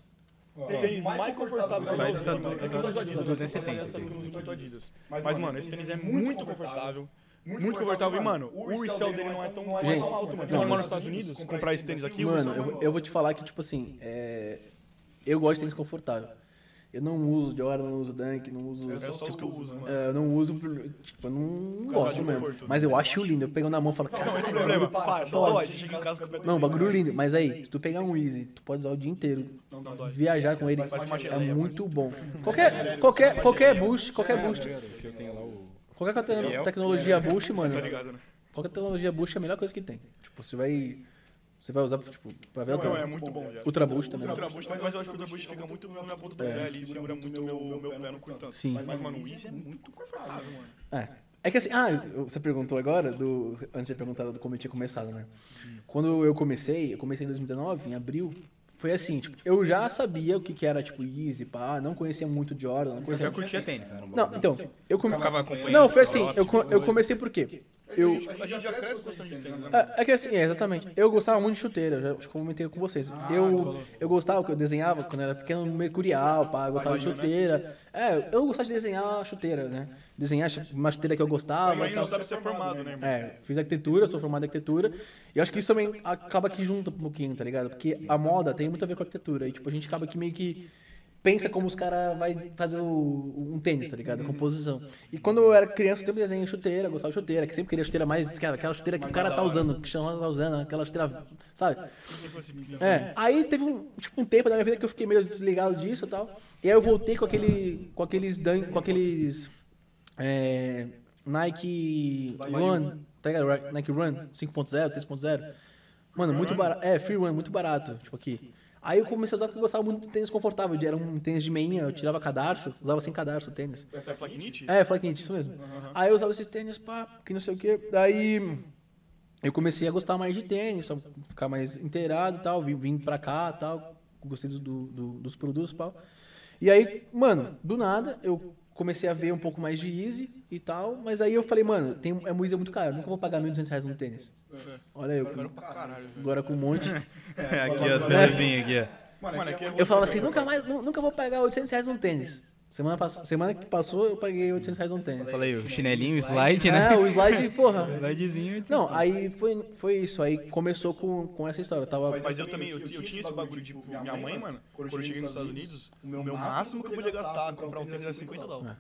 Speaker 1: Tem tênis mais confortável que
Speaker 2: Sai
Speaker 1: o
Speaker 2: da-
Speaker 1: Adidas. É que os Adidas,
Speaker 2: 270,
Speaker 1: essa do- do Adidas. Mas, mano, esse tênis é muito confortável. Muito confortável. E, mano, o resell dele não é tão não é
Speaker 4: Gente,
Speaker 1: tão alto, mano.
Speaker 4: não,
Speaker 1: Eu moro
Speaker 4: mas-
Speaker 1: nos Estados Unidos, comprar esse tênis aqui... o
Speaker 4: Mano,
Speaker 1: resell é
Speaker 4: eu, eu vou te falar que, tipo assim, é, eu gosto de tênis confortável. Eu não uso Jordan, não uso Dunk, não uso.
Speaker 1: É só os que eu uso, mano.
Speaker 4: É, eu não uso, por- tipo, eu não, não
Speaker 1: causa
Speaker 4: gosto
Speaker 1: do
Speaker 4: mesmo.
Speaker 1: conforto, né?
Speaker 4: Mas eu acho lindo. Eu pego na mão e falo,
Speaker 1: Não,
Speaker 4: cara,
Speaker 1: esse é o problema. Para, só dói. Você chega em casa com o pé todo
Speaker 4: não, bagulho
Speaker 1: queimado.
Speaker 4: lindo. Mas aí, se tu pegar um Easy, tu pode usar o dia inteiro.
Speaker 1: Não, não dói.
Speaker 4: Viajar com ele
Speaker 1: Faz uma
Speaker 4: é
Speaker 1: geleia,
Speaker 4: muito bom. Qualquer, qualquer, qualquer boost, qualquer boost,
Speaker 3: Que eu tenho lá o...
Speaker 4: qualquer te- tecnologia boost, mano.
Speaker 1: Tá ligado, né?
Speaker 4: Qualquer tecnologia boost é a melhor coisa que tem. Tipo, você vai, você vai usar, tipo, pra ver a
Speaker 1: Não, é
Speaker 4: tela.
Speaker 1: muito bom, já.
Speaker 4: Ultra boost também.
Speaker 1: O Ultra Boost, mas, mas eu acho que o Ultra Boost fica muito na ponta do pé ali, segura muito o meu, meu pé no curtão.
Speaker 4: Sim.
Speaker 1: Mas, mas, mano, o Easy é muito confortável, mano.
Speaker 4: É. É que assim, ah, eu- você perguntou agora, do, antes de perguntar do como eu tinha começado, né? Quando eu comecei, eu comecei em 2019, em abril, foi assim, tipo, eu já sabia o que, que era, tipo, Easy, pá, não conhecia muito Jordan, não
Speaker 2: Eu
Speaker 4: conhecia...
Speaker 2: já curtia tênis, né?
Speaker 4: Não, então, eu come...
Speaker 2: Ficava acompanhando
Speaker 4: Não, foi
Speaker 2: os
Speaker 4: assim,
Speaker 2: drops,
Speaker 4: eu, co- eu comecei por quê? Eu...
Speaker 1: A gente já cresce gostando de tênis, né?
Speaker 4: É é que assim, é, exatamente. Eu gostava muito de chuteira, eu já acho que eu comentei com vocês.
Speaker 1: Ah,
Speaker 4: Eu, eu gostava, que eu desenhava quando eu era pequeno, mercurial, pá, eu gostava de
Speaker 1: né?
Speaker 4: chuteira. É, eu gostava de desenhar chuteira, né? Desenhar chu- uma chuteira que eu gostava.
Speaker 1: Mas não
Speaker 4: tal.
Speaker 1: sabe ser formado, né, irmão?
Speaker 4: É, fiz arquitetura, sou formado em arquitetura. E eu acho que isso também acaba que junta um pouquinho, tá ligado? Porque a moda tem muito a ver com a arquitetura. E, tipo, a gente acaba que meio que pensa como os caras vai fazer o- um tênis, tá ligado? A composição. E quando eu era criança, eu sempre desenhava chuteira, gostava de chuteira, que sempre queria chuteira mais, cara, aquela chuteira que o cara tá
Speaker 1: né?
Speaker 4: usando, que o chama tá usando, aquela chuteira, sabe?
Speaker 1: né?
Speaker 4: É, aí teve um, tipo, um tempo da minha vida que eu fiquei meio desligado disso e tal. E aí eu voltei com aquele, com aqueles, dan, com aqueles é, Nike Run, tá ligado? Nike Run 5.0, 3.0. Mano, muito barato. É, Free Run, muito barato, tipo aqui. Aí eu comecei a usar porque eu gostava muito de tênis confortável. Era um tênis de meinha, eu tirava cadarço, usava sem cadarço o tênis.
Speaker 1: É flagnite?
Speaker 4: É, Flaquinite, isso mesmo. Aí eu usava esses tênis, pá, que não sei o quê. Daí eu comecei a gostar mais de tênis, só ficar mais inteirado e tal, vim, vim pra cá e tal, gostei do, do- do- dos produtos e tal. E aí, mano, do nada, eu comecei a ver um pouco mais de Easy e tal, mas aí eu falei, mano, tem, é um Easy muito caro, eu nunca vou pagar 1.200 reais num tênis.
Speaker 1: Uhum.
Speaker 4: Olha eu, com-
Speaker 1: é Caralho, velho.
Speaker 4: agora com um monte.
Speaker 2: aqui, ó, as belezinhas aqui, ó.
Speaker 1: Mano, é que é
Speaker 4: Eu falava assim, nunca mais, nu- nunca vou pagar 800 reais num tênis. Semana, pass- semana que passou, eu paguei 800 reais num tênis.
Speaker 2: Falei, o chinelinho, o slide, né?
Speaker 4: É, o slide, porra.
Speaker 2: Slidezinho.
Speaker 4: Não, aí foi, foi isso. Aí começou com, com essa história. Eu tava.
Speaker 1: Mas eu também, eu, eu tinha esse bagulho de tipo, minha mãe, mano, quando eu cheguei nos Estados Unidos, o meu máximo que eu podia gastar, comprar um tênis era 50 dólares.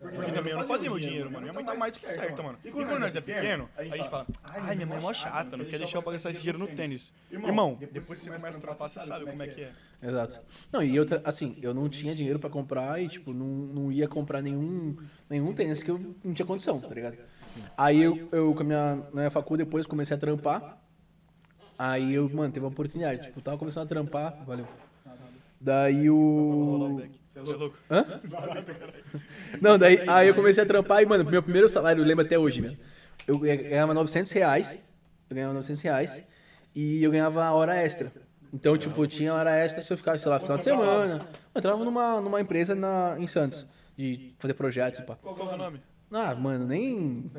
Speaker 1: Porque também eu não fazia meu dinheiro, mano. Minha mãe tá mais que certa, mano. E quando nós é pequeno, a gente fala, ai, minha mãe é mó chata, não quer deixar eu gastar esse dinheiro no tênis. Irmão, depois que você começa a trampar, você sabe como é que é.
Speaker 4: Exato. Não, e outra, assim, eu não tinha dinheiro pra comprar e, tipo, não, não ia comprar nenhum, nenhum tênis que eu não tinha condição, tá ligado? Aí eu, eu com a minha, na minha facu, depois comecei a trampar. Aí eu, mano, teve uma oportunidade. Tipo, tava começando a trampar. Valeu. Daí o.
Speaker 1: Você é louco?
Speaker 4: Hã? Não, daí aí eu comecei a trampar e, mano, meu primeiro salário, eu lembro até hoje, mano. Eu ganhava 900 reais. Eu ganhava 900 reais. e eu ganhava hora extra. Então, tipo, eu tinha hora extra se eu ficasse, sei lá, final de semana. Eu entrava numa, numa empresa na, em Santos, de fazer projetos e pá.
Speaker 1: Qual que é o nome?
Speaker 4: Ah, mano, nem.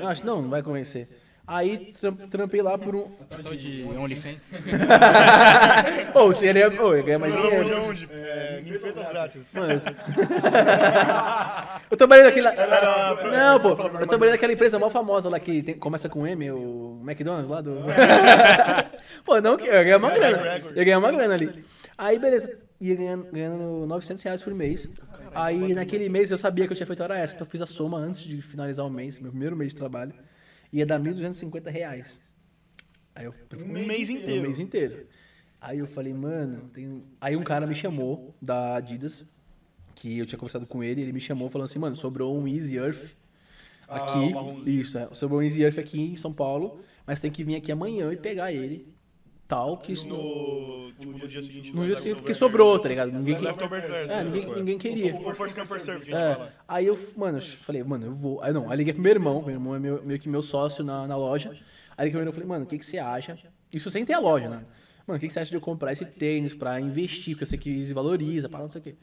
Speaker 4: Eu acho que não, não vai convencer. Aí tram- trampei lá por um.
Speaker 2: Tal de OnlyFans.
Speaker 4: Ô, seria. Ô, eu ganhar mais dinheiro.
Speaker 1: onde? É, Feitas Grátis.
Speaker 4: Mano, eu... eu trabalhei naquela. Não, pô, eu trabalhei naquela empresa mó famosa lá que tem- começa com M, o McDonald's lá do. pô, não, que- eu ganhei uma grana. Eu ganhei uma grana ali. Aí, beleza, ia ganhando, ganhando 900 reais por mês. Aí, naquele mês, eu sabia que eu tinha feito hora extra, então eu fiz a soma antes de finalizar o mês, meu primeiro mês de trabalho. Ia dar 1.250 reais. Aí eu
Speaker 1: Um mês inteiro.
Speaker 4: Um mês inteiro. Aí eu falei, mano, tem... aí um cara me chamou da Adidas, que eu tinha conversado com ele, ele me chamou falando assim, mano, sobrou um Easy Earth aqui. isso, é, sobrou um Easy Earth aqui em São Paulo, mas tem que vir aqui amanhã e pegar ele. Tal que isso.
Speaker 1: No, tipo, no dia seguinte.
Speaker 4: Não ia ser porque sobrou, tá ligado? Ninguém, que...
Speaker 1: Leftover Thursday.
Speaker 4: é, ninguém, ninguém queria.
Speaker 1: O First Come First Serve, que a gente
Speaker 4: É,
Speaker 1: fala.
Speaker 4: aí eu, mano, eu falei, mano, eu vou. Aí não, aí liguei pro meu irmão, meu irmão é meu- meio que meu sócio na, na loja. Aí liguei pro meu irmão e falei, mano, o que, que você acha? Isso sem ter a loja, né? Mano, o que, que você acha de eu comprar esse tênis pra investir? Porque eu sei que isso valoriza, para não sei o quê.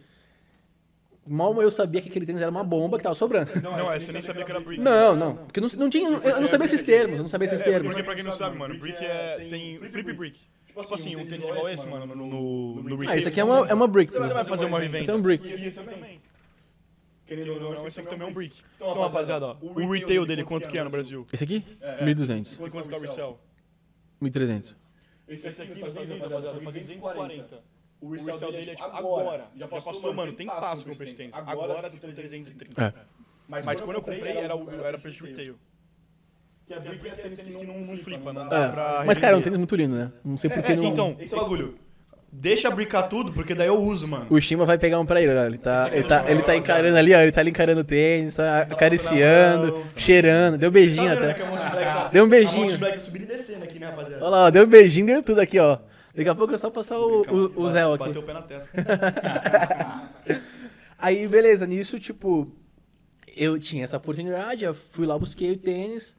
Speaker 4: Mal eu sabia que aquele tênis era uma bomba que tava sobrando.
Speaker 1: Não, é, você nem sabia que era Brick.
Speaker 4: Não, não. Porque não, não tinha. Eu não sabia esses termos, eu não sabia esses termos.
Speaker 1: É, Porque pra quem não sabe, mano, Brick é, tem Flip Brick. Tipo assim, um tênis igual esse, mano, no, no, no
Speaker 4: Ah,
Speaker 1: retail.
Speaker 4: isso aqui é uma, é uma brick.
Speaker 1: Você vai fazer uma revenda.
Speaker 4: Isso é um brick.
Speaker 1: E esse também. Querendo ou não, esse aqui também é um brick. Então, rapaziada, ó, o retail dele quanto que é no Brasil?
Speaker 4: Esse aqui?
Speaker 1: é.
Speaker 4: 1.200.
Speaker 1: E quanto que é o resell?
Speaker 4: 1.300.
Speaker 1: Esse aqui, rapaziada, tá fazendo 240. O resell dele é tipo agora. Já passou, mano, tem passo com esse tênis. Agora do 330.
Speaker 4: É.
Speaker 1: Mas, mas quando eu comprei, era, o- era preço retail. Que a brick é tênis que não, não flipa, não dá pra...
Speaker 4: É. Mas, cara, é um
Speaker 1: revender.
Speaker 4: tênis muito lindo, né? Não sei por que
Speaker 1: É,
Speaker 4: não.
Speaker 1: então, esse bagulho. Deixa brincar tudo, porque daí eu uso, mano.
Speaker 4: O Shima vai pegar um pra ele, olha. Ele tá, ele tá, ele tá encarando ali, ó. Ele tá ali encarando o tênis, tá acariciando, cheirando. Deu um beijinho
Speaker 1: Sabe, né, que
Speaker 4: até.
Speaker 1: a Monte Black tá-
Speaker 4: Deu um
Speaker 1: A Monte
Speaker 4: beijinho.
Speaker 1: Black tá subindo e descendo aqui, né, rapaziada?
Speaker 4: Olha lá, ó, deu um beijinho, deu tudo aqui, ó. Daqui a pouco é só passar o, o, o Zé
Speaker 1: Bateu
Speaker 4: aqui.
Speaker 1: o pé na testa.
Speaker 4: Aí, beleza, nisso, tipo, eu tinha essa oportunidade, eu fui lá, busquei o tênis.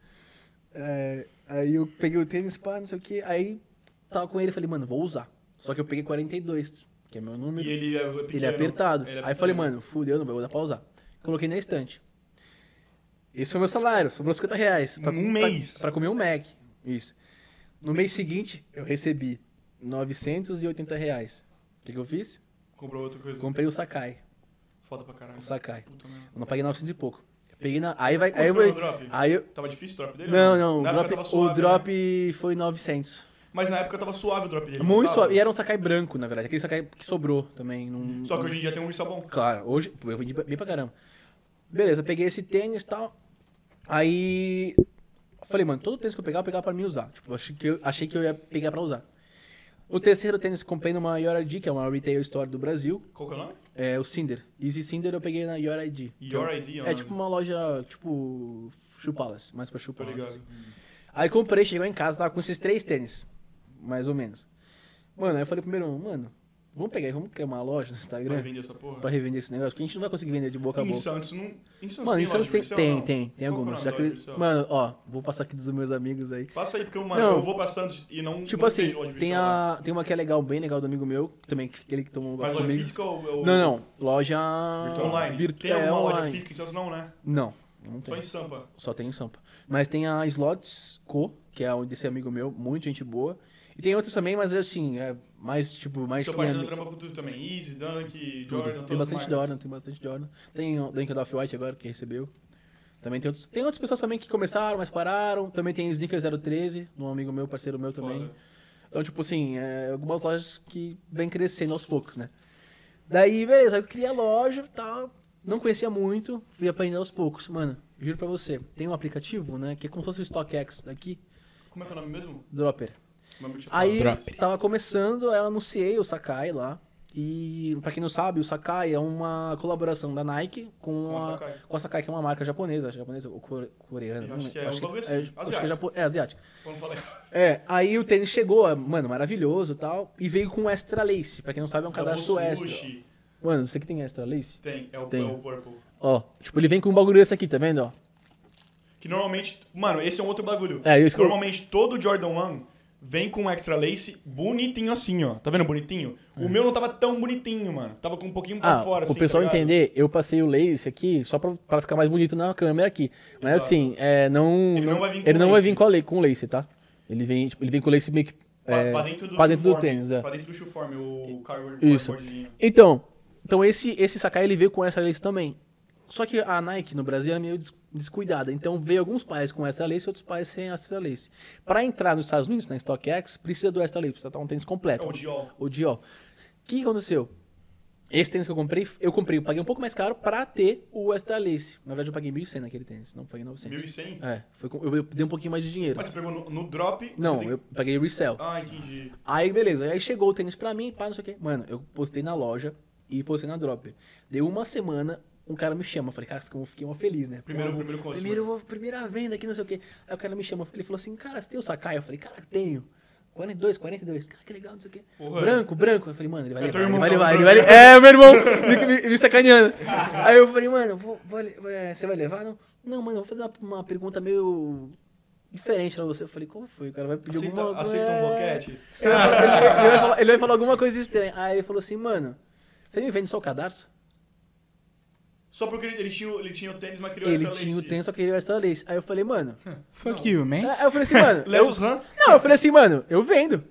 Speaker 4: é, aí eu peguei o tênis, pá, não sei o que. Aí tava com ele, falei, mano, vou usar. Só que eu peguei 42, que é meu número.
Speaker 1: E ele é,
Speaker 4: Ele é apertado.
Speaker 1: Ele é
Speaker 4: Aí eu falei, mano, fudeu, não vou dar pra usar. Coloquei na estante. Esse foi meu salário, sobrou 50 reais. Pra,
Speaker 1: Um
Speaker 4: pra-
Speaker 1: mês.
Speaker 4: Pra, comer um Mac. Isso. No mês seguinte, eu recebi 980 reais. O que, que eu fiz?
Speaker 1: Comprou outra coisa.
Speaker 4: Comprei o Sakai.
Speaker 1: Foda pra caralho.
Speaker 4: O Sakai. Eu não paguei 900 e pouco. Eu peguei na. Aí vai. Aí eu. vou-
Speaker 1: Comprou no drop?
Speaker 4: Aí eu
Speaker 1: Tava difícil o drop dele?
Speaker 4: não, não, o
Speaker 1: Na época
Speaker 4: drop,
Speaker 1: tava suave,
Speaker 4: o
Speaker 1: né?
Speaker 4: drop foi 900.
Speaker 1: Mas na época tava suave o drop dele. não
Speaker 4: Muito
Speaker 1: tava?
Speaker 4: suave. E era um Sakai branco, na verdade. Aquele Sakai que sobrou também. Não,
Speaker 1: Só que hoje em dia tem um resell bom.
Speaker 4: Claro, hoje pô, eu vendi bem pra caramba. Beleza, peguei esse tênis e tal. Aí eu falei, mano, todo tênis que eu pegar, eu pegar pra mim usar. Tipo, eu achei que eu, achei que eu ia pegar pra usar. O terceiro tênis que eu comprei numa YoraID, que é uma retail store do Brasil,
Speaker 1: Qual que é o nome?
Speaker 4: é o Cinder. Easy Cinder eu peguei na YoraID. que eu-
Speaker 1: Your ID, ó.
Speaker 4: É tipo uma loja, tipo, Shoe Palace, mais pra Shoe
Speaker 1: Tô
Speaker 4: Palace.
Speaker 1: ligado.
Speaker 4: assim. Aí comprei, chegou em casa, tava com esses três tênis. Mais ou menos. Mano, aí eu falei pro meu irmão, mano, vamos pegar, e vamos criar uma loja no
Speaker 1: Vai
Speaker 4: Instagram
Speaker 1: vender essa porra?
Speaker 4: pra revender esse negócio, porque a gente não vai conseguir vender de boca a
Speaker 1: Em
Speaker 4: boca.
Speaker 1: Santos não... Em Santos
Speaker 4: Mano,
Speaker 1: tem
Speaker 4: em Santos
Speaker 1: loja de
Speaker 4: tem,
Speaker 1: resell,
Speaker 4: tem,
Speaker 1: não?
Speaker 4: tem, tem
Speaker 1: Qual
Speaker 4: algumas.
Speaker 1: que é o
Speaker 4: Já que
Speaker 1: nome da loja de
Speaker 4: eles-
Speaker 1: resell?
Speaker 4: Mano, ó, vou passar aqui dos meus amigos aí.
Speaker 1: Passa aí, porque mano,
Speaker 4: Não.
Speaker 1: eu vou pra Santos e não...
Speaker 4: Tipo
Speaker 1: não
Speaker 4: assim,
Speaker 1: loja de
Speaker 4: tem
Speaker 1: resell tá lá.
Speaker 4: a, tem uma que é legal, bem legal do amigo meu, que também que- aquele que tomou um
Speaker 1: Mas loja
Speaker 4: comigo.
Speaker 1: física é ou... ou-
Speaker 4: Não, não, loja
Speaker 1: Online. Tem
Speaker 4: virtual
Speaker 1: alguma loja
Speaker 4: online.
Speaker 1: física em Santos? Não, né?
Speaker 4: Não, não
Speaker 1: Só
Speaker 4: tem.
Speaker 1: em Sampa.
Speaker 4: Só tem em Sampa. Mas tem a Slots Co, que é onde desse amigo meu, muito gente boa. E tem outras também, mas assim, é mais tipo, mais
Speaker 1: Seu
Speaker 4: que minha
Speaker 1: parceiro
Speaker 4: ami-
Speaker 1: trampa com tudo também. Easy, Dunk, Jordan...
Speaker 4: Tudo. Tem
Speaker 1: todas as
Speaker 4: bastante
Speaker 1: marcas.
Speaker 4: Jordan, tem bastante Jordan. Tem o Dunk Off White agora que recebeu. Também tem outros, tem outras pessoas também que começaram, mas pararam. Também tem Sneaker 013, de um amigo meu, parceiro meu também.
Speaker 1: Foda.
Speaker 4: Então, tipo assim, é, algumas lojas que vem crescendo aos poucos, né? Daí, beleza, aí eu criei a loja e tal. Não conhecia muito, fui aprendendo aos poucos. Mano, juro pra você, tem um aplicativo, né? Que é como se fosse o StockX daqui,
Speaker 1: Como é que é o nome mesmo?
Speaker 4: Dropper.
Speaker 1: O nome que tinha
Speaker 4: Aí
Speaker 1: falado.
Speaker 4: tava começando, eu anunciei o Sakai lá. E pra quem não sabe, o Sakai é uma colaboração da Nike com,
Speaker 1: Com a
Speaker 4: a,
Speaker 1: Sakai.
Speaker 4: com a Sakai, que é uma marca japonesa, japonesa ou core- coreana.
Speaker 1: Eu
Speaker 4: não
Speaker 1: acho
Speaker 4: lembro,
Speaker 1: que é, um bagulho assim,
Speaker 4: acho que é
Speaker 1: asiático.
Speaker 4: japo- é asiático.
Speaker 1: Vamos falar.
Speaker 4: É, aí o tênis chegou, é, mano, maravilhoso e tal. E veio com extra lace. Pra quem não sabe, é um cadastro
Speaker 1: É o
Speaker 4: extra.
Speaker 1: sushi.
Speaker 4: Mano, você que tem extra lace?
Speaker 1: Tem, é o,
Speaker 4: Tem.
Speaker 1: é o Purple.
Speaker 4: Ó, tipo, ele vem com um bagulho desse aqui, tá vendo? Ó.
Speaker 1: Que normalmente. Mano, esse é um outro bagulho.
Speaker 4: É, isso que eu-
Speaker 1: normalmente todo Jordan 1 Vem com um extra lace bonitinho assim, ó. Tá vendo bonitinho? O meu não tava tão bonitinho, mano. Tava com um pouquinho pra
Speaker 4: É. Ah,
Speaker 1: fora,
Speaker 4: o
Speaker 1: assim.
Speaker 4: pessoal
Speaker 1: tá ligado?
Speaker 4: entender, eu passei o lace aqui só pra, pra ficar mais bonito na câmera aqui. Mas
Speaker 1: Exato.
Speaker 4: assim, é, não,
Speaker 1: Ele não
Speaker 4: não-
Speaker 1: vai vir com
Speaker 4: ele não vai
Speaker 1: lace.
Speaker 4: vir com, a la- com lace, tá? Ele vem, tipo, ele vem com lace meio que
Speaker 1: Pra,
Speaker 4: é,
Speaker 1: pra dentro do,
Speaker 4: pra dentro do
Speaker 1: shoeform,
Speaker 4: tênis, é.
Speaker 1: Pra dentro do shoeform, o cardboard-
Speaker 4: Isso.
Speaker 1: cardboardzinho.
Speaker 4: Então, então esse, esse Sakai ele veio com essa lace também. Só que a Nike no Brasil é meio des- descuidada. Então veio alguns pares com extra lace e outros pares sem extra lace. Pra entrar nos Estados Unidos, na StockX, precisa do extra lace, precisa estar um tênis
Speaker 1: É
Speaker 4: completo.
Speaker 1: o Dior.
Speaker 4: O Dior. O que que aconteceu? Esse tênis que eu comprei, eu comprei, eu paguei um pouco mais caro pra ter o extra lace. Na verdade, eu paguei 1.100 naquele tênis, não paguei 900.
Speaker 1: 1.100?
Speaker 4: É, foi com- eu, eu dei um pouquinho mais de dinheiro.
Speaker 1: Mas você pegou no, no drop... você
Speaker 4: Não,
Speaker 1: tem-
Speaker 4: eu paguei resell.
Speaker 1: Ah, entendi.
Speaker 4: Aí, beleza. Aí chegou o tênis pra mim, pá, não sei o quê. Mano, eu postei na loja e postei na Dropper. Deu uma semana, um cara me chama. Eu falei, cara, fiquei, fiquei uma feliz, né?
Speaker 1: Primeiro-
Speaker 4: Pô,
Speaker 1: primeiro customer.
Speaker 4: primeiro Primeira venda aqui, não sei o quê. Aí o cara me chama. Ele falou assim, cara, você tem o Sakai? Eu falei, cara, tenho. 42, 42. Cara, que legal, não sei o quê.
Speaker 1: Porra.
Speaker 4: Branco, branco. Eu falei, mano, ele vai
Speaker 1: É
Speaker 4: levar,
Speaker 1: teu
Speaker 4: ele
Speaker 1: irmão,
Speaker 4: vai
Speaker 1: não,
Speaker 4: levar, ele
Speaker 1: branco.
Speaker 4: vai levar. É, meu irmão, me, me- me sacaneando. Aí eu falei, mano, vou- vou le- é, você vai levar? Não, não mano, eu vou fazer uma, uma pergunta meio diferente pra você. Eu falei, como foi? O cara vai pedir
Speaker 1: Aceita,
Speaker 4: alguma
Speaker 1: aceita um
Speaker 4: É.
Speaker 1: boquete?
Speaker 4: Ele vai, falar- ele vai falar, ele vai falar alguma coisa estranha. Aí ele falou assim, mano, você me vende só o cadarço?
Speaker 1: Só porque ele, ele tinha, o- ele tinha o tênis, mas criou
Speaker 4: Ele
Speaker 1: essa
Speaker 4: tinha o
Speaker 1: lace.
Speaker 4: tênis, só que ele era Star Lace. Aí eu falei, mano.
Speaker 2: Fuck you, man.
Speaker 4: Aí eu falei assim, mano.
Speaker 1: Leva
Speaker 4: eu,
Speaker 1: os RAM?
Speaker 4: não, eu falei assim, mano, eu vendo.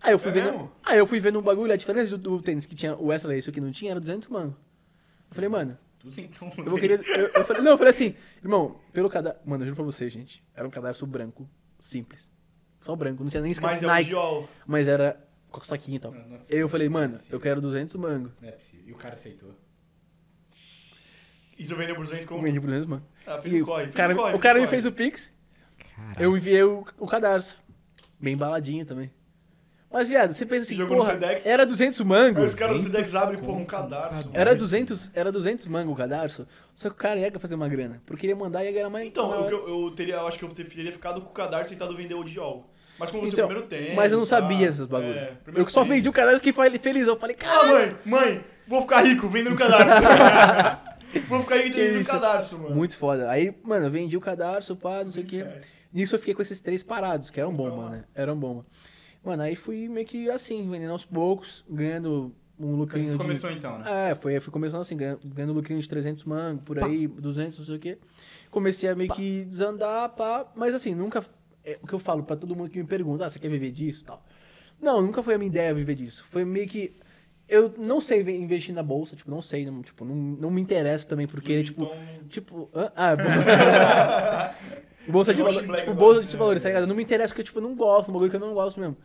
Speaker 4: Aí eu fui
Speaker 1: É
Speaker 4: vendo.
Speaker 1: mesmo?
Speaker 4: Aí eu fui vendo um bagulho, a diferença do, do tênis que tinha o extra lace e o que não tinha era 200 mano. Eu falei, mano, eu vou querer. Eu, eu falei, não, eu falei assim, irmão, pelo cadarço. Mano, eu juro pra você, gente. Era um cadarço branco, simples. Só branco, não tinha nem escrito
Speaker 1: Mas é o
Speaker 4: Nike.
Speaker 1: Dior.
Speaker 4: mas era com saquinho e tal. Eu falei, mano, eu quero 200 mango.
Speaker 3: Não é possível. E o cara aceitou.
Speaker 1: Isso vendeu por 200
Speaker 4: Eu
Speaker 1: conto.
Speaker 4: vendi por 200 mango.
Speaker 1: Ah,
Speaker 4: E
Speaker 1: fiz
Speaker 4: o
Speaker 1: um corre, fiz um
Speaker 4: cara,
Speaker 1: corre,
Speaker 4: o cara
Speaker 1: fiz
Speaker 4: me
Speaker 1: um
Speaker 4: fez
Speaker 1: corre.
Speaker 4: o Pix,
Speaker 2: Caralho.
Speaker 4: eu enviei o, o cadarço. Bem embaladinho também. Mas, viado, você pensa
Speaker 1: Você
Speaker 4: assim,
Speaker 1: jogou no
Speaker 4: porra,
Speaker 1: Sedex?
Speaker 4: era 200
Speaker 1: Aí os
Speaker 4: mangos.
Speaker 1: caras do Sedex abrem, porra, um cadarço.
Speaker 4: Era 200, era 200 mango o cadarço. Só que o cara ia fazer uma grana. Porque ele ia mandar e ia ganhar mais.
Speaker 1: Então,
Speaker 4: maior.
Speaker 1: eu, eu, eu teria, eu acho que eu teria ficado com o cadarço e tentado vender o Dior. Mas como você
Speaker 4: Então,
Speaker 1: primeiro tênis...
Speaker 4: mas eu não
Speaker 1: pá,
Speaker 4: sabia esses bagulho.
Speaker 1: é, primeiro
Speaker 4: eu só
Speaker 1: tênis.
Speaker 4: vendi o cadarço que foi ele feliz. Eu falei,
Speaker 1: Ah,
Speaker 4: caralho,
Speaker 1: mãe, mãe, vou ficar rico, vendo no cadarço. vou ficar rico vendendo no
Speaker 4: isso?
Speaker 1: cadarço, mano.
Speaker 4: muito foda. Aí, mano, eu vendi o cadarço, pá, não sei o quê.
Speaker 3: é.
Speaker 4: Nisso eu fiquei com esses três parados, que eram bomba, né? Eram bomba. Mano, aí fui meio que assim, vendendo aos poucos, ganhando um lucrinho
Speaker 3: Você
Speaker 4: de...
Speaker 3: começou então, né?
Speaker 4: É, foi, fui começando assim, ganhando, ganhando lucrinho de 300 mango, por aí, 200, não sei o quê. Comecei a meio que desandar, pá. Mas assim, nunca. é o que eu falo pra todo mundo que me pergunta, ah, você quer viver disso e tal. Não, nunca foi a minha ideia viver disso. Foi meio que. Eu não sei ve- investir na bolsa, tipo, não sei, não, tipo, não, não me interesso também por querer, tipo. Tipo. hã? Ah, bom. bolsa de
Speaker 1: Eu acho
Speaker 4: valores.
Speaker 1: black
Speaker 4: Tipo,
Speaker 1: agora.
Speaker 4: bolsa de valores, tá ligado? Não me interessa porque, tipo, eu não gosto, um bagulho que eu não gosto mesmo.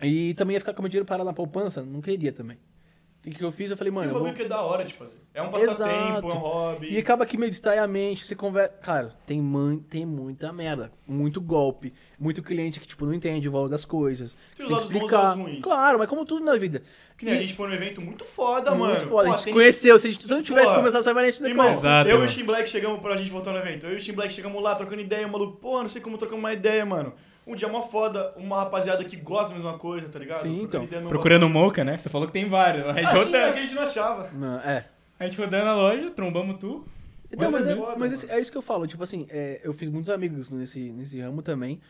Speaker 4: E também ia ficar com meu dinheiro parado na poupança, não queria também. O que que eu fiz? Eu falei,
Speaker 1: É
Speaker 4: mano.
Speaker 1: um
Speaker 4: eu vou-
Speaker 1: bagulho que é da hora de fazer. É um passatempo, é um
Speaker 4: Exato.
Speaker 1: hobby.
Speaker 4: E acaba que meio distrai a mente, você conversa. Cara, tem, man... tem muita merda, muito golpe, muito cliente que, tipo, não entende o valor das coisas.
Speaker 1: Tem
Speaker 4: Você tem que
Speaker 1: os lados bons e
Speaker 4: explicar.
Speaker 1: lados ruins.
Speaker 4: Claro, mas como tudo na vida.
Speaker 1: Que nem a
Speaker 4: E-
Speaker 1: gente foi num evento muito foda,
Speaker 4: muito
Speaker 1: mano.
Speaker 4: foda,
Speaker 1: Pô,
Speaker 4: a gente né, se
Speaker 1: tem-
Speaker 4: conheceu. Se, a gente- se eu não tivesse
Speaker 1: Porra,
Speaker 4: começado essa merda, a gente não ia
Speaker 1: Irmão,
Speaker 4: conhecer.
Speaker 2: Exato,
Speaker 1: eu e o
Speaker 2: mano.
Speaker 1: Shin Black chegamos pra gente voltar no evento. Eu e o Shin Black chegamos lá trocando ideia, maluco. Pô, não sei como trocamos uma ideia, mano. Um dia mó foda, uma rapaziada que gosta da mesma coisa, tá ligado?
Speaker 4: Sim,
Speaker 1: Trocando
Speaker 4: então. um
Speaker 1: ideia no
Speaker 2: Procurando moca, né? Você falou que tem vários. A
Speaker 1: Ah,
Speaker 2: gente
Speaker 1: tinha,
Speaker 2: rodando.
Speaker 1: que a gente não achava.
Speaker 4: Não, é.
Speaker 2: A gente rodando a loja, trombamos tu.
Speaker 4: Então,
Speaker 1: Mas
Speaker 4: mas,
Speaker 1: é
Speaker 4: é,
Speaker 1: foda,
Speaker 4: mas
Speaker 1: mano.
Speaker 4: esse- é isso que eu falo. Tipo assim, é, eu fiz muitos amigos nesse, nesse ramo também.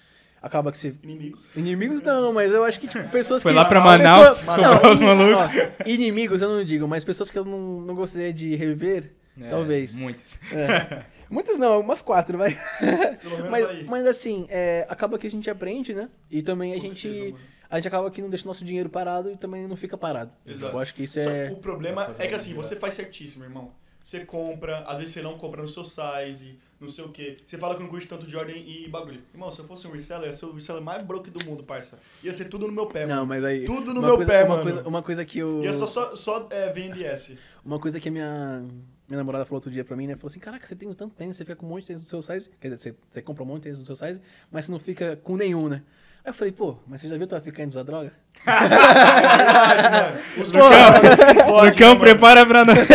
Speaker 4: Acaba que você.
Speaker 1: Inimigos.
Speaker 4: Inimigos não, mas eu acho que, tipo, pessoas
Speaker 2: Foi
Speaker 4: que.
Speaker 2: lá pra Manaus,
Speaker 4: pessoa-
Speaker 2: comprar os
Speaker 4: in-
Speaker 2: malucos.
Speaker 4: ó, inimigos eu não digo, mas pessoas que eu não, não gostaria de rever, talvez.
Speaker 2: Muitas.
Speaker 4: É. Muitas não, umas quatro, vai.
Speaker 1: Pelo menos aí.
Speaker 4: mas, mas assim, é, acaba que a gente aprende, né? E também a
Speaker 1: Com
Speaker 4: gente.
Speaker 1: certeza, mano.
Speaker 4: a gente acaba que não deixa nosso dinheiro parado e também não fica parado.
Speaker 1: Exato.
Speaker 4: Eu acho que isso
Speaker 1: Só
Speaker 4: é.
Speaker 1: que O problema é que assim, você faz certíssimo, irmão. Você compra, às vezes você não compra no seu size, não sei o quê. Você fala que não curte tanto Jordan e bagulho. Irmão, se eu fosse um reseller, eu sou o reseller mais broke do mundo, parça. Ia ser tudo no meu pé,
Speaker 4: Não,
Speaker 1: mano.
Speaker 4: mas aí.
Speaker 1: é, Tudo no
Speaker 4: uma
Speaker 1: meu
Speaker 4: coisa,
Speaker 1: pé,
Speaker 4: uma
Speaker 1: mano.
Speaker 4: Coisa, uma coisa que eu.
Speaker 1: Ia só, só, só é, vende S.
Speaker 4: Uma coisa que a minha, minha namorada falou outro dia pra mim, né? Falou assim: Caraca, você tem tanto tênis, você fica com um monte de tênis no seu size. Quer dizer, você, você compra um monte de tênis no seu size, mas você não fica com nenhum, né? Aí eu falei, pô, mas você já viu traficante usar droga?
Speaker 1: Os
Speaker 4: Pô,
Speaker 1: fode,
Speaker 2: Lucão,
Speaker 1: né, mano?
Speaker 2: prepara pra nós.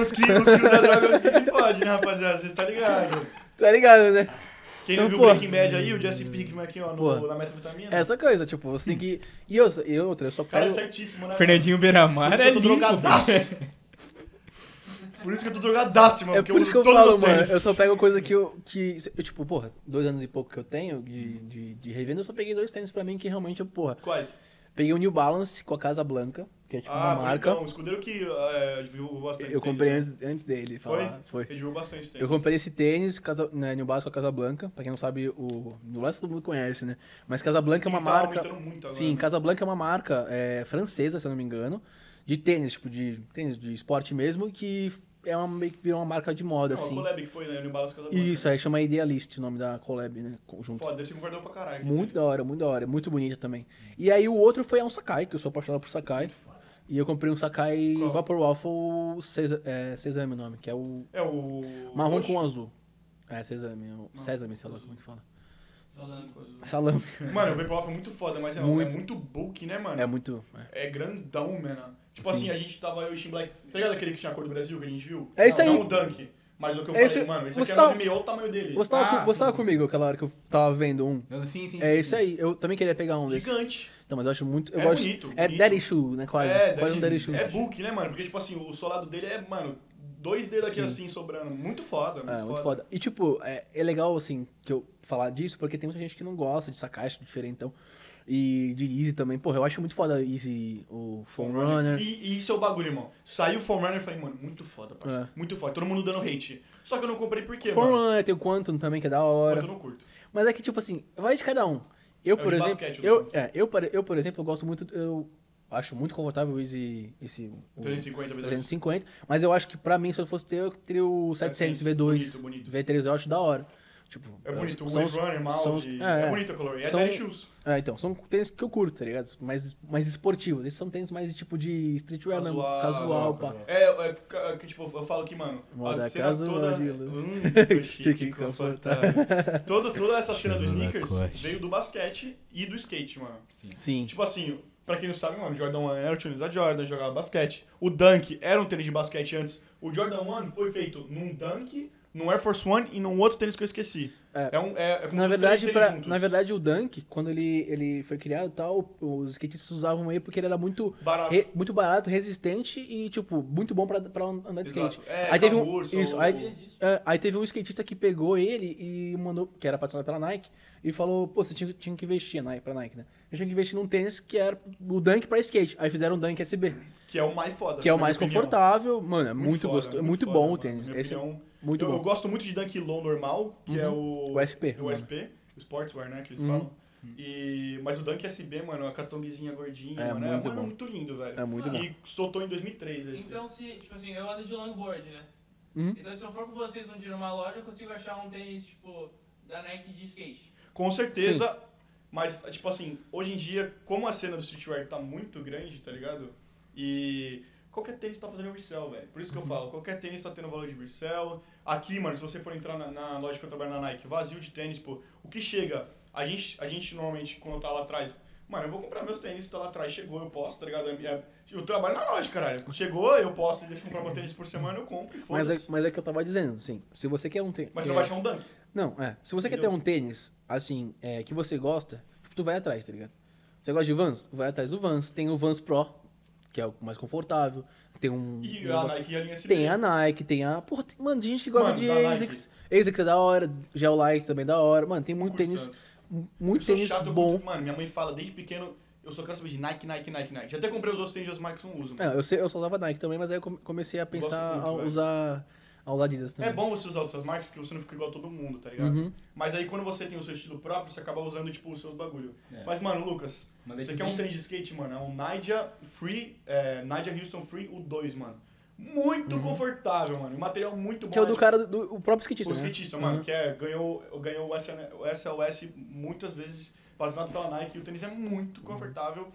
Speaker 1: Os que, os que usam droga, os que se fodem, né, rapaziada? Vocês tá ligado?
Speaker 4: tá ligado, né?
Speaker 1: Quem não viu
Speaker 4: Então,
Speaker 1: o
Speaker 4: pô.
Speaker 1: Breaking Bad aí, o Jesse Pinkman aqui, ó, no,
Speaker 4: Pô.
Speaker 1: na metavitamina.
Speaker 4: Essa coisa, tipo, você tem que. E, eu, e outra, eu só
Speaker 1: O cara é
Speaker 4: pego.
Speaker 1: certíssimo, né?
Speaker 2: Fernandinho Beiramar
Speaker 1: Por isso
Speaker 2: é
Speaker 1: que eu tô
Speaker 2: lindo.
Speaker 1: drogadaço. Por isso que eu tô drogadaço, mano.
Speaker 4: É por isso que eu falo, mano. Eu só pego coisa que eu. Que, eu, tipo, porra, dois anos e pouco que eu tenho de, de, de revenda, eu só peguei dois tênis pra mim que realmente eu, porra.
Speaker 1: Quais?
Speaker 4: Peguei o New Balance com a Casa Blanca, que é tipo
Speaker 1: Ah,
Speaker 4: uma marca.
Speaker 1: Então, o escudeiro que é, divulgou bastante. né?
Speaker 4: eu comprei antes, antes dele.
Speaker 1: Foi?
Speaker 4: Falar, foi?
Speaker 1: Ele divulgou bastante tênis.
Speaker 4: Eu comprei esse tênis, casa, né, New Balance com a Casa Blanca. Pra quem não sabe, o New Balance todo mundo conhece, né? Mas Casa Blanca é uma
Speaker 1: Tá
Speaker 4: marca.
Speaker 1: aumentando muito agora,
Speaker 4: Sim,
Speaker 1: né?
Speaker 4: Casa Blanca é uma marca é, francesa, se eu não me engano, de tênis, tipo de tênis de esporte mesmo, que é uma, meio que virou uma marca de moda,
Speaker 1: Não, a
Speaker 4: assim.
Speaker 1: collab que foi, né? New Balance Casablanca.
Speaker 4: Isso, aí chama Idealist o nome da collab, né? Conjunto.
Speaker 1: Foda, deve ser confortável pra caralho.
Speaker 4: Muito da hora, muito da hora. Muito bonita também. E aí o outro foi a um Sakai, que eu sou apaixonado por Sakai. E eu comprei um Sakai
Speaker 1: Qual?
Speaker 4: Vapor Waffle Sesa- é, Sesame o nome, que é o
Speaker 1: É o.
Speaker 4: marrom
Speaker 1: roxo.
Speaker 4: com azul. É, Sesame.
Speaker 1: Ah.
Speaker 4: o- Sesame, sei lá como é que fala.
Speaker 5: Só dando coisa.
Speaker 4: Salame.
Speaker 1: Mano, o Vaporwave é muito foda, mas é,
Speaker 4: Muito.
Speaker 1: é muito bulk, né, mano?
Speaker 4: É muito...
Speaker 1: É grandão, mano. Tipo
Speaker 4: Sim.
Speaker 1: assim, a gente tava eu e o Steam Black. Tá ligado aquele que tinha a cor do Brasil que a gente viu?
Speaker 4: É isso
Speaker 1: não,
Speaker 4: aí.
Speaker 1: Não o Dunk. Mas o que eu
Speaker 4: É
Speaker 1: falei,
Speaker 4: isso aí.
Speaker 1: mano, esse aqui
Speaker 4: Você
Speaker 1: é
Speaker 4: tá-
Speaker 1: 9,5, olha o tamanho dele.
Speaker 4: Você tava,
Speaker 3: Ah,
Speaker 4: com- você tava
Speaker 3: sim,
Speaker 4: comigo aquela hora que eu tava vendo um?
Speaker 3: Sim, sim,
Speaker 4: É isso aí. Eu também queria pegar um desse.
Speaker 1: Gigante.
Speaker 4: Então, mas eu acho muito... Eu
Speaker 1: É
Speaker 4: gosto...
Speaker 1: bonito,
Speaker 4: É
Speaker 1: bonito.
Speaker 4: Daddy Shoe, né? Quase. quase um Daddy Shoe.
Speaker 1: É bulk, né, mano? Porque, tipo assim, o solado dele é, mano, dois dedos aqui assim sobrando. Muito foda, muito
Speaker 4: É,
Speaker 1: foda.
Speaker 4: muito foda. E, tipo, é, é legal, assim, que eu falar disso, porque tem muita gente que não gosta de Sakai, acho diferentão. E de Easy também. Porra, eu acho muito foda Easy, o Phone Runner.
Speaker 1: E, e isso é o bagulho, irmão. Saiu o Forerunner e falei, mano, muito foda, parceiro.
Speaker 4: É.
Speaker 1: Muito foda. Todo mundo dando hate. Só que eu não comprei por quê,
Speaker 4: Phone
Speaker 1: mano?
Speaker 4: Runner tem o Quantum também, que é da
Speaker 1: Porque
Speaker 4: hora.
Speaker 1: eu não curto.
Speaker 4: Mas é que, tipo assim, vai de cada um.
Speaker 1: É
Speaker 4: Eu,
Speaker 1: o
Speaker 4: por
Speaker 1: de
Speaker 4: exemplo.
Speaker 1: basquete, o
Speaker 4: eu,
Speaker 1: Quantum.
Speaker 4: é, eu, por- eu, por exemplo, eu gosto muito. Eu acho muito confortável o Easy. Esse, o
Speaker 1: 350 V2.
Speaker 4: 350. Mas eu acho que pra mim, se eu fosse ter, eu teria o 700 V2.
Speaker 1: É, Bonito, bonito.
Speaker 4: V3 eu acho da hora. Tipo,
Speaker 1: É bonito. O
Speaker 4: são
Speaker 1: Wave
Speaker 4: os-
Speaker 1: Runner,
Speaker 4: são os-
Speaker 1: Mouse.
Speaker 4: é,
Speaker 1: É,
Speaker 4: é.
Speaker 1: bonito a color. E É
Speaker 4: São-
Speaker 1: Daddy Shoes.
Speaker 4: Ah, então, são tênis que eu curto, tá ligado? Mais, mais esportivos. Esses são tênis mais tipo de streetwear mesmo,
Speaker 1: Casual,
Speaker 4: casual, pá.
Speaker 1: É, é, ca- que tipo, eu falo que, mano,
Speaker 4: Moda
Speaker 1: a cena
Speaker 4: casual
Speaker 1: toda.
Speaker 4: de luz.
Speaker 1: Hum, tô chique
Speaker 4: Que
Speaker 1: e confortável. Todo, toda essa cena do sneakers veio do basquete e do skate, mano.
Speaker 4: Sim.
Speaker 1: Tipo assim, pra quem não sabe, mano, o Jordan 1 era o tênis da Jordan, jogava basquete. O Dunk era um tênis de basquete antes. O Jordan 1 foi feito num Dunk, num Air Force One e num outro tênis que eu esqueci.
Speaker 4: É.
Speaker 1: É, um, é, é como
Speaker 4: Na
Speaker 1: se os
Speaker 4: verdade,
Speaker 1: três
Speaker 4: pra-
Speaker 1: juntos.
Speaker 4: na verdade, o Dunk, quando ele, ele foi criado e tal, os skatistas usavam ele porque ele era muito
Speaker 1: Barato.
Speaker 4: re- muito barato, resistente e, tipo, muito bom pra, pra andar de skate.
Speaker 1: Exato. É,
Speaker 4: aí teve um,
Speaker 1: Camur, são
Speaker 4: isso,
Speaker 1: o-
Speaker 4: aí, é, aí teve um skatista que pegou ele e mandou, que era patrocinado pela Nike, e falou, pô, você tinha, tinha que investir na, pra Nike, né? Você tinha que investir num tênis que era o Dunk pra skate. Aí fizeram o Dunk SB,
Speaker 1: Que é o mais foda.
Speaker 4: que é o
Speaker 1: na minha
Speaker 4: mais
Speaker 1: opinião.
Speaker 4: confortável. Mano, é muito,
Speaker 1: foda,
Speaker 4: gostoso, é muito
Speaker 1: foda,
Speaker 4: bom
Speaker 1: mano.
Speaker 4: o tênis.
Speaker 1: Minha
Speaker 4: Esse é
Speaker 1: opinião,
Speaker 4: muito
Speaker 1: eu, eu
Speaker 4: bom. Uhum.
Speaker 1: gosto muito de Dunk Low normal, que é o.
Speaker 4: O Uhum. SP,
Speaker 1: O
Speaker 4: mano.
Speaker 1: SP, o Sportswear, né? Que eles falam. E, mas o Dunk SB, mano, a catonguezinha gordinha,
Speaker 4: É
Speaker 1: mano,
Speaker 4: muito
Speaker 1: mano,
Speaker 4: bom.
Speaker 1: muito lindo, velho.
Speaker 4: É muito bom.
Speaker 1: Ah, E soltou em 2003 esse.
Speaker 5: Então, se, tipo assim, eu ando de longboard, né?
Speaker 4: Uhum.
Speaker 5: Então, se eu for com vocês um dia numa loja, eu consigo achar um tênis, tipo, da Nike de skate.
Speaker 1: Com certeza. Mas, tipo assim, hoje em dia, como a cena do streetwear tá muito grande, tá ligado? E qualquer tênis tá fazendo resell, velho. Por isso que
Speaker 4: Uhum.
Speaker 1: eu falo, qualquer tênis tá tendo valor de resell. Aqui, mano, se você for entrar na, na loja que eu trabalho na Nike, vazio de tênis, pô, o que chega? A gente, a gente normalmente, quando tá lá atrás, mano, eu vou comprar meus tênis, tá lá atrás, chegou, eu posso, tá ligado? É- é- eu trabalho na loja, caralho. Chegou, eu posso, deixa eu comprar meu tênis por semana, eu compro e
Speaker 4: Mas
Speaker 1: foda-se.
Speaker 4: é,
Speaker 1: Mas,
Speaker 4: mas é que eu tava dizendo, assim, se você quer um tênis...
Speaker 1: você não vai achar um dunk.
Speaker 4: Não, é. Se você quer ter
Speaker 1: Entendeu?
Speaker 4: um tênis, assim, é, que você gosta, tipo, tu vai atrás, tá ligado? Você gosta de Vans? Vai atrás do Vans. Tem o Vans Pro, que é o mais confortável. Tem um.
Speaker 1: E
Speaker 4: um-
Speaker 1: a Nike e a linha é SB.
Speaker 4: Tem a Nike, tem a. Porra, tem, mano, tem gente que gosta
Speaker 1: Mano,
Speaker 4: de
Speaker 1: da
Speaker 4: ASICS. ASICS é da hora, Geolike também é da hora. Mano, tem muito
Speaker 1: Curto
Speaker 4: tênis.
Speaker 1: tanto.
Speaker 4: mu-
Speaker 1: Eu
Speaker 4: Muito
Speaker 1: sou
Speaker 4: tênis
Speaker 1: chato, eu
Speaker 4: bom.
Speaker 1: curto- Mano, minha mãe fala desde pequeno, eu só quero saber de Nike, Nike, Nike, Nike. Já até comprei os outros tênis, as marcas não usam.
Speaker 4: Não, eu, sei- eu só usava Nike também, mas aí eu come- comecei a pensar
Speaker 1: muito,
Speaker 4: a
Speaker 1: velho.
Speaker 4: usar. A usar Adidas
Speaker 1: É
Speaker 4: também. Uhum.
Speaker 1: bom você usar outras marcas porque você não fica igual a todo mundo, tá ligado? Mas aí quando você tem o seu estilo próprio, você acaba usando, tipo, os seus bagulho.
Speaker 3: É.
Speaker 1: Mas, mano, Lucas,
Speaker 3: Mas aí
Speaker 1: você
Speaker 3: que
Speaker 1: quer
Speaker 3: sim.
Speaker 1: um tênis de skate, mano? É um Ninja Free, é, Ninja Houston Free, o 2, mano. Muito confortável, mano. Um material muito bom.
Speaker 4: Uhum. Que é o do
Speaker 1: né?
Speaker 4: cara, do, o próprio skatista,
Speaker 1: O
Speaker 4: né?
Speaker 1: skatista, mano,
Speaker 4: Aham.
Speaker 1: que é, ganhou, ganhou o, SN o SLS muitas vezes, patrocinado pela Nike. O tênis é
Speaker 4: Uhum.
Speaker 1: muito confortável.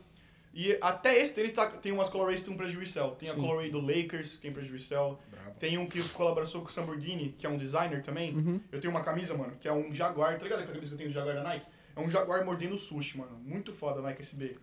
Speaker 1: E até esse tênis tá- tem umas colorways que tem um preço de resell. Tem a colorway do Lakers, que tem preço de resell. Tem um que colaboração com o Samborghini, que é um designer também.
Speaker 4: Uhum.
Speaker 1: Eu tenho uma camisa, mano, que é um Jaguar. Tá ligado aquela camisa que eu tenho do Jaguar da Nike? É um Jaguar mordendo sushi, mano. Muito foda a Nike SB.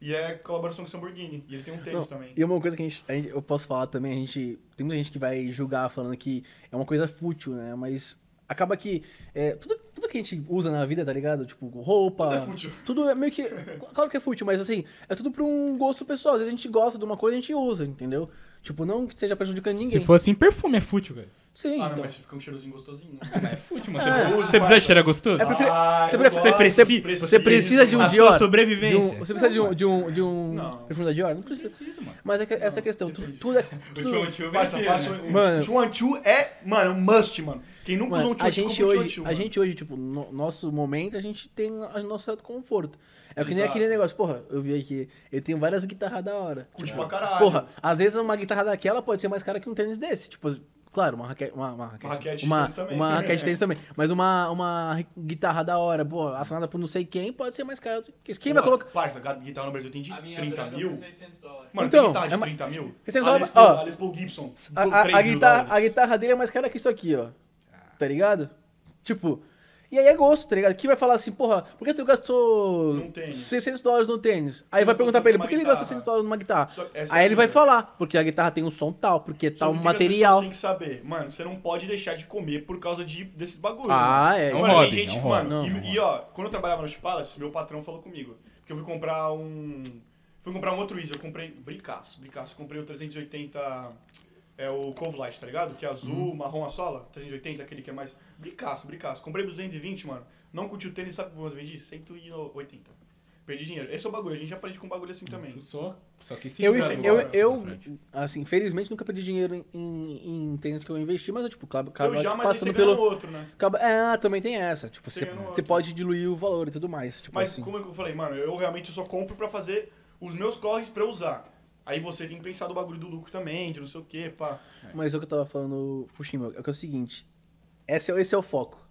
Speaker 1: E é colaboração com o Samborghini. E ele tem um tênis
Speaker 4: Não,
Speaker 1: também.
Speaker 4: E uma coisa que a gente, a gente- eu posso falar também, a gente. Tem muita gente que vai julgar falando que é uma coisa fútil, né? Mas acaba que. é, tudo, tudo que a gente usa na vida, tá ligado? Tipo, roupa.
Speaker 1: Tudo é fútil.
Speaker 4: Tudo é meio que. Claro que é fútil, mas assim, é tudo pra um gosto pessoal. Às vezes a gente gosta de uma coisa e a gente usa, entendeu? Tipo, não que seja prejudicando ninguém.
Speaker 2: Se for assim, perfume é fútil, cara.
Speaker 4: Sim,
Speaker 1: Ah, não,
Speaker 4: então.
Speaker 1: mas fica um cheirozinho gostosinho.
Speaker 2: É fútil, mano.
Speaker 4: É.
Speaker 2: Você- Você precisa de cheiro gostoso?
Speaker 4: É preferi-
Speaker 1: Ah,
Speaker 4: você
Speaker 1: eu
Speaker 4: prefere-
Speaker 1: gosto.
Speaker 4: você- você precisa de um
Speaker 2: A
Speaker 4: Dior.
Speaker 2: sua
Speaker 4: De
Speaker 2: sobrevivência.
Speaker 4: um- você precisa de um, de um, de um
Speaker 1: Não.
Speaker 4: perfume da Dior? Não precisa. Mas é que essa questão, tu- tudo é. Tudo,
Speaker 1: Passa, passa
Speaker 5: né?
Speaker 1: um-
Speaker 4: Mano.
Speaker 1: um chuan chu é, mano, um must, mano. Quem nunca
Speaker 4: Mano,
Speaker 1: usou um chuan
Speaker 4: a
Speaker 1: chu,
Speaker 4: gente
Speaker 1: compra um
Speaker 4: hoje,
Speaker 1: chuan chu,
Speaker 4: a gente hoje, tipo, no nosso momento, a gente tem o nosso certo conforto. É que nem
Speaker 1: Exato.
Speaker 4: aquele negócio, porra, eu vi aqui, ele tem várias guitarras da hora. Tipo,
Speaker 1: Curte pra caralho.
Speaker 4: Porra, às vezes uma guitarra daquela pode ser mais cara que um tênis desse. Tipo, claro, uma raquete. Uma, uma raquete,
Speaker 1: Uma raquete de
Speaker 4: uma,
Speaker 1: tênis também.
Speaker 4: uma raquete de tênis também. Mas uma, uma guitarra da hora, boa, assinada por não sei quem, pode ser mais cara do que isso. Quem vai
Speaker 1: Porra,
Speaker 4: colocar.
Speaker 1: Parça, ga- guitarra no Brasil tem de
Speaker 5: A minha
Speaker 1: 30
Speaker 5: branca
Speaker 1: mil.
Speaker 5: foi 600 dólares.
Speaker 1: Mano,
Speaker 4: Então,
Speaker 1: tem guitarra de
Speaker 4: é ma-
Speaker 1: 30 mil.
Speaker 4: Você
Speaker 1: A
Speaker 4: fala-
Speaker 1: Les
Speaker 4: ó.
Speaker 1: Paul- a Les Paul Gibson.
Speaker 4: A,
Speaker 1: por
Speaker 4: a-
Speaker 1: 3
Speaker 4: a
Speaker 1: mil
Speaker 4: guitarra, a
Speaker 1: dólares. Ah.
Speaker 4: guitarra dele é mais cara que isso aqui, ó. Tá ligado? Tipo, e aí é gosto, tá ligado? Quem vai falar assim, porra, por que tu gastou
Speaker 1: Num tênis.
Speaker 4: 600 dólares no tênis? Aí
Speaker 1: Ele
Speaker 4: vai
Speaker 1: só
Speaker 4: perguntar
Speaker 1: tem
Speaker 4: pra ele,
Speaker 1: uma
Speaker 4: por que ele
Speaker 1: guitarra.
Speaker 4: gastou 600 dólares numa guitarra?
Speaker 1: Só- essa é
Speaker 4: Aí ele vai
Speaker 1: coisa.
Speaker 4: falar, porque a guitarra tem um som tal, porque é
Speaker 1: Só
Speaker 4: tal
Speaker 1: que o que as pessoas
Speaker 4: material.
Speaker 1: têm que saber, mano, você não pode deixar de comer por causa de, desses bagulhos.
Speaker 4: Ah, é,
Speaker 1: Mano,
Speaker 4: isso
Speaker 1: tem
Speaker 2: hobby,
Speaker 1: gente-
Speaker 2: é um
Speaker 1: mano,
Speaker 4: hobby.
Speaker 1: e- E, ó, quando eu trabalhava no Palace, meu patrão falou comigo. Porque eu fui comprar um. Fui comprar um outro Easy, eu comprei. Bricaço, bricaço. Comprei o 380. É o Cove Light, tá ligado? Que é azul,
Speaker 4: Uhum.
Speaker 1: marrom a sola. 380, aquele que é mais. Bricaço, bricaço. Comprei 220, mano. Não curti o tênis, sabe quanto eu vendi? 180. Perdi dinheiro. Esse é o bagulho, a gente aprende com um bagulho
Speaker 4: Hum.
Speaker 1: assim também.
Speaker 3: Só, só que se
Speaker 4: Eu,
Speaker 3: engana
Speaker 4: eu,
Speaker 3: agora,
Speaker 4: eu,
Speaker 3: pra frente.
Speaker 4: assim, felizmente nunca perdi dinheiro em, em, em tênis que eu investi, mas eu, tipo, claro,
Speaker 1: Eu já,
Speaker 4: acaba
Speaker 1: mas aí você
Speaker 4: passando
Speaker 1: ganha
Speaker 4: pelo.
Speaker 1: no outro, né?
Speaker 4: Acaba, é, também tem essa. Tipo,
Speaker 1: Você
Speaker 4: você,
Speaker 1: ganha no
Speaker 4: você
Speaker 1: outro.
Speaker 4: pode diluir o valor e tudo mais. Tipo
Speaker 1: Mas
Speaker 4: assim.
Speaker 1: como eu falei, mano, eu realmente só compro pra fazer os meus corres pra eu usar. Aí você tem que pensar do bagulho do lucro também, de não sei o que, pá.
Speaker 4: Mas é o que eu tava falando, Puxinho, é que é o seguinte. Esse é, esse é o foco.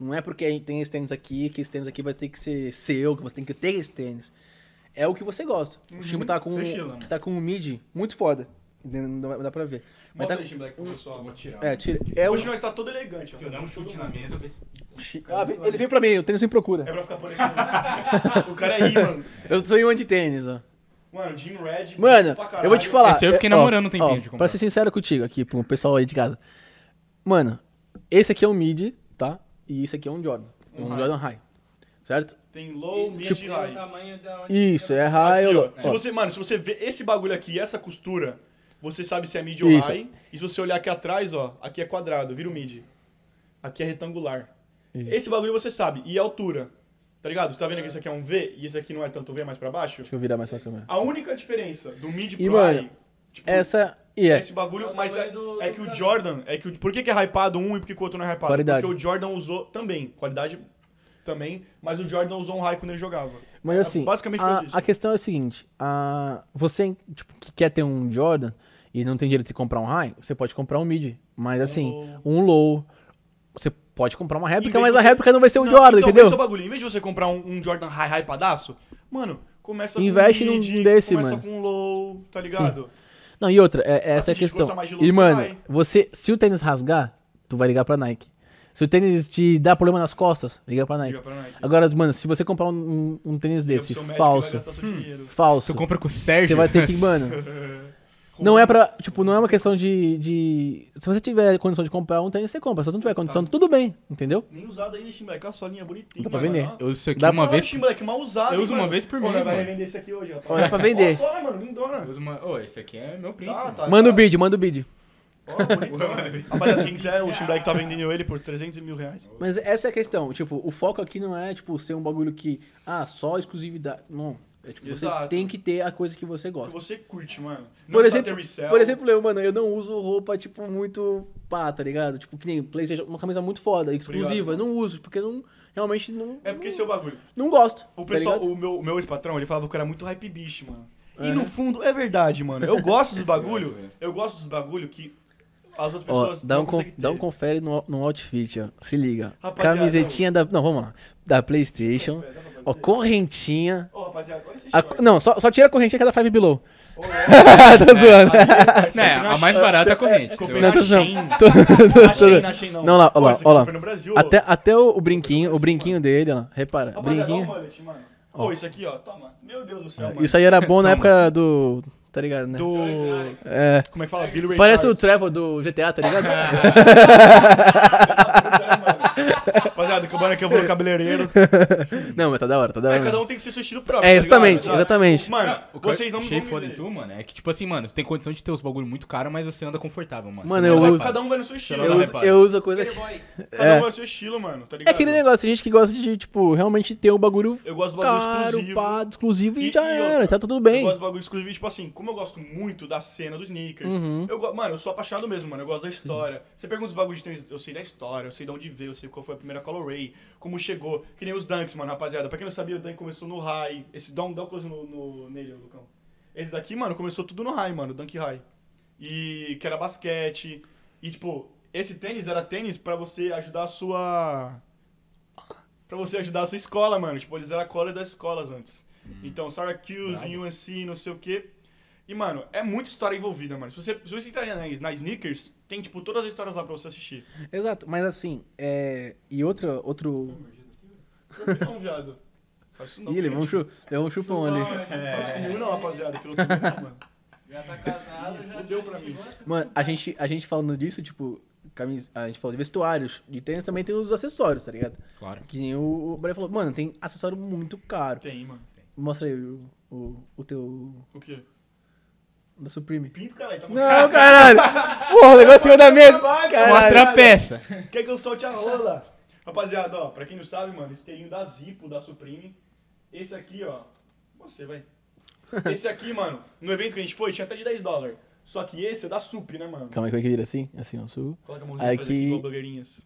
Speaker 4: Não é porque a gente tem esse tênis aqui, que esse tênis aqui vai ter que ser seu, que você tem que ter esse tênis. É o que você gosta. O Shimbo tá com,
Speaker 1: Uhum. você estila, né? mano.
Speaker 4: tá com um mid muito foda. Não dá, dá pra ver. Mas
Speaker 1: Mostra
Speaker 4: tá,
Speaker 1: aí, Tim Black, pro pessoal.
Speaker 3: Vou tirar.
Speaker 4: é, tira. É o,
Speaker 1: Hoje nós tá todo elegante, ó.
Speaker 3: Se eu der um chute na mesa, vê se-
Speaker 4: chi- ah, ele veio pra mim, o tênis me
Speaker 1: É
Speaker 4: procura.
Speaker 1: pra ficar parecendo. o cara é aí, mano.
Speaker 4: Eu sou um anti-tênis, ó.
Speaker 1: Mano, Jim Red.
Speaker 4: Mano,
Speaker 1: pra
Speaker 4: eu
Speaker 1: caralho.
Speaker 4: vou te falar.
Speaker 2: Esse aí eu fiquei
Speaker 4: é, ó,
Speaker 2: namorando um tempinho
Speaker 4: ó,
Speaker 2: de comprar.
Speaker 4: Pra ser sincero contigo aqui, pro pessoal aí de casa. Mano, esse aqui é um mid, tá? E esse aqui é um Jordan. Um,
Speaker 1: high.
Speaker 4: Jordan High. Certo?
Speaker 1: Tem low, mid e
Speaker 5: Tipo, o
Speaker 1: high.
Speaker 5: tamanho da onde
Speaker 4: Isso, é high ou
Speaker 1: Aqui,
Speaker 4: low.
Speaker 1: ó. Se
Speaker 4: Ó,
Speaker 1: você, mano, se você vê esse bagulho aqui, essa costura, você sabe se é mid ou
Speaker 4: Isso.
Speaker 1: high. E se você olhar aqui atrás, ó, aqui é quadrado, vira o mid. Aqui é retangular.
Speaker 4: Isso.
Speaker 1: Esse bagulho você sabe. E a altura. Tá ligado? Você tá vendo que esse aqui é um V e esse aqui não é tanto V mais pra baixo?
Speaker 4: Deixa eu virar mais pra câmera.
Speaker 1: A única diferença do mid pro
Speaker 4: E, mano,
Speaker 1: high. Tipo,
Speaker 4: Essa. E é.
Speaker 1: Esse bagulho, mas é,
Speaker 5: do-
Speaker 1: é que o Jordan. É que o, por que, que é hypado um e por que, que o outro não é hypado?
Speaker 4: Qualidade.
Speaker 1: Porque o Jordan usou também. Qualidade também. Mas o Jordan usou um high quando ele jogava.
Speaker 4: Mas
Speaker 1: É
Speaker 4: assim,
Speaker 1: basicamente por
Speaker 4: a,
Speaker 1: causa disso.
Speaker 4: a questão é o seguinte: a, você tipo, que quer ter um Jordan e não tem direito de comprar um high, você pode comprar um mid. Mas assim, um low. Você pode comprar uma réplica,
Speaker 1: vez
Speaker 4: mas
Speaker 1: de
Speaker 4: a
Speaker 1: você-
Speaker 4: réplica não vai ser um
Speaker 1: Não,
Speaker 4: Jordan,
Speaker 1: então,
Speaker 4: entendeu?
Speaker 1: esse é o bagulho. Em vez de você comprar um, um Jordan high hypadaço, mano, começa
Speaker 4: Investe
Speaker 1: com
Speaker 4: num
Speaker 1: mid,
Speaker 4: desse,
Speaker 1: começa
Speaker 4: mano.
Speaker 1: com low, tá ligado?
Speaker 4: Não, e outra, é, é essa é a
Speaker 1: gente
Speaker 4: questão.
Speaker 1: gosta mais de low
Speaker 4: E,
Speaker 1: que
Speaker 4: mano,
Speaker 1: high.
Speaker 4: você, se o tênis rasgar, tu vai ligar pra Nike. Se o tênis te dá problema nas costas, liga pra Nike.
Speaker 1: Liga pra Nike.
Speaker 4: Agora, mano, se você comprar um, um- um tênis desse,
Speaker 1: Seu médico vai
Speaker 4: falso, Hum.
Speaker 1: gastar seu dinheiro.
Speaker 2: Se
Speaker 4: falso,
Speaker 2: tu compra um com o Sérgio...
Speaker 4: você vai ter que, mano... Não é pra, tipo, não é uma questão de, de... Se você tiver condição de comprar um tênis, você compra. Se você não tiver condição,
Speaker 1: Tá.
Speaker 4: tudo bem, entendeu?
Speaker 1: Nem usado ainda, Shimbleck. Olha só a solinha bonitinha.
Speaker 4: Dá pra
Speaker 1: mano,
Speaker 4: vender.
Speaker 1: ó.
Speaker 2: Eu uso isso aqui
Speaker 4: Dá
Speaker 2: uma
Speaker 1: Olha,
Speaker 2: vez...
Speaker 1: Shimbleck, mal usado.
Speaker 2: Eu
Speaker 1: hein,
Speaker 2: uso uma
Speaker 1: mano?
Speaker 2: vez por
Speaker 1: Ô,
Speaker 2: mês,
Speaker 1: nós vai
Speaker 2: mano.
Speaker 1: vender esse aqui hoje, ó.
Speaker 4: Ó, dá é pra vender.
Speaker 1: Ó, só, né, mano? Lindona.
Speaker 3: Eu uso uma- Ô, esse aqui é meu príncipe.
Speaker 1: Tá,
Speaker 3: mano.
Speaker 1: tá,
Speaker 4: Manda o
Speaker 1: tá.
Speaker 4: bid, manda o bid.
Speaker 1: Ó, né? bonitona. Rapaziada, quem quiser, o Shimbleck tá vendendo ele por 300 mil reais.
Speaker 4: Mas essa é a questão, tipo, o foco aqui não é, tipo, ser um bagulho que... Ah, só exclusividade. Não, é tipo, você
Speaker 1: Exato.
Speaker 4: tem que ter a coisa que você
Speaker 1: Que
Speaker 4: gosta.
Speaker 1: você curte, mano. Não
Speaker 4: Por
Speaker 1: precisa
Speaker 4: exemplo,
Speaker 1: ter resell.
Speaker 4: por exemplo, eu, mano, eu não uso roupa, tipo, muito pá, tá ligado? Tipo, que nem Playstation, uma camisa muito foda, exclusiva.
Speaker 1: Obrigado,
Speaker 4: eu não uso, porque eu não, realmente não,
Speaker 1: É porque esse é o bagulho.
Speaker 4: não gosto. tá
Speaker 1: O pessoal, o meu, o meu ex-patrão, ele falava que eu era muito hype beast, mano. E no fundo, é verdade, mano. Eu gosto dos bagulho, eu gosto dos bagulho que as outras
Speaker 4: É, Ó,
Speaker 1: pessoas
Speaker 4: dá
Speaker 1: não
Speaker 4: um,
Speaker 1: conseguem ter.
Speaker 4: confere no, outfit, ó. Se liga.
Speaker 1: Rapaziada,
Speaker 4: Camisetinha
Speaker 1: Camisetinha
Speaker 4: da. Não, vamos lá. Da Playstation. Ó, correntinha.
Speaker 1: Ô, rapaziada, olha esse short.
Speaker 4: não, só, tira a correntinha que é da Five Below.
Speaker 1: Ô, ó,
Speaker 4: tá zoando.
Speaker 1: parceiro,
Speaker 2: É,
Speaker 3: tá.
Speaker 1: na
Speaker 2: a mais
Speaker 1: Shein-
Speaker 2: barata é a corrente.
Speaker 1: comprei
Speaker 4: Não, tá
Speaker 1: na
Speaker 4: tô zoando.
Speaker 1: Shein. Na
Speaker 4: Tô-
Speaker 1: Shein, na Shein, não.
Speaker 4: Não, lá,
Speaker 1: Pô,
Speaker 4: ó lá,
Speaker 1: esse aqui
Speaker 4: ó lá.
Speaker 1: comprei no Brasil, ô.
Speaker 4: Até, até o, o brinquinho, o brinquinho dele, ó. Repara.
Speaker 1: Rapaziada, olha o
Speaker 4: Brinquinho.
Speaker 1: mullet, mano. Ô, isso aqui, ó, toma. Meu Deus do céu, mano.
Speaker 4: É, Isso aí era bom na época do. Tá ligado, né?
Speaker 1: Do...
Speaker 4: É.
Speaker 1: Como é que fala? Billy Ray
Speaker 4: Parece o
Speaker 1: Cyrus.
Speaker 4: Trevor do GTA, tá ligado?
Speaker 1: Rapaziada, que eu Urbana que eu vou no cabeleireiro.
Speaker 4: Não, mas tá da hora, tá da
Speaker 1: É,
Speaker 4: hora.
Speaker 1: cada
Speaker 4: mesmo.
Speaker 1: um tem que ser seu estilo próprio.
Speaker 4: É,
Speaker 1: tá ligado?
Speaker 4: exatamente, exatamente.
Speaker 1: Mano, vocês não me
Speaker 2: Achei
Speaker 1: vão me
Speaker 2: foda em
Speaker 1: ver.
Speaker 3: então.
Speaker 2: tu, mano. É que, tipo assim, mano, você tem condição de ter os bagulho muito caro, mas você anda confortável, mano.
Speaker 4: Mano,
Speaker 2: Você
Speaker 4: eu
Speaker 2: não vai
Speaker 4: uso-
Speaker 2: pra-
Speaker 1: Cada um vai no seu estilo.
Speaker 4: Eu
Speaker 2: Não,
Speaker 4: uso,
Speaker 2: repara.
Speaker 4: eu uso a coisa.
Speaker 5: Skater boy.
Speaker 1: Cada
Speaker 4: é.
Speaker 1: um vai no seu estilo, mano, tá
Speaker 4: É
Speaker 1: ligado?
Speaker 4: aquele negócio, tem gente que gosta de, tipo, realmente ter um bagulho
Speaker 1: Eu gosto do bagulho
Speaker 4: caro,
Speaker 1: exclusivo.
Speaker 4: pá, exclusivo e,
Speaker 1: E-
Speaker 4: já
Speaker 1: e outra,
Speaker 4: era, tá tudo bem.
Speaker 1: Eu gosto do bagulho exclusivo, tipo assim, como eu gosto muito da cena dos sneakers,
Speaker 4: Uhum.
Speaker 1: eu go- mano, eu sou apaixonado mesmo, mano, eu gosto da história. Você pergunta os bagulhos de tênis, eu sei da história, eu sei de onde veio, eu sei qual foi a primeira colorway, como chegou, que nem os Dunks, mano, rapaziada. Pra quem não sabia, o Dunk começou no high, esse dá um dá um close no, no, nele, Lucão. Esse daqui, mano, começou tudo no high, mano, Dunk High. E que era basquete, e tipo, esse tênis era tênis pra você ajudar a sua... Pra você ajudar a sua escola, mano. Tipo, eles eram a cola das escolas antes. Então, Syracuse, UNC, não sei o quê. E, mano, é muita história envolvida, mano. Se você, se você entrar na, na Sneakers, tem, tipo, todas as histórias lá pra você assistir.
Speaker 4: Exato, mas assim, é. E outra, outro.
Speaker 1: Não, viado. Faz isso não.
Speaker 4: Ih, levou um,
Speaker 1: chute.
Speaker 4: chu... levou um chupão ali.
Speaker 1: Faz isso comigo não, rapaziada. Que eu tô vendo, mano.
Speaker 5: Já tá casado, já
Speaker 1: Fudeu
Speaker 5: deu
Speaker 1: pra mim.
Speaker 4: Mano, a gente, a gente falando disso, tipo, camis... a gente falou de vestuários, de tênis também tem os acessórios, tá ligado?
Speaker 2: Claro.
Speaker 4: Que nem o, o Brian falou, mano, tem acessório muito caro.
Speaker 1: Tem, mano.
Speaker 4: Mostra aí o, o, o teu.
Speaker 1: O quê?
Speaker 4: da Supreme.
Speaker 1: Pinto, caralho. Tá
Speaker 4: Não, caralho! Porra, o negócio saiu da mesa!
Speaker 2: Mostra
Speaker 4: Caralho!
Speaker 2: a peça.
Speaker 1: Quer que eu solte a rola? Rapaziada, ó, pra quem não sabe, mano, esteirinho da Zippo, da Supreme. Esse aqui, ó. Você vai. Esse aqui, mano, no evento que a gente foi, tinha até de 10 dólares. Só que esse é da Sup, né, mano?
Speaker 4: Calma aí, como é que vira assim? Assim, ó, Supreme.
Speaker 1: Coloca a mãozinha pra fazer
Speaker 4: Aqui.
Speaker 1: aqui, igual blogueirinhas.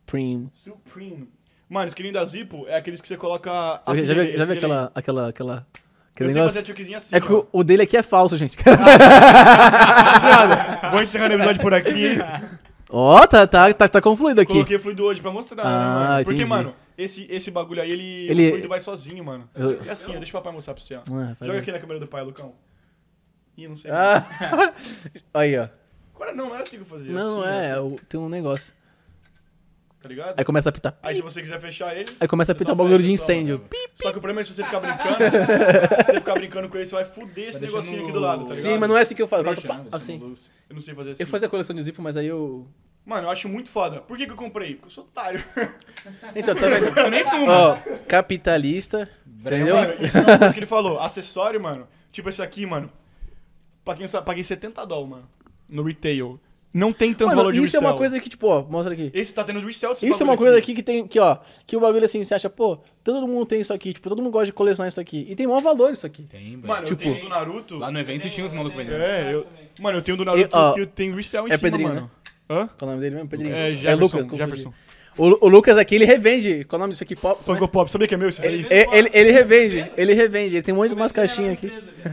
Speaker 1: Supreme. Mano, esse da Zippo é aqueles que você coloca. assim
Speaker 4: Eu já, já, vi,
Speaker 1: assinei,
Speaker 4: já vi
Speaker 1: assinei.
Speaker 4: aquela, aquela, aquela,
Speaker 1: Eu
Speaker 4: aquele
Speaker 1: sei
Speaker 4: negócio?
Speaker 1: fazer a tioquezinha assim.
Speaker 4: É que
Speaker 1: ó.
Speaker 4: o, o dele aqui é falso, gente.
Speaker 1: Ah. Vou encerrando o episódio por aqui.
Speaker 4: Ó, tá, tá, tá, tá confluído aqui.
Speaker 1: Coloquei fluido hoje pra mostrar, né,
Speaker 4: Ah,
Speaker 1: mano? Porque,
Speaker 4: entendi.
Speaker 1: mano, esse, esse bagulho aí, ele,
Speaker 4: Ele-
Speaker 1: O fluido vai sozinho, mano.
Speaker 4: Eu-
Speaker 1: É assim, ó, deixa o papai mostrar pra você, ó.
Speaker 4: Ah, faz
Speaker 1: Joga
Speaker 4: aí.
Speaker 1: aqui na câmera do pai, Lucão. Ih, não sei. Ah.
Speaker 4: Ah, aí, ó.
Speaker 1: Agora não, não era assim que eu fazia.
Speaker 4: Não,
Speaker 1: assim,
Speaker 4: é,
Speaker 1: assim,
Speaker 4: o- tem um negócio.
Speaker 1: Tá ligado?
Speaker 4: Aí começa a pitar.
Speaker 1: Aí se você quiser fechar ele.
Speaker 4: Aí começa a
Speaker 1: você
Speaker 4: pitar
Speaker 1: só
Speaker 4: o bagulho
Speaker 1: fecha
Speaker 4: de
Speaker 1: só, mano.
Speaker 4: incêndio.
Speaker 1: Só que o problema é se você ficar brincando, se você ficar brincando com ele, você vai fuder esse
Speaker 3: deixando
Speaker 1: negocinho aqui do lado, tá ligado?
Speaker 4: Sim, mas não é assim que eu faço. Eu faço
Speaker 3: Trouxa, né?
Speaker 4: pá, assim.
Speaker 3: Deixando luz.
Speaker 1: Eu não sei fazer assim.
Speaker 4: Eu fazia a coleção de zip, mas aí eu.
Speaker 1: Mano, eu acho muito foda. Por que, que eu comprei? Porque eu sou otário.
Speaker 4: Então, tá vendo?
Speaker 1: eu nem fumo.
Speaker 4: Ó, capitalista. Entendeu?
Speaker 1: Mano, isso é uma coisa que ele falou. Acessório, mano. Tipo esse aqui, mano. Pra quem sabe, paguei 70 dólares, mano. No retail. Não tem tanto
Speaker 4: Mano,
Speaker 1: valor de
Speaker 4: isso é
Speaker 1: resell.
Speaker 4: uma coisa que, tipo, ó, mostra aqui.
Speaker 1: Esse tá tendo resell. desse
Speaker 4: Isso é
Speaker 1: bagulho assim.
Speaker 4: uma coisa aqui que tem, que, ó, que o bagulho assim, você acha, pô, todo mundo tem isso aqui, tipo, todo mundo gosta de colecionar isso aqui. E tem maior valor isso aqui.
Speaker 2: Tem, velho.
Speaker 1: Mano,
Speaker 4: Tipo,
Speaker 1: eu tenho um do Naruto.
Speaker 2: Lá no evento tinha uns malucos vendendo.
Speaker 1: É, eu... Mano, eu tenho um do Naruto
Speaker 4: E, ó,
Speaker 1: que eu tenho resell em
Speaker 4: é
Speaker 1: cima,
Speaker 4: Pedrinho,
Speaker 1: mano. Hã?
Speaker 4: Qual é o nome dele mesmo? Pedrinho?
Speaker 1: É,
Speaker 4: é
Speaker 1: Jefferson.
Speaker 4: Lucas. confundi.
Speaker 1: Jefferson.
Speaker 4: O, Lu- o Lucas aqui, ele revende. Qual é o nome disso aqui? Pop.
Speaker 1: Funko Pop, sabia que é meu esse daí?
Speaker 4: Ele, ele, ele revende, ele revende, ele tem um
Speaker 5: tipo
Speaker 4: monte de umas caixinhas aqui.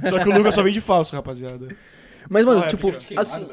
Speaker 1: Só que o Lucas só vende falso, rapaziada.
Speaker 4: Mas, mano,
Speaker 1: Ah, é,
Speaker 4: tipo,
Speaker 1: porque
Speaker 4: assim,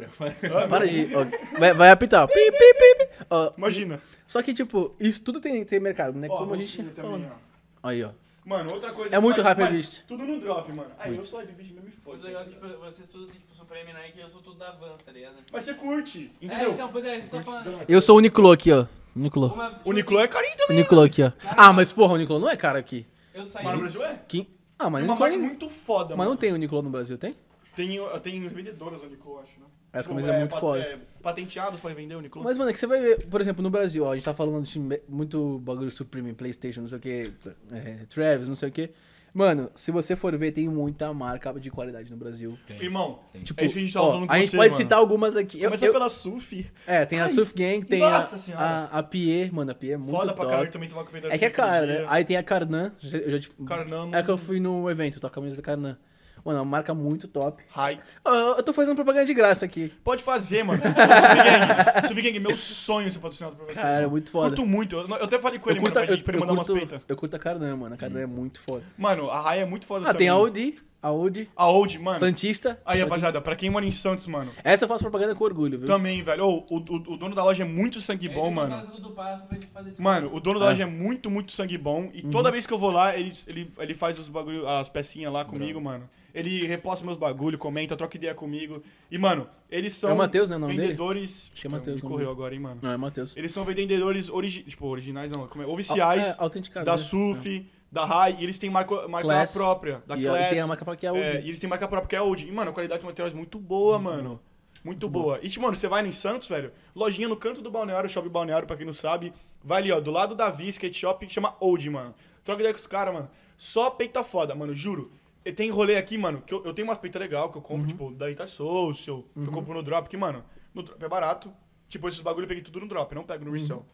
Speaker 4: para de. ó, vai, vai apitar. ó. Pi, pi, pi, pi. Ó,
Speaker 1: Imagina.
Speaker 4: só que, tipo, isso tudo tem, tem mercado, né?
Speaker 1: Ó,
Speaker 4: Como a gente.
Speaker 1: bolsinha também, ó.
Speaker 4: Aí, ó.
Speaker 1: Mano, outra coisa...
Speaker 4: É muito
Speaker 1: mas-
Speaker 4: rápido,
Speaker 1: mas
Speaker 4: bicho.
Speaker 1: Tudo no drop, mano. Aí eu sou de bicho, mesmo me
Speaker 5: Os
Speaker 1: foda.
Speaker 5: legal é que tipo, vocês tudo tem tipo Supreme Nike e eu sou tudo da Vans, tá ligado?
Speaker 1: Mas você curte,
Speaker 5: É,
Speaker 1: entendeu?
Speaker 5: então, pois é, isso que eu tô falando.
Speaker 4: Eu sou o Nicolo aqui, ó. Nicolo.
Speaker 5: Uma- tipo,
Speaker 1: O Nicolo é carinho
Speaker 4: O
Speaker 1: também.
Speaker 4: Nicolo aqui, ó. Ah, mas porra, o Nicolo não é cara aqui.
Speaker 5: Eu saí
Speaker 1: Mas no Brasil é.
Speaker 4: Quem? Ah, mas
Speaker 1: Tem uma
Speaker 4: Nicolo
Speaker 1: marca
Speaker 4: nem-
Speaker 1: muito foda,
Speaker 4: Mas
Speaker 1: mano.
Speaker 4: não tem o Nicolo no Brasil, tem?
Speaker 1: Tem, tem vendedoras onde eu acho, né?
Speaker 4: As
Speaker 1: Tipo,
Speaker 4: camisas é muito
Speaker 1: pat-
Speaker 4: foda.
Speaker 1: é, patenteadas pra vender o Uniqlo.
Speaker 4: Mas, mano, é que você vai ver, por exemplo, no Brasil, ó, a gente tá falando de me- muito bagulho Supreme, Playstation, não sei o que, é, Travis, não sei o que. Mano, se você for ver, tem muita marca de qualidade no Brasil.
Speaker 1: Irmão,
Speaker 4: Tipo,
Speaker 1: é isso que a gente tá
Speaker 4: ó,
Speaker 1: falando com
Speaker 4: a gente
Speaker 1: você,
Speaker 4: pode
Speaker 1: mano.
Speaker 4: citar algumas aqui. Eu,
Speaker 1: Começa
Speaker 4: eu-
Speaker 1: pela Sufi.
Speaker 4: É, tem a Surf Gang, tem a,
Speaker 1: Nossa senhora.
Speaker 4: a, a Pie, mano, a Pie é muito
Speaker 1: Foda pra
Speaker 4: top.
Speaker 1: caralho também tomar comentário.
Speaker 4: É que é cara, né? Aí tem a Carnan, eu já, tipo,
Speaker 1: Carnan.
Speaker 4: é que eu fui no evento, tô com a camisa da Carnan. Mano, é uma marca muito top.
Speaker 1: Hi.
Speaker 4: Ó, Eu, eu tô fazendo propaganda de graça aqui.
Speaker 1: Pode fazer, mano. Sufi Gang. Sufi Gang, meu sonho ser patrocinado por você.
Speaker 4: Cara, é
Speaker 1: mano.
Speaker 4: muito foda.
Speaker 1: Curto muito. Eu, eu até falei com
Speaker 4: Eu
Speaker 1: ele,
Speaker 4: curto, a-
Speaker 1: mano, pra,
Speaker 4: eu,
Speaker 1: gente, pra
Speaker 4: eu
Speaker 1: ele mandar umas
Speaker 4: curto-
Speaker 1: peitas.
Speaker 4: eu curto a Carnan, mano. A Carnan é muito foda.
Speaker 1: Mano, a Rai é muito foda
Speaker 4: Ah,
Speaker 1: também.
Speaker 4: tem a Audi, a Audi,
Speaker 1: A Old, mano.
Speaker 4: Santista.
Speaker 1: Aí, rapaziada, pra quem mora em Santos, mano,
Speaker 4: Essa eu faço propaganda com orgulho, viu?
Speaker 1: também, velho. Ô, o, o, o dono da loja é muito sangue bom, mano.
Speaker 5: Tudo passa pra gente fazer
Speaker 1: Mano, o dono da
Speaker 4: É. Uhum.
Speaker 1: loja é muito, muito sangue bom. E toda vez que eu vou lá, ele, ele, ele faz os bagulho, as pecinhas lá comigo, mano. Ele reposta meus bagulho, comenta, troca ideia comigo. E, mano, eles são
Speaker 4: É o Matheus, né, o nome dele?
Speaker 1: vendedores.
Speaker 4: Acho que é Matheus
Speaker 1: Me
Speaker 4: o nome
Speaker 1: correu
Speaker 4: dele.
Speaker 1: agora, hein, mano.
Speaker 4: Não, é Matheus.
Speaker 1: Eles são vendedores origi... tipo, originais, não, como é?
Speaker 4: É,
Speaker 1: oficiais
Speaker 4: autenticado.
Speaker 1: da
Speaker 4: né?
Speaker 1: Suf, da Rai. E eles têm marca, marca
Speaker 4: Class.
Speaker 1: própria, da
Speaker 4: E, ó,
Speaker 1: Class.
Speaker 4: e tem a marca que é a Audi.
Speaker 1: É, e eles têm marca própria, que é Old. E, mano, a qualidade de materiais é muito boa, mano.
Speaker 6: Muito boa. E, mano, você vai em Santos, velho, lojinha no canto do balneário, shopping balneário, pra quem não sabe. Vai ali, ó, do lado da Via Skate Shop, que chama Old, mano. Troca ideia com os caras, mano. Só peita foda, mano, juro. E tem rolê aqui, mano, que eu, eu tenho umas peitas legal que eu compro, tipo, da Ita Social, que eu compro no Drop, que, mano, no Drop é barato. Tipo, esses bagulho eu peguei tudo no Drop, não pego no resell.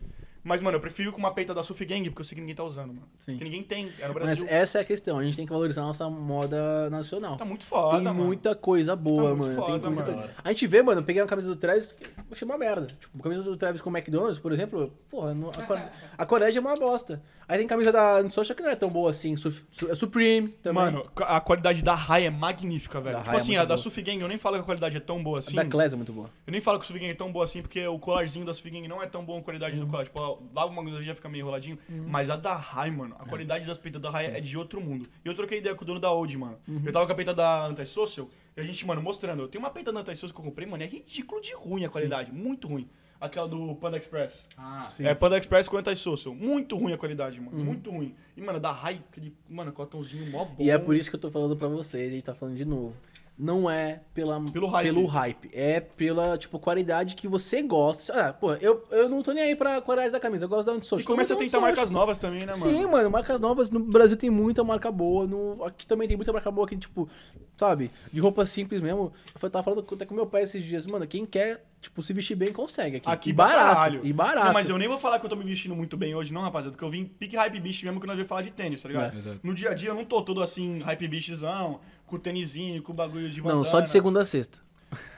Speaker 6: Mas, mano, eu prefiro com uma peita da Sufi Gang, porque eu sei que ninguém tá usando, mano.
Speaker 4: Sim.
Speaker 6: Que ninguém tem, é no
Speaker 4: Mas
Speaker 6: Brasil.
Speaker 4: essa é a questão, a gente tem que valorizar a nossa moda nacional.
Speaker 6: Tá muito foda,
Speaker 4: tem
Speaker 6: mano.
Speaker 4: muita
Speaker 1: Tá
Speaker 4: coisa boa,
Speaker 6: muito
Speaker 4: mano.
Speaker 6: foda,
Speaker 4: tem muita
Speaker 6: mano.
Speaker 4: coisa. A gente vê, mano, eu peguei uma camisa do Travis, que eu achei uma merda. Tipo, camisa do Travis com o McDonald's, por exemplo, porra, não- a, Core- a Coreia é uma bosta. Aí tem camisa da Socha que não é tão boa assim, Suf- Su- é Supreme também.
Speaker 6: Mano, a qualidade da Rai é magnífica, velho.
Speaker 4: Da
Speaker 6: tipo
Speaker 4: Rai é
Speaker 6: assim,
Speaker 4: muito
Speaker 6: a da
Speaker 4: boa.
Speaker 6: Sufi Gang, eu nem falo que a qualidade é tão boa
Speaker 4: a
Speaker 6: assim.
Speaker 4: da Class é muito boa.
Speaker 6: Eu nem falo que o Sufi Gang é tão boa assim, porque o colarzinho da Sufi Gang não é tão boa a qualidade
Speaker 4: Uhum.
Speaker 6: do colar. Tipo, ó, lava uma coisa já fica meio enroladinho. Mas a da Rai, mano,
Speaker 4: É.
Speaker 6: a qualidade das peitas da Rai é de outro mundo. E eu troquei ideia com o dono da Old, mano.
Speaker 4: Uhum.
Speaker 6: Eu tava com a peita da Antisocial, e a gente, mano, mostrando. Eu tenho uma peita da Antisocial que eu comprei, mano, e é ridículo de ruim a qualidade. Muito ruim. Aquela do Panda Express.
Speaker 5: Ah,
Speaker 6: É Panda Express com Antisocial. Muito ruim a qualidade, mano.
Speaker 4: Uhum.
Speaker 6: Muito ruim. E, mano, da Rai, aquele, mano, cotãozinho mó bom.
Speaker 4: E é por isso que eu tô falando pra vocês, a gente tá falando de novo. Não é pela,
Speaker 6: Pelo hype.
Speaker 4: hype, é pela, tipo, qualidade que você gosta. Ah, pô, eu, eu não tô nem aí pra qualidade da camisa, eu gosto um da Antisocial.
Speaker 6: E começa a
Speaker 4: eu gosto
Speaker 6: tentar
Speaker 4: da
Speaker 6: marcas
Speaker 4: Antisocial.
Speaker 6: novas também, né, mano?
Speaker 4: Sim, mano, marcas novas. No Brasil tem muita marca boa. No, aqui também tem muita marca boa que, tipo, sabe, de roupa simples mesmo. Eu tava falando até com meu pai esses dias, mano, quem quer, tipo, se vestir bem consegue aqui.
Speaker 6: Aqui
Speaker 4: e
Speaker 6: pra
Speaker 4: barato.
Speaker 6: caralho.
Speaker 4: E barato.
Speaker 6: Não, mas eu nem vou falar que eu tô me vestindo muito bem hoje, não, rapaziada. Porque eu vim pique hype beast mesmo que nós vamos falar de tênis, tá ligado?
Speaker 4: É.
Speaker 3: Exato.
Speaker 6: No dia a dia eu não tô todo assim, hype beastzão, com tênisinho, com bagulho de
Speaker 4: Não,
Speaker 6: bandana.
Speaker 4: só de segunda a sexta.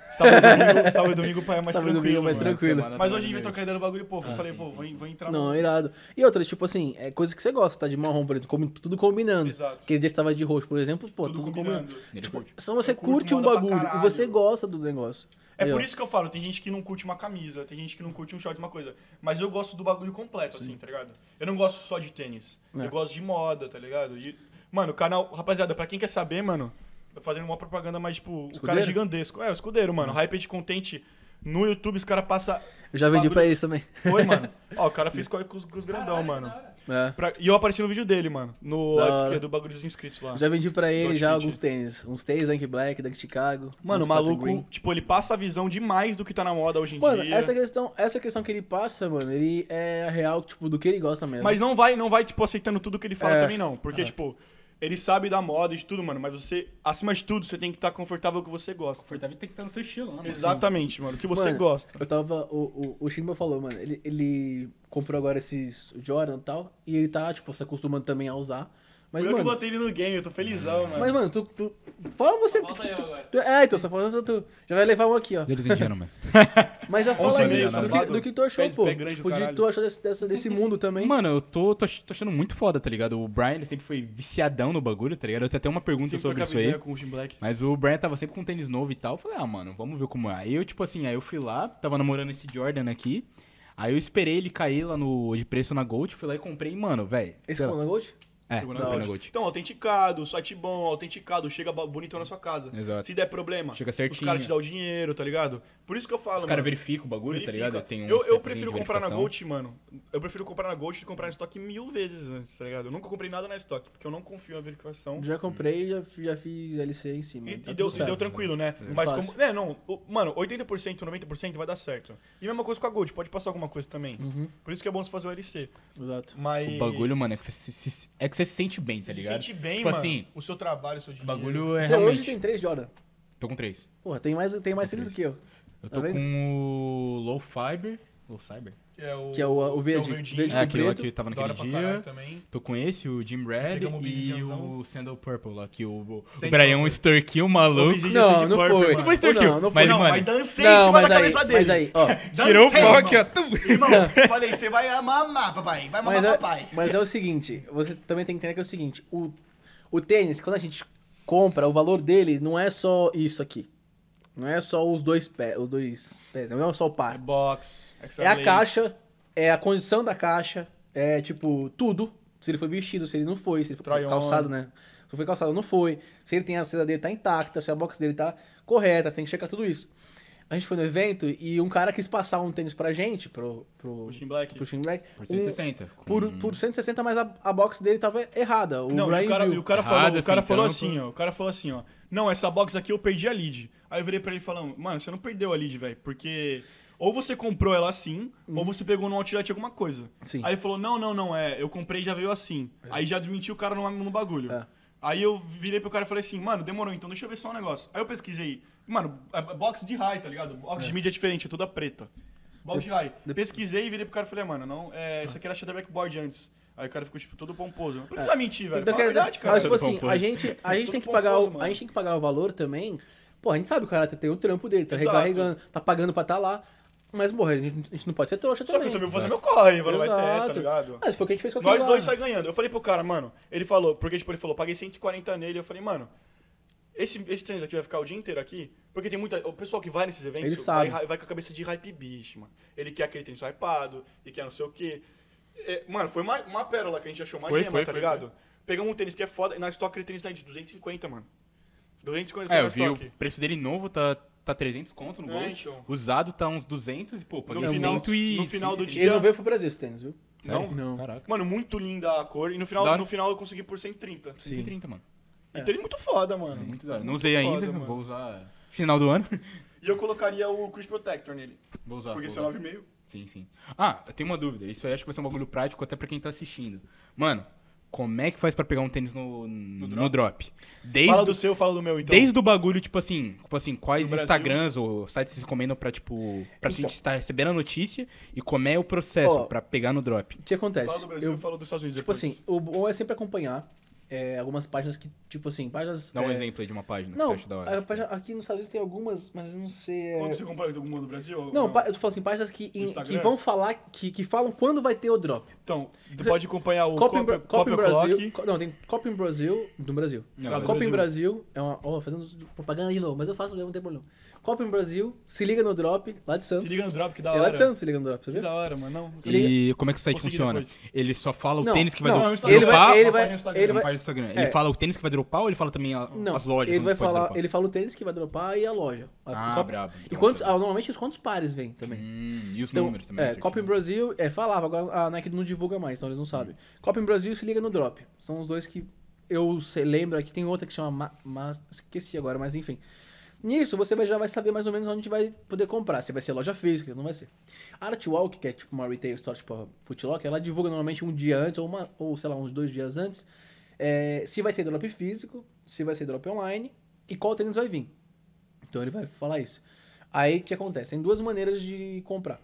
Speaker 6: Sábado e domingo, sábado e domingo pai, é mais
Speaker 4: Sábado e
Speaker 6: tranquilo.
Speaker 4: domingo é mais
Speaker 6: mano.
Speaker 4: tranquilo. Ah,
Speaker 6: Mas hoje a gente vai trocar ideia do bagulho, pô. eu falei, pô, vou, vou entrar
Speaker 4: Não,
Speaker 6: no...
Speaker 4: é irado. E outra, tipo assim, é coisa que você gosta, tá? De marrom, por exemplo, combi- tudo combinando.
Speaker 6: Exato.
Speaker 4: Aquele dia que você tava de roxo, por exemplo, pô, tudo,
Speaker 6: tudo
Speaker 4: combinando.
Speaker 6: combinando.
Speaker 4: Tipo, então você
Speaker 6: Eu curto
Speaker 4: curte um
Speaker 6: moda pra
Speaker 4: bagulho e
Speaker 6: caralho.
Speaker 4: você gosta do negócio.
Speaker 6: É
Speaker 4: Aí, ó.
Speaker 6: por isso que eu falo, tem gente que não curte uma camisa, tem gente que não curte um short, uma coisa. Mas eu gosto do bagulho completo, assim, tá ligado? Eu não gosto só de tênis.
Speaker 4: É.
Speaker 6: Eu gosto de moda, tá ligado? E, mano, o canal. Rapaziada, pra quem quer saber, mano, tô fazendo uma propaganda, mas, tipo, o cara
Speaker 4: Escudeiro?
Speaker 6: é
Speaker 4: Hum.
Speaker 6: gigantesco. É, o escudeiro, mano. Hype de contente no YouTube, os caras passam.
Speaker 4: Eu já vendi
Speaker 6: bagulho-
Speaker 4: pra eles também.
Speaker 6: Foi, mano. Ó, o cara fez com com os, com os grandão, mano.
Speaker 4: É.
Speaker 6: Pra- E eu apareci no vídeo dele, mano. No
Speaker 4: Da
Speaker 6: lado
Speaker 4: hora.
Speaker 6: esquerdo, do bagulho dos inscritos lá.
Speaker 4: Já vendi pra ele
Speaker 6: Gosto
Speaker 4: já
Speaker 6: de
Speaker 4: alguns tênis. Uns tênis Dunk Black, Dunk Chicago.
Speaker 6: Mano,
Speaker 4: uns
Speaker 6: o
Speaker 4: Patrick Green.
Speaker 6: maluco, tipo, ele passa a visão demais do que tá na moda hoje em
Speaker 4: Mano,
Speaker 6: dia.
Speaker 4: essa questão, essa questão que ele passa, mano, ele é a real, tipo, do que ele gosta mesmo.
Speaker 6: É. Mas não vai, não vai, tipo, aceitando tudo que ele fala
Speaker 4: É.
Speaker 6: também, não. Porque, tipo, ele sabe da moda e de tudo, mano. Mas você, acima de tudo, você tem que estar confortável com o que você gosta.
Speaker 3: Confortável tem que estar no seu estilo, né? mano?
Speaker 6: Exatamente, mano. O que você
Speaker 4: Mano,
Speaker 6: gosta.
Speaker 4: Eu tava. O, o, o Shimba falou, mano, ele, ele comprou agora esses Jordan e tal. E ele tá, tipo, se acostumando também a usar. Mas,
Speaker 6: Foi eu que
Speaker 4: mano.
Speaker 6: botei ele no game, eu tô felizão,
Speaker 3: É.
Speaker 6: mano.
Speaker 4: Mas, mano, tu. tu fala você.
Speaker 5: Volta
Speaker 4: tu-
Speaker 5: eu
Speaker 4: tu-
Speaker 5: agora.
Speaker 4: tu- é, então, só falando tu. Já vai levar um aqui, ó.
Speaker 3: Ladies and gentlemen.
Speaker 4: Mas já fala
Speaker 6: 11
Speaker 4: aí
Speaker 6: meio,
Speaker 4: do, que,
Speaker 6: safado.
Speaker 4: do que tu achou,
Speaker 6: Pé de-
Speaker 4: pô.
Speaker 6: né? pé grande do
Speaker 4: tipo, de,
Speaker 6: caralho.
Speaker 4: tu achou desse, dessa- desse mundo também.
Speaker 3: Mano, eu tô, tô, ach- tô achando muito foda, tá ligado? O Brian, ele sempre foi viciadão no bagulho, tá ligado? Eu tenho até uma pergunta
Speaker 6: Sempre
Speaker 3: sobre
Speaker 6: trocava
Speaker 3: isso aí.
Speaker 6: ideia com o Jim Black.
Speaker 3: Mas o Brian tava sempre com um tênis novo e tal. Eu falei, ah, mano, vamos ver como é. Aí eu, tipo assim, aí eu fui lá, tava namorando esse Jordan aqui. Aí eu esperei ele cair lá no de preço na Gold, fui lá e comprei, e, mano, velho.
Speaker 4: Esse é o Gold?
Speaker 3: É,
Speaker 6: Chegou
Speaker 3: comprei na
Speaker 6: Gold.
Speaker 3: Gold.
Speaker 6: Então, autenticado, site bom, autenticado, chega ba- bonitão na sua casa.
Speaker 3: Exato.
Speaker 6: Se der problema,
Speaker 3: Chega
Speaker 6: os
Speaker 3: certinho.
Speaker 6: caras te dão o dinheiro, tá ligado? Por isso que eu falo,
Speaker 3: Os caras
Speaker 6: mano.
Speaker 3: verificam o bagulho,
Speaker 6: Verifica.
Speaker 3: tá ligado? Tem um
Speaker 6: eu, eu
Speaker 3: stepzinho
Speaker 6: prefiro
Speaker 3: de
Speaker 6: comprar na
Speaker 3: verificação.
Speaker 6: Gold, mano. Eu prefiro comprar na Gold do que comprar na estoque mil vezes antes, tá ligado? Eu nunca comprei nada na estoque, porque eu não confio na verificação.
Speaker 4: Já comprei e já, fi- já fiz LC em cima.
Speaker 6: E,
Speaker 4: tá
Speaker 6: e
Speaker 4: tudo
Speaker 6: deu, e
Speaker 4: certo.
Speaker 6: deu tranquilo, né? Mas
Speaker 4: Fácil.
Speaker 6: como. É, não. o- Mano, 80%, 90% vai dar certo. E mesma coisa com a Gold, pode passar alguma coisa também.
Speaker 4: Uhum.
Speaker 6: Por isso que é bom você fazer o LC.
Speaker 4: Exato.
Speaker 6: Mas.
Speaker 3: O bagulho, mano, é que você se, se- é que você se sente bem, tá
Speaker 6: Você se
Speaker 3: ligado?
Speaker 6: sente bem,
Speaker 3: tipo
Speaker 6: mano.
Speaker 3: assim,
Speaker 6: o seu trabalho, o seu
Speaker 3: o
Speaker 6: dinheiro.
Speaker 3: bagulho é
Speaker 4: Você
Speaker 3: realmente...
Speaker 4: hoje tem três Jordan.
Speaker 3: Tô com três.
Speaker 4: Porra, tem mais, tem mais seis do que eu.
Speaker 3: Eu
Speaker 4: Tá
Speaker 3: tô
Speaker 4: vendo?
Speaker 3: com o Low Fiber. Low Cyber?
Speaker 6: É o,
Speaker 4: Que é o- o verde-
Speaker 6: que é verdinho,
Speaker 4: verde
Speaker 3: É, aquele lá
Speaker 4: preto,
Speaker 3: que tava
Speaker 6: da hora
Speaker 3: naquele
Speaker 6: pra caralho
Speaker 3: dia.
Speaker 6: também.
Speaker 3: Tô com esse, o Jim Red
Speaker 6: Pegamos é o
Speaker 3: e
Speaker 6: Obsidianzão.
Speaker 3: o Sandal Purple lá, que o, o
Speaker 6: Sandal
Speaker 3: Brian
Speaker 6: Purple.
Speaker 3: Sturkill, maluco.
Speaker 6: Obsidian Sand
Speaker 4: não
Speaker 6: Purple,
Speaker 4: foi.
Speaker 6: mano.
Speaker 4: Não foi Sturkill. Não, não foi.
Speaker 3: Mas,
Speaker 6: não,
Speaker 3: mano,
Speaker 6: mas dancei em
Speaker 4: Não,
Speaker 6: cima
Speaker 4: mas
Speaker 6: da
Speaker 4: aí,
Speaker 6: cabeça dele. um
Speaker 4: mas aí, ó.
Speaker 3: Tirou o
Speaker 6: Dancei,
Speaker 3: pau aqui, ó.
Speaker 6: irmão. Irmão, falei, você vai mamar, papai. Vai mamar,
Speaker 4: Mas é,
Speaker 6: papai.
Speaker 4: mas é o seguinte, você também tem que entender que é o seguinte, o, o tênis, quando a gente compra, o valor dele não é só isso aqui. Não é só os dois pés, os dois pés, não é só o par.
Speaker 6: Box.
Speaker 4: É a caixa, é a condição da caixa, é tipo, tudo. Se ele foi vestido, se ele não foi, se ele foi
Speaker 6: Try-on.
Speaker 4: calçado, né? Se foi calçado, não foi. Se ele tem a seda dele, tá intacta, se a box dele tá correta, você tem que checar tudo isso. A gente foi no evento e um cara quis passar um tênis pra gente, pro, pro,
Speaker 6: O Shin Black.
Speaker 4: pro Shin Black.
Speaker 3: Por
Speaker 4: um-
Speaker 3: 160. com-
Speaker 4: por, por 160, mas a, a box dele tava errada. O
Speaker 6: Não, e
Speaker 4: Brian
Speaker 6: o cara,
Speaker 4: viu.
Speaker 6: e o cara
Speaker 3: Errado,
Speaker 6: falou, o cara
Speaker 3: sem
Speaker 6: falou
Speaker 3: tampa.
Speaker 6: assim, ó. O cara falou assim, ó. Não, essa box aqui eu perdi a lead. Aí eu virei pra ele falando, mano, você não perdeu a lead, velho, porque ou você comprou ela assim, ou você pegou no outlet alguma coisa.
Speaker 4: Sim.
Speaker 6: Aí ele falou, não, não, não, é, eu comprei e já veio assim. Aí já desmentiu o cara no, no bagulho.
Speaker 4: É.
Speaker 6: Aí eu virei pro cara e falei assim, mano, demorou, então deixa eu ver só um negócio. Aí eu pesquisei, mano, é box de high, tá ligado? Box de mídia é diferente, é toda preta. Box de high. Pesquisei e virei pro cara e falei, mano, não, é, isso aqui era Shader Board antes. Aí o cara ficou, tipo, todo pomposo. Não precisa mentir, velho.
Speaker 4: Então,
Speaker 6: Fala a
Speaker 4: quer dizer,
Speaker 6: verdade, cara.
Speaker 4: Mas, tipo
Speaker 6: Todo
Speaker 4: assim,
Speaker 6: pomposo.
Speaker 4: a gente, a gente
Speaker 6: Todo
Speaker 4: tem que pagar o,
Speaker 6: pomposo,
Speaker 4: a
Speaker 6: mano.
Speaker 4: gente tem que pagar o valor também. Pô, a gente sabe que o cara tem o trampo dele, tá
Speaker 6: Exato.
Speaker 4: recarregando, tá pagando pra estar lá. Mas, porra, a gente, a gente não pode ser trouxa
Speaker 6: Só que
Speaker 4: também.
Speaker 6: eu também vou fazer meu corre, mano, vai ter, tá
Speaker 4: Exato.
Speaker 6: ligado?
Speaker 4: Mas foi o que a gente fez com aquilo
Speaker 6: Nós
Speaker 4: lá.
Speaker 6: dois sai ganhando. Eu falei pro cara, mano, ele falou, porque tipo, ele falou, paguei 140 nele, eu falei, mano, esse, esse tênis aqui vai ficar o dia inteiro aqui, porque tem muita. O pessoal que vai nesses eventos
Speaker 4: Ele
Speaker 6: vai,
Speaker 4: sabe.
Speaker 6: ra- vai com a cabeça de hype bicho, mano. Ele quer aquele tênis hypado, e quer não sei o quê. É, mano, foi uma, uma pérola que a gente achou, uma
Speaker 3: Foi,
Speaker 6: gema,
Speaker 3: foi,
Speaker 6: tá
Speaker 3: foi,
Speaker 6: ligado? Pegamos um tênis que é foda, e nós toca aquele tênis na de 250, mano. 250
Speaker 3: É,
Speaker 6: no
Speaker 3: eu vi
Speaker 6: estoque.
Speaker 3: o preço dele novo, tá, tá 300 conto no
Speaker 6: É,
Speaker 3: Gold.
Speaker 6: então.
Speaker 3: Usado tá uns 200 e, pô, paguei
Speaker 6: No final,
Speaker 3: 100 e...
Speaker 6: no final do
Speaker 4: Ele
Speaker 6: dia.
Speaker 4: não veio pro Brasil esse tênis, viu?
Speaker 6: Não?
Speaker 4: Não.
Speaker 3: Caraca.
Speaker 6: Mano, muito linda a cor. E no
Speaker 3: Da
Speaker 6: final,
Speaker 3: hora.
Speaker 6: no final eu consegui por 130.
Speaker 3: 130, mano.
Speaker 4: É.
Speaker 6: E tênis muito foda, mano.
Speaker 3: Muito da hora. Não usei ainda,
Speaker 6: foda,
Speaker 3: vou usar final do ano.
Speaker 6: E eu colocaria o Cruise Protector nele.
Speaker 3: Vou usar.
Speaker 6: porque
Speaker 3: vou
Speaker 6: esse é
Speaker 3: usar.
Speaker 6: 9,5.
Speaker 3: Sim, sim. Ah, eu tenho uma dúvida. Isso aí acho que vai ser um bagulho prático até pra quem tá assistindo. Mano, como é que faz pra pegar um tênis no, no, drop? Desde,
Speaker 6: Fala do seu, fala do meu, então.
Speaker 3: desde o bagulho, tipo assim, tipo assim, quais
Speaker 6: No Brasil.
Speaker 3: Instagrams ou sites vocês recomendam pra, tipo, pra gente estar recebendo a notícia e como é o processo
Speaker 4: Então. Ó.
Speaker 3: pra pegar no drop?
Speaker 4: O que acontece?
Speaker 6: Fala do Brasil,
Speaker 4: Eu,
Speaker 6: fala dos Estados Unidos
Speaker 4: tipo
Speaker 6: depois.
Speaker 4: assim, o bom é sempre acompanhar é, algumas páginas que, tipo assim, páginas...
Speaker 3: Dá um
Speaker 4: é,
Speaker 3: exemplo aí de uma página
Speaker 4: Não, é,
Speaker 3: que você acha da hora.
Speaker 4: a página- aqui nos Estados Unidos tem algumas, mas eu não sei... é-
Speaker 6: Quando você compara com alguma do Brasil? ou
Speaker 4: Não, pá- eu tô falando assim, páginas que, em-
Speaker 6: Instagram?
Speaker 4: que vão falar, que, que falam quando vai ter o drop.
Speaker 6: Então, você pode acompanhar o
Speaker 4: Copa,
Speaker 6: Copy,
Speaker 4: em Bra-
Speaker 6: Copy,
Speaker 4: Copa em Brasil.
Speaker 6: O'Clock.
Speaker 4: Co- não, tem Copa em Brasil, do Brasil.
Speaker 3: Não,
Speaker 4: Copa
Speaker 6: Brasil.
Speaker 4: em Brasil é uma. Ó, fazendo propaganda de novo, mas eu faço mesmo, não tem problema. Copa em Brasil, se liga no drop, lá de Santos.
Speaker 6: Se liga no drop, que da
Speaker 4: é lá
Speaker 6: hora.
Speaker 4: de Santos, se liga no drop, você
Speaker 6: Que
Speaker 4: viu?
Speaker 6: da hora, mano. Não,
Speaker 3: E como é que o site
Speaker 6: Vou seguir
Speaker 3: funciona?
Speaker 6: depois.
Speaker 3: Ele só fala o
Speaker 4: Não,
Speaker 3: tênis que vai
Speaker 4: não,
Speaker 3: dropar?
Speaker 6: Instagram.
Speaker 4: ele vai, ele
Speaker 6: uma página
Speaker 4: vai,
Speaker 6: no Instagram,
Speaker 4: ele
Speaker 3: Uma
Speaker 4: vai,
Speaker 3: página do Instagram.
Speaker 4: é.
Speaker 3: Ele fala o tênis que vai dropar ou ele fala também a-
Speaker 4: não,
Speaker 3: as lojas?
Speaker 4: ele
Speaker 3: onde
Speaker 4: vai
Speaker 3: pode
Speaker 4: falar,
Speaker 3: dropar?
Speaker 4: ele fala o tênis que vai dropar e a loja. A
Speaker 3: Ah,
Speaker 4: Copa-
Speaker 3: brabo.
Speaker 4: E quantos, ah, normalmente os quantos pares vêm também.
Speaker 3: Hum, e os
Speaker 4: Então,
Speaker 3: números também. né?
Speaker 4: é,
Speaker 3: certinho.
Speaker 4: Copa em Brasil, é, falava, agora a Nike não divulga mais, então eles não sabem.
Speaker 3: Hum.
Speaker 4: Copa em Brasil se liga no drop. São os dois que eu sei- lembro aqui, tem outra que chama Ma- Mas, esqueci agora, mas enfim. Nisso, você vai- já vai saber mais ou menos onde vai poder comprar. Se vai ser loja física, se não vai ser. A Artwalk, que é tipo uma retail store, tipo a Footlock, ela divulga normalmente um dia antes, ou, uma, ou sei lá, uns dois dias antes, é, se vai ter drop físico, se vai ser drop online e qual tênis vai vir. Então ele vai falar isso. Aí o que acontece? Tem duas maneiras de comprar.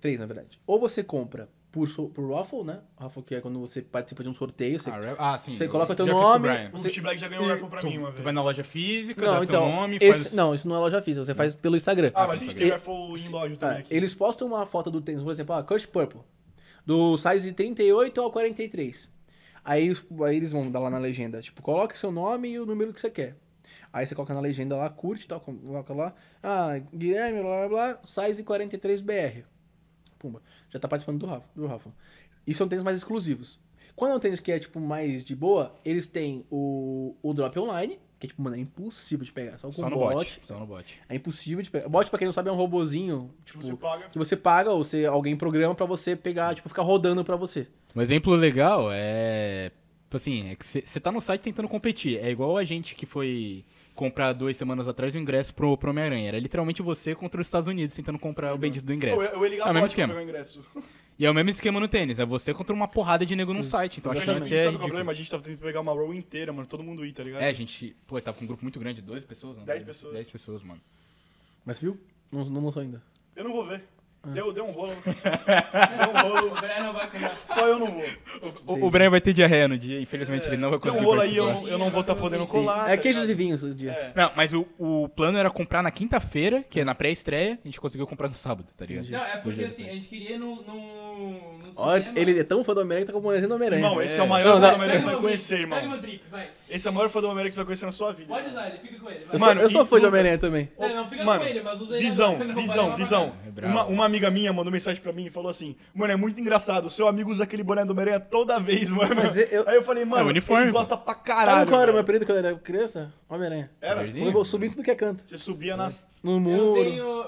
Speaker 4: Três, na verdade. Ou você compra por, so- por raffle, né? Raffle que é quando você participa de um sorteio. Você...
Speaker 3: Ah, rap- Ah, sim.
Speaker 4: você
Speaker 3: eu-
Speaker 4: coloca teu
Speaker 3: já fiz com o
Speaker 4: nome,
Speaker 3: Brian.
Speaker 6: O
Speaker 4: Você-
Speaker 6: Steve Black já ganhou um rifle pra mim uma
Speaker 3: Tu
Speaker 6: vez.
Speaker 3: vai na loja física,
Speaker 4: não,
Speaker 3: dá
Speaker 4: então.
Speaker 3: seu nome,
Speaker 4: esse-
Speaker 3: faz...
Speaker 4: Não, isso não é loja física, você faz pelo Instagram.
Speaker 6: Ah, mas a gente tem
Speaker 4: tá. E-
Speaker 6: rifle em loja também
Speaker 4: Ah,
Speaker 6: aqui.
Speaker 4: eles postam uma foto do tênis, por exemplo, a Kurt Purple, do size 38 ao 43. Aí, os- aí eles vão dar lá na legenda, tipo, coloque seu nome e o número que você quer. Aí você coloca na legenda lá, curte, tal, coloca lá, ah, Guilherme, blá, blá, blá, size 43 BR. Pumba, já tá participando do Rafa. Do Rafa. E são tênis mais exclusivos. Quando é um tênis que é, tipo, mais de boa, eles têm o, o drop online, que é, tipo, mano, é impossível de pegar, só com
Speaker 3: Só no
Speaker 4: bot.
Speaker 3: bot. Só no bot.
Speaker 4: É impossível de pegar. Bot, pra quem não sabe, é um robozinho, tipo,
Speaker 6: Você paga.
Speaker 4: que você paga ou você, alguém programa pra você pegar, tipo, ficar rodando pra você.
Speaker 3: Um exemplo legal é. Tipo assim, é que você tá no site tentando competir. É igual a gente que foi comprar duas semanas atrás o ingresso pro, pro Homem-Aranha. Era literalmente você contra os Estados Unidos tentando comprar o bendito do ingresso.
Speaker 6: Ou Uhum. eu, eu
Speaker 4: Ah,
Speaker 6: ia
Speaker 3: é
Speaker 6: ligar
Speaker 3: o
Speaker 6: a
Speaker 3: mesmo
Speaker 6: loja pra
Speaker 3: esquema.
Speaker 6: pegar o ingresso.
Speaker 3: E é o mesmo esquema no tênis. É você contra uma porrada de nego num site. Então a
Speaker 6: Mas a
Speaker 3: chance é.
Speaker 6: gente assim, sabe o
Speaker 3: ridícula.
Speaker 6: problema, a gente tava tentando pegar uma roll inteira, mano. Todo mundo ir, tá ligado?
Speaker 3: É, a gente. Pô, tava com um grupo muito grande, 12 pessoas, não?
Speaker 6: Dez pessoas.
Speaker 3: 10 pessoas, mano.
Speaker 4: Mas viu? Não, não lançou ainda.
Speaker 6: Eu não vou ver.
Speaker 4: Ah.
Speaker 6: Deu, deu um rolo. deu um rolo.
Speaker 5: O Breno vai comer.
Speaker 6: Só eu não vou.
Speaker 3: O, o Brian vai ter diarreia no dia, infelizmente ele não vai
Speaker 6: Deu
Speaker 3: conseguir.
Speaker 6: um rolo aí, eu,
Speaker 3: participar.
Speaker 6: não- eu não vou estar podendo colar.
Speaker 4: é
Speaker 6: tá
Speaker 4: queijos
Speaker 6: ligado?
Speaker 4: e vinhos esse dia.
Speaker 6: É.
Speaker 3: Não, mas o, o plano era comprar na quinta-feira, que é na pré-estreia, a gente conseguiu comprar no sábado, tá ligado?
Speaker 5: Não, é porque
Speaker 3: Hoje,
Speaker 5: assim, a gente queria ir no. no, no
Speaker 4: Olha,
Speaker 5: cinema.
Speaker 4: ele é tão fã do Homem-Aranha que tá componendo o Homem-Aranha.
Speaker 6: Não, esse é o maior
Speaker 4: Não,
Speaker 6: fã do
Speaker 4: não.
Speaker 6: Homem-Aranha que você vai
Speaker 5: meu
Speaker 6: conhecer,
Speaker 5: trip, Pega
Speaker 6: irmão.
Speaker 5: meu trip, vai.
Speaker 6: Esse é o maior fã do Homem-Aranha que você vai conhecer na sua vida.
Speaker 5: Pode usar ele, fica com ele. vai.
Speaker 4: Eu,
Speaker 6: Mano,
Speaker 4: sou, eu sou
Speaker 6: e
Speaker 4: fã de
Speaker 6: Lucas?
Speaker 4: Homem-Aranha também.
Speaker 5: É, não, fica
Speaker 6: Mano,
Speaker 5: com ele, mas usa ele
Speaker 6: visão,
Speaker 5: agora, né? não vai
Speaker 6: visão,
Speaker 5: levar
Speaker 6: visão.
Speaker 3: É brabo.
Speaker 6: Uma, uma amiga minha mandou mensagem pra mim e falou assim: Mano, é muito engraçado. O seu amigo usa aquele boné do Homem-Aranha toda vez, mano.
Speaker 4: Mas eu-
Speaker 6: Aí eu falei, mano,
Speaker 3: É o uniforme,
Speaker 6: ele
Speaker 3: pô.
Speaker 6: gosta pra caralho.
Speaker 4: Sabe qual era o meu
Speaker 6: velho.
Speaker 4: apelido quando eu era criança? Homem-Aranha.
Speaker 6: Era?
Speaker 3: Verdinho?
Speaker 4: Eu subi em tudo que é canto.
Speaker 6: Você subia nas.
Speaker 4: No
Speaker 5: Eu
Speaker 4: muro.
Speaker 5: tenho.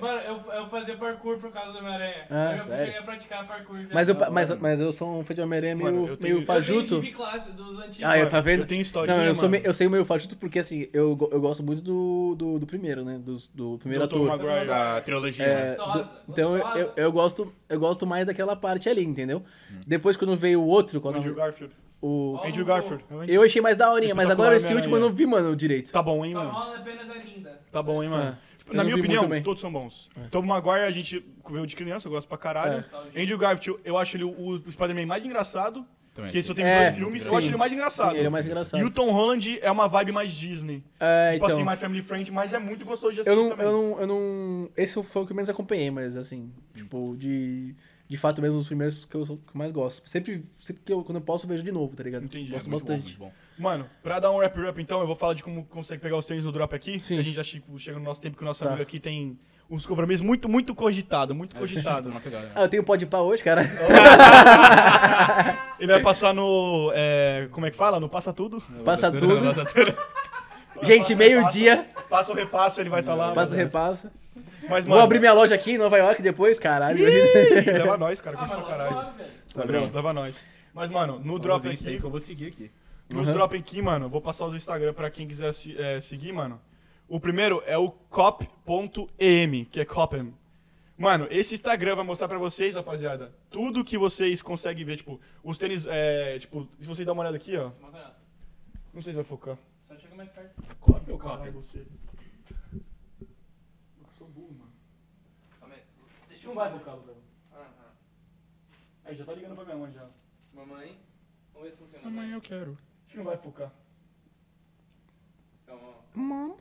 Speaker 5: Mano, eu, eu fazia parkour por causa do Homem-Aranha.
Speaker 4: Ah,
Speaker 5: eu
Speaker 4: sério?
Speaker 5: cheguei a praticar parkour.
Speaker 4: Mas eu, mas, mas eu sou um fã de Homem-Aranha meio,
Speaker 6: Mano, eu tenho-
Speaker 4: meio fajuto.
Speaker 5: Eu tenho classe dos antigos.
Speaker 4: Ah, eu tá vendo?
Speaker 6: Eu tenho historinha,
Speaker 4: Não, eu, sou
Speaker 6: mano.
Speaker 4: meio, eu sei meio fajuto porque, assim, eu, go- eu gosto muito do, do, do primeiro, né? Do, do primeiro
Speaker 6: Doutor
Speaker 4: ator.
Speaker 6: Maguire.
Speaker 3: Da trilogia.
Speaker 4: É,
Speaker 5: Gostosa,
Speaker 4: do- então eu,
Speaker 5: gostosa.
Speaker 4: eu, eu gosto, eu gosto mais daquela parte ali, entendeu? Depois, quando veio o outro, quando
Speaker 6: Andrew Garfield.
Speaker 4: o,
Speaker 6: Andrew Garfield.
Speaker 4: eu achei mais daorinha, mas agora
Speaker 6: Espetacular
Speaker 4: esse último eu
Speaker 6: Homem-Aranha.
Speaker 4: não vi, mano, direito.
Speaker 6: Tá bom, hein,
Speaker 5: Tom
Speaker 6: mano?
Speaker 5: Holland apenas é linda.
Speaker 6: Tá bom, hein, mano?
Speaker 4: É.
Speaker 6: Tipo,
Speaker 4: Eu
Speaker 6: Na
Speaker 4: não
Speaker 6: minha
Speaker 4: vi muito
Speaker 6: opinião,
Speaker 4: bem. É.
Speaker 6: todos são bons. Tom Maguire, a gente veio de criança, eu gosto pra caralho. Andrew Garfield, eu acho ele o, o Spider-Man mais engraçado.
Speaker 3: Também.
Speaker 6: Porque esse eu tenho
Speaker 4: É,
Speaker 6: dois filmes, eu
Speaker 4: sim.
Speaker 6: acho ele mais engraçado.
Speaker 4: Sim, ele é mais engraçado.
Speaker 6: E o Tom Holland é uma vibe mais Disney.
Speaker 4: É,
Speaker 6: tipo
Speaker 4: então,
Speaker 6: assim, mais family friend, mas é muito gostoso de assistir
Speaker 4: eu, não,
Speaker 6: também.
Speaker 4: eu, não, eu não... Esse foi o que eu menos acompanhei, mas, assim, tipo, de... De fato, mesmo os primeiros que eu, que eu mais gosto. Sempre, sempre que eu, quando eu posso, eu vejo de novo, tá ligado?
Speaker 6: Entendi,
Speaker 4: Gosto
Speaker 6: é
Speaker 3: Muito bom,
Speaker 4: bastante.
Speaker 3: muito bom.
Speaker 6: Mano, pra dar um wrap-up então, eu vou falar de como consegue pegar os tênis no drop aqui.
Speaker 4: Sim.
Speaker 6: Que a gente já tipo, chega no nosso tempo, que o nosso
Speaker 4: Tá.
Speaker 6: amigo aqui tem uns compromissos muito, muito cogitado, muito cogitado.
Speaker 3: Uma pegada, né?
Speaker 4: Ah, eu tenho pode pá hoje, cara.
Speaker 6: Ele vai passar no. é, como é que fala? No Passa Tudo.
Speaker 4: Passa tudo. Gente, meio-dia,
Speaker 6: Passa o repassa, ele vai estar lá.
Speaker 4: passa o
Speaker 6: mano.
Speaker 4: repassa.
Speaker 6: Mas, é,
Speaker 4: Vou abrir minha loja aqui em Nova York depois, caralho.
Speaker 6: Ih, leva nós, cara.
Speaker 5: Ah,
Speaker 6: Curte
Speaker 5: mas
Speaker 6: pra
Speaker 5: lá
Speaker 6: caralho.
Speaker 5: fora, velho.
Speaker 6: Gabriel, leva nós. Mas, mano, no drop
Speaker 3: Os
Speaker 6: aqui,
Speaker 3: Insta aí que eu vou seguir aqui.
Speaker 6: nos
Speaker 4: Uhum.
Speaker 6: drop aqui, mano, vou passar os Instagram pra quem quiser se- é, seguir, mano. O primeiro é o cop.em, que é copem. Mano, esse Instagram vai mostrar pra vocês, rapaziada, tudo que vocês conseguem ver, tipo, os tênis, é, tipo, se vocês dão uma olhada aqui, ó,
Speaker 5: Manda lá.
Speaker 6: não sei se vai focar.
Speaker 5: Só chega mais perto.
Speaker 6: Cop ou copem? Você. Eu sou burro, mano.
Speaker 5: Calma aí. Deixa
Speaker 3: um
Speaker 6: Não
Speaker 5: eu
Speaker 6: vai focar, Lucas.
Speaker 5: Ah, ah.
Speaker 6: Aí, já tá ligando pra minha mãe, já. Acho
Speaker 5: Mamãe. Vamos ver se funciona.
Speaker 3: Amanhã eu quero.
Speaker 6: que não vai focar.
Speaker 5: Calma, ó.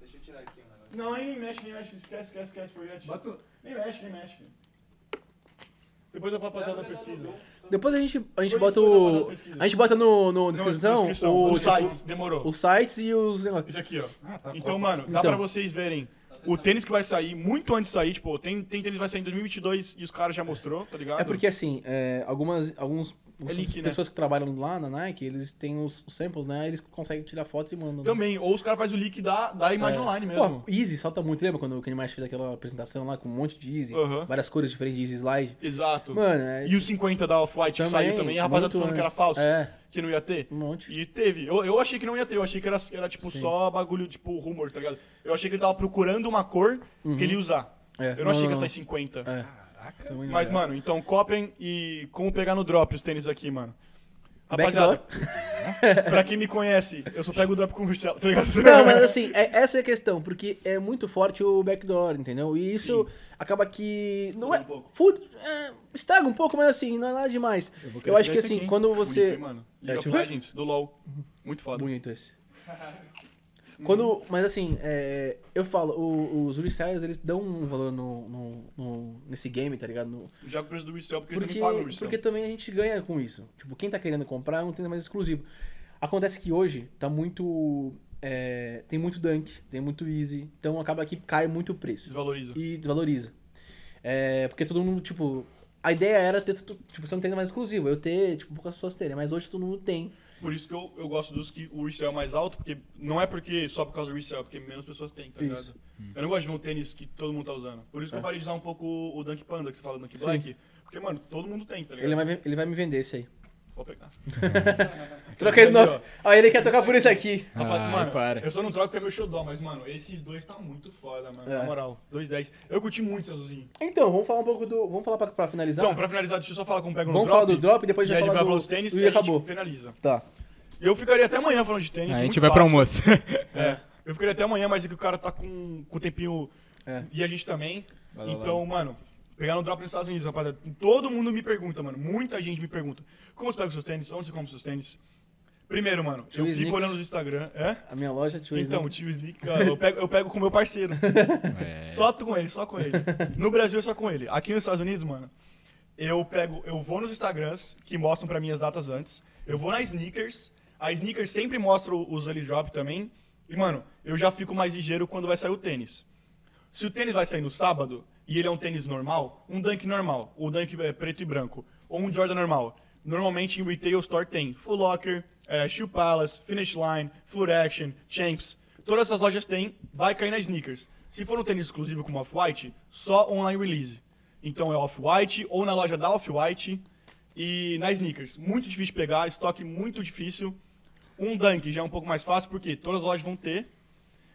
Speaker 5: Deixa eu tirar aqui o negócio.
Speaker 6: Não, nem mexe, nem mexe, esquece, esquece, esquece, forget.
Speaker 3: Bota
Speaker 6: Nem mexe, nem mexe. Depois a rapaziada pesquisa.
Speaker 4: Depois a gente, a gente
Speaker 6: Depois
Speaker 4: bota
Speaker 6: eu vou dar uma
Speaker 4: o.
Speaker 6: pesquisa.
Speaker 4: A gente bota no, no
Speaker 6: Não,
Speaker 4: descrição,
Speaker 6: descrição.
Speaker 4: o- tipo,
Speaker 6: Os sites, demorou.
Speaker 4: os sites e os
Speaker 6: Isso
Speaker 4: negócios. É
Speaker 6: aqui, ó. Então, mano, dá
Speaker 4: Então.
Speaker 6: pra vocês verem o tênis que vai sair muito antes de sair. Tipo, tem, tem tênis que vai sair em 2022 e os caras já mostrou, tá ligado?
Speaker 4: É porque assim, é, algumas, alguns, algumas
Speaker 6: leak, né?
Speaker 4: pessoas que trabalham lá na Nike, eles têm os, os samples, né? Eles conseguem tirar fotos e mandam. né?
Speaker 6: Também, ou os caras fazem o leak da, da imagem
Speaker 4: É.
Speaker 6: online mesmo.
Speaker 4: Pô, Easy solta muito, lembra quando o Kanye West fez aquela apresentação lá com um monte de Easy,
Speaker 6: Aham.
Speaker 4: várias cores diferentes de Easy Slide?
Speaker 6: Exato.
Speaker 4: Mano, é.
Speaker 6: E os 50 da Off-White que saiu também, a rapaziada
Speaker 4: muito
Speaker 6: falando que era
Speaker 4: antes.
Speaker 6: falso,
Speaker 4: É,
Speaker 6: que não ia ter.
Speaker 4: um monte.
Speaker 6: E teve. Eu, eu achei que não ia ter, eu achei que era, era tipo
Speaker 4: Sim.
Speaker 6: só bagulho, tipo rumor, tá ligado? Eu achei que ele tava procurando uma cor que ele ia usar.
Speaker 4: É,
Speaker 6: Eu não achei que ia sair 50.
Speaker 4: É. Também não.
Speaker 6: Mas, mano, então copem e como pegar no drop os tênis aqui, mano.
Speaker 4: Backdoor?
Speaker 6: Rapaziada, pra quem me conhece, eu só pego o drop comercial, tá ligado?
Speaker 4: Não, mas assim, é- essa é a questão, porque é muito forte o backdoor, entendeu? E isso acaba que. Não é,
Speaker 6: Estraga um pouco.
Speaker 4: fud- é, estraga um pouco, mas assim, não é nada demais. Eu, acho que
Speaker 6: esse
Speaker 4: assim,
Speaker 6: aqui, hein?
Speaker 4: quando
Speaker 6: Bonito,
Speaker 4: você. É, tipo
Speaker 6: hein, mano? League
Speaker 4: deixa
Speaker 6: of
Speaker 4: eu ver.
Speaker 6: Legends, do LoL. Muito foda. Uhum.
Speaker 4: Bonito esse. Quando, mas assim, é, eu falo, o- os resellers, eles dão um valor no, no- no- nesse game, tá ligado? No-
Speaker 6: Já com o preço do resell, porque, eles
Speaker 4: porque,
Speaker 6: também pagam o resell.
Speaker 4: porque também a gente ganha com isso. Tipo, quem tá querendo comprar é um tênis mais exclusivo. Acontece que hoje tá muito. é, tem muito dunk, tem muito easy, então acaba que cai muito o preço.
Speaker 6: Desvaloriza.
Speaker 4: e desvaloriza. É, porque todo mundo, tipo, a ideia era ter, tu- tipo, você não tem mais exclusivo, eu ter, tipo, poucas pessoas terem, mas hoje todo mundo tem.
Speaker 6: Por isso que eu, eu gosto dos que o resell é mais alto, porque não é porque só por causa do resell, é porque menos pessoas têm, tá ligado?
Speaker 4: Isso. É.
Speaker 6: Eu não gosto de ver um tênis que todo mundo tá usando. Por isso que eu parei de usar um pouco o Dunk Panda, que você fala Dunk Black. Porque, mano, todo mundo tem, tá ligado?
Speaker 4: Ele é vai, ele vai me vender esse aí.
Speaker 6: Vou pegar.
Speaker 4: Troca ele no.
Speaker 6: Aqui, é ó.
Speaker 4: Ó, ele quer trocar por esse aqui.
Speaker 6: Rapaz,
Speaker 3: Ah,
Speaker 6: mano,
Speaker 3: para.
Speaker 6: eu só não troco porque é meu xodó, mas, mano, esses dois tá muito foda, mano.
Speaker 4: É.
Speaker 6: Na moral, 2-10. Eu curti muito, seu Zuzinho.
Speaker 4: Então, vamos falar um pouco do. Vamos falar pra, pra finalizar?
Speaker 6: Então, pra finalizar, deixa eu só falar como pega no
Speaker 4: vamos
Speaker 6: drop.
Speaker 4: falar do drop e depois
Speaker 6: e
Speaker 4: já
Speaker 6: aí ele
Speaker 4: falar
Speaker 6: vai
Speaker 4: do.
Speaker 6: falar os tênis
Speaker 4: e
Speaker 6: e a gente
Speaker 4: acabou. É,
Speaker 6: finaliza.
Speaker 4: Tá.
Speaker 6: Eu ficaria até amanhã falando de tênis.
Speaker 3: A
Speaker 6: muito
Speaker 3: gente vai pro
Speaker 6: fácil.
Speaker 3: almoço.
Speaker 6: É. Eu ficaria até amanhã, mas é que o cara tá com, com o tempinho.
Speaker 4: É.
Speaker 6: E a gente também. então, mano, pegar no drop nos Estados Unidos, rapaziada. Todo mundo me pergunta, mano. Muita gente me pergunta. Como você pega os seus tênis? Onde você compra os seus tênis? Primeiro, mano,
Speaker 4: Tio
Speaker 6: eu fico
Speaker 4: Snickers.
Speaker 6: olhando no Instagram. É?
Speaker 4: A minha loja tio
Speaker 6: Então, o
Speaker 4: Isaac.
Speaker 6: tio Sneak, cara, eu pego, eu pego com o meu parceiro. Só tu com ele, só com ele. No Brasil, só com ele. Aqui nos Estados Unidos, mano, eu pego, eu vou nos Instagrams, que mostram pra mim as datas antes. Eu vou na Sneakers. A Sneakers sempre mostra o- os early drop também. E, mano, eu já fico mais ligeiro quando vai sair o tênis. Se o tênis vai sair no sábado, e ele é um tênis normal, um Dunk normal, o Dunk é preto e branco, ou um Jordan normal, normalmente em retail store tem Full Locker, eh, Shoe Palace, Finish Line, Foot Action, Champs, todas essas lojas têm, vai cair na Sneakers. Se for um tênis exclusivo como Off-White, só online release. Então é Off-White ou na loja da Off-White e na Sneakers. Muito difícil de pegar, estoque muito difícil. Um Dunk já é um pouco mais fácil, porque todas as lojas vão ter.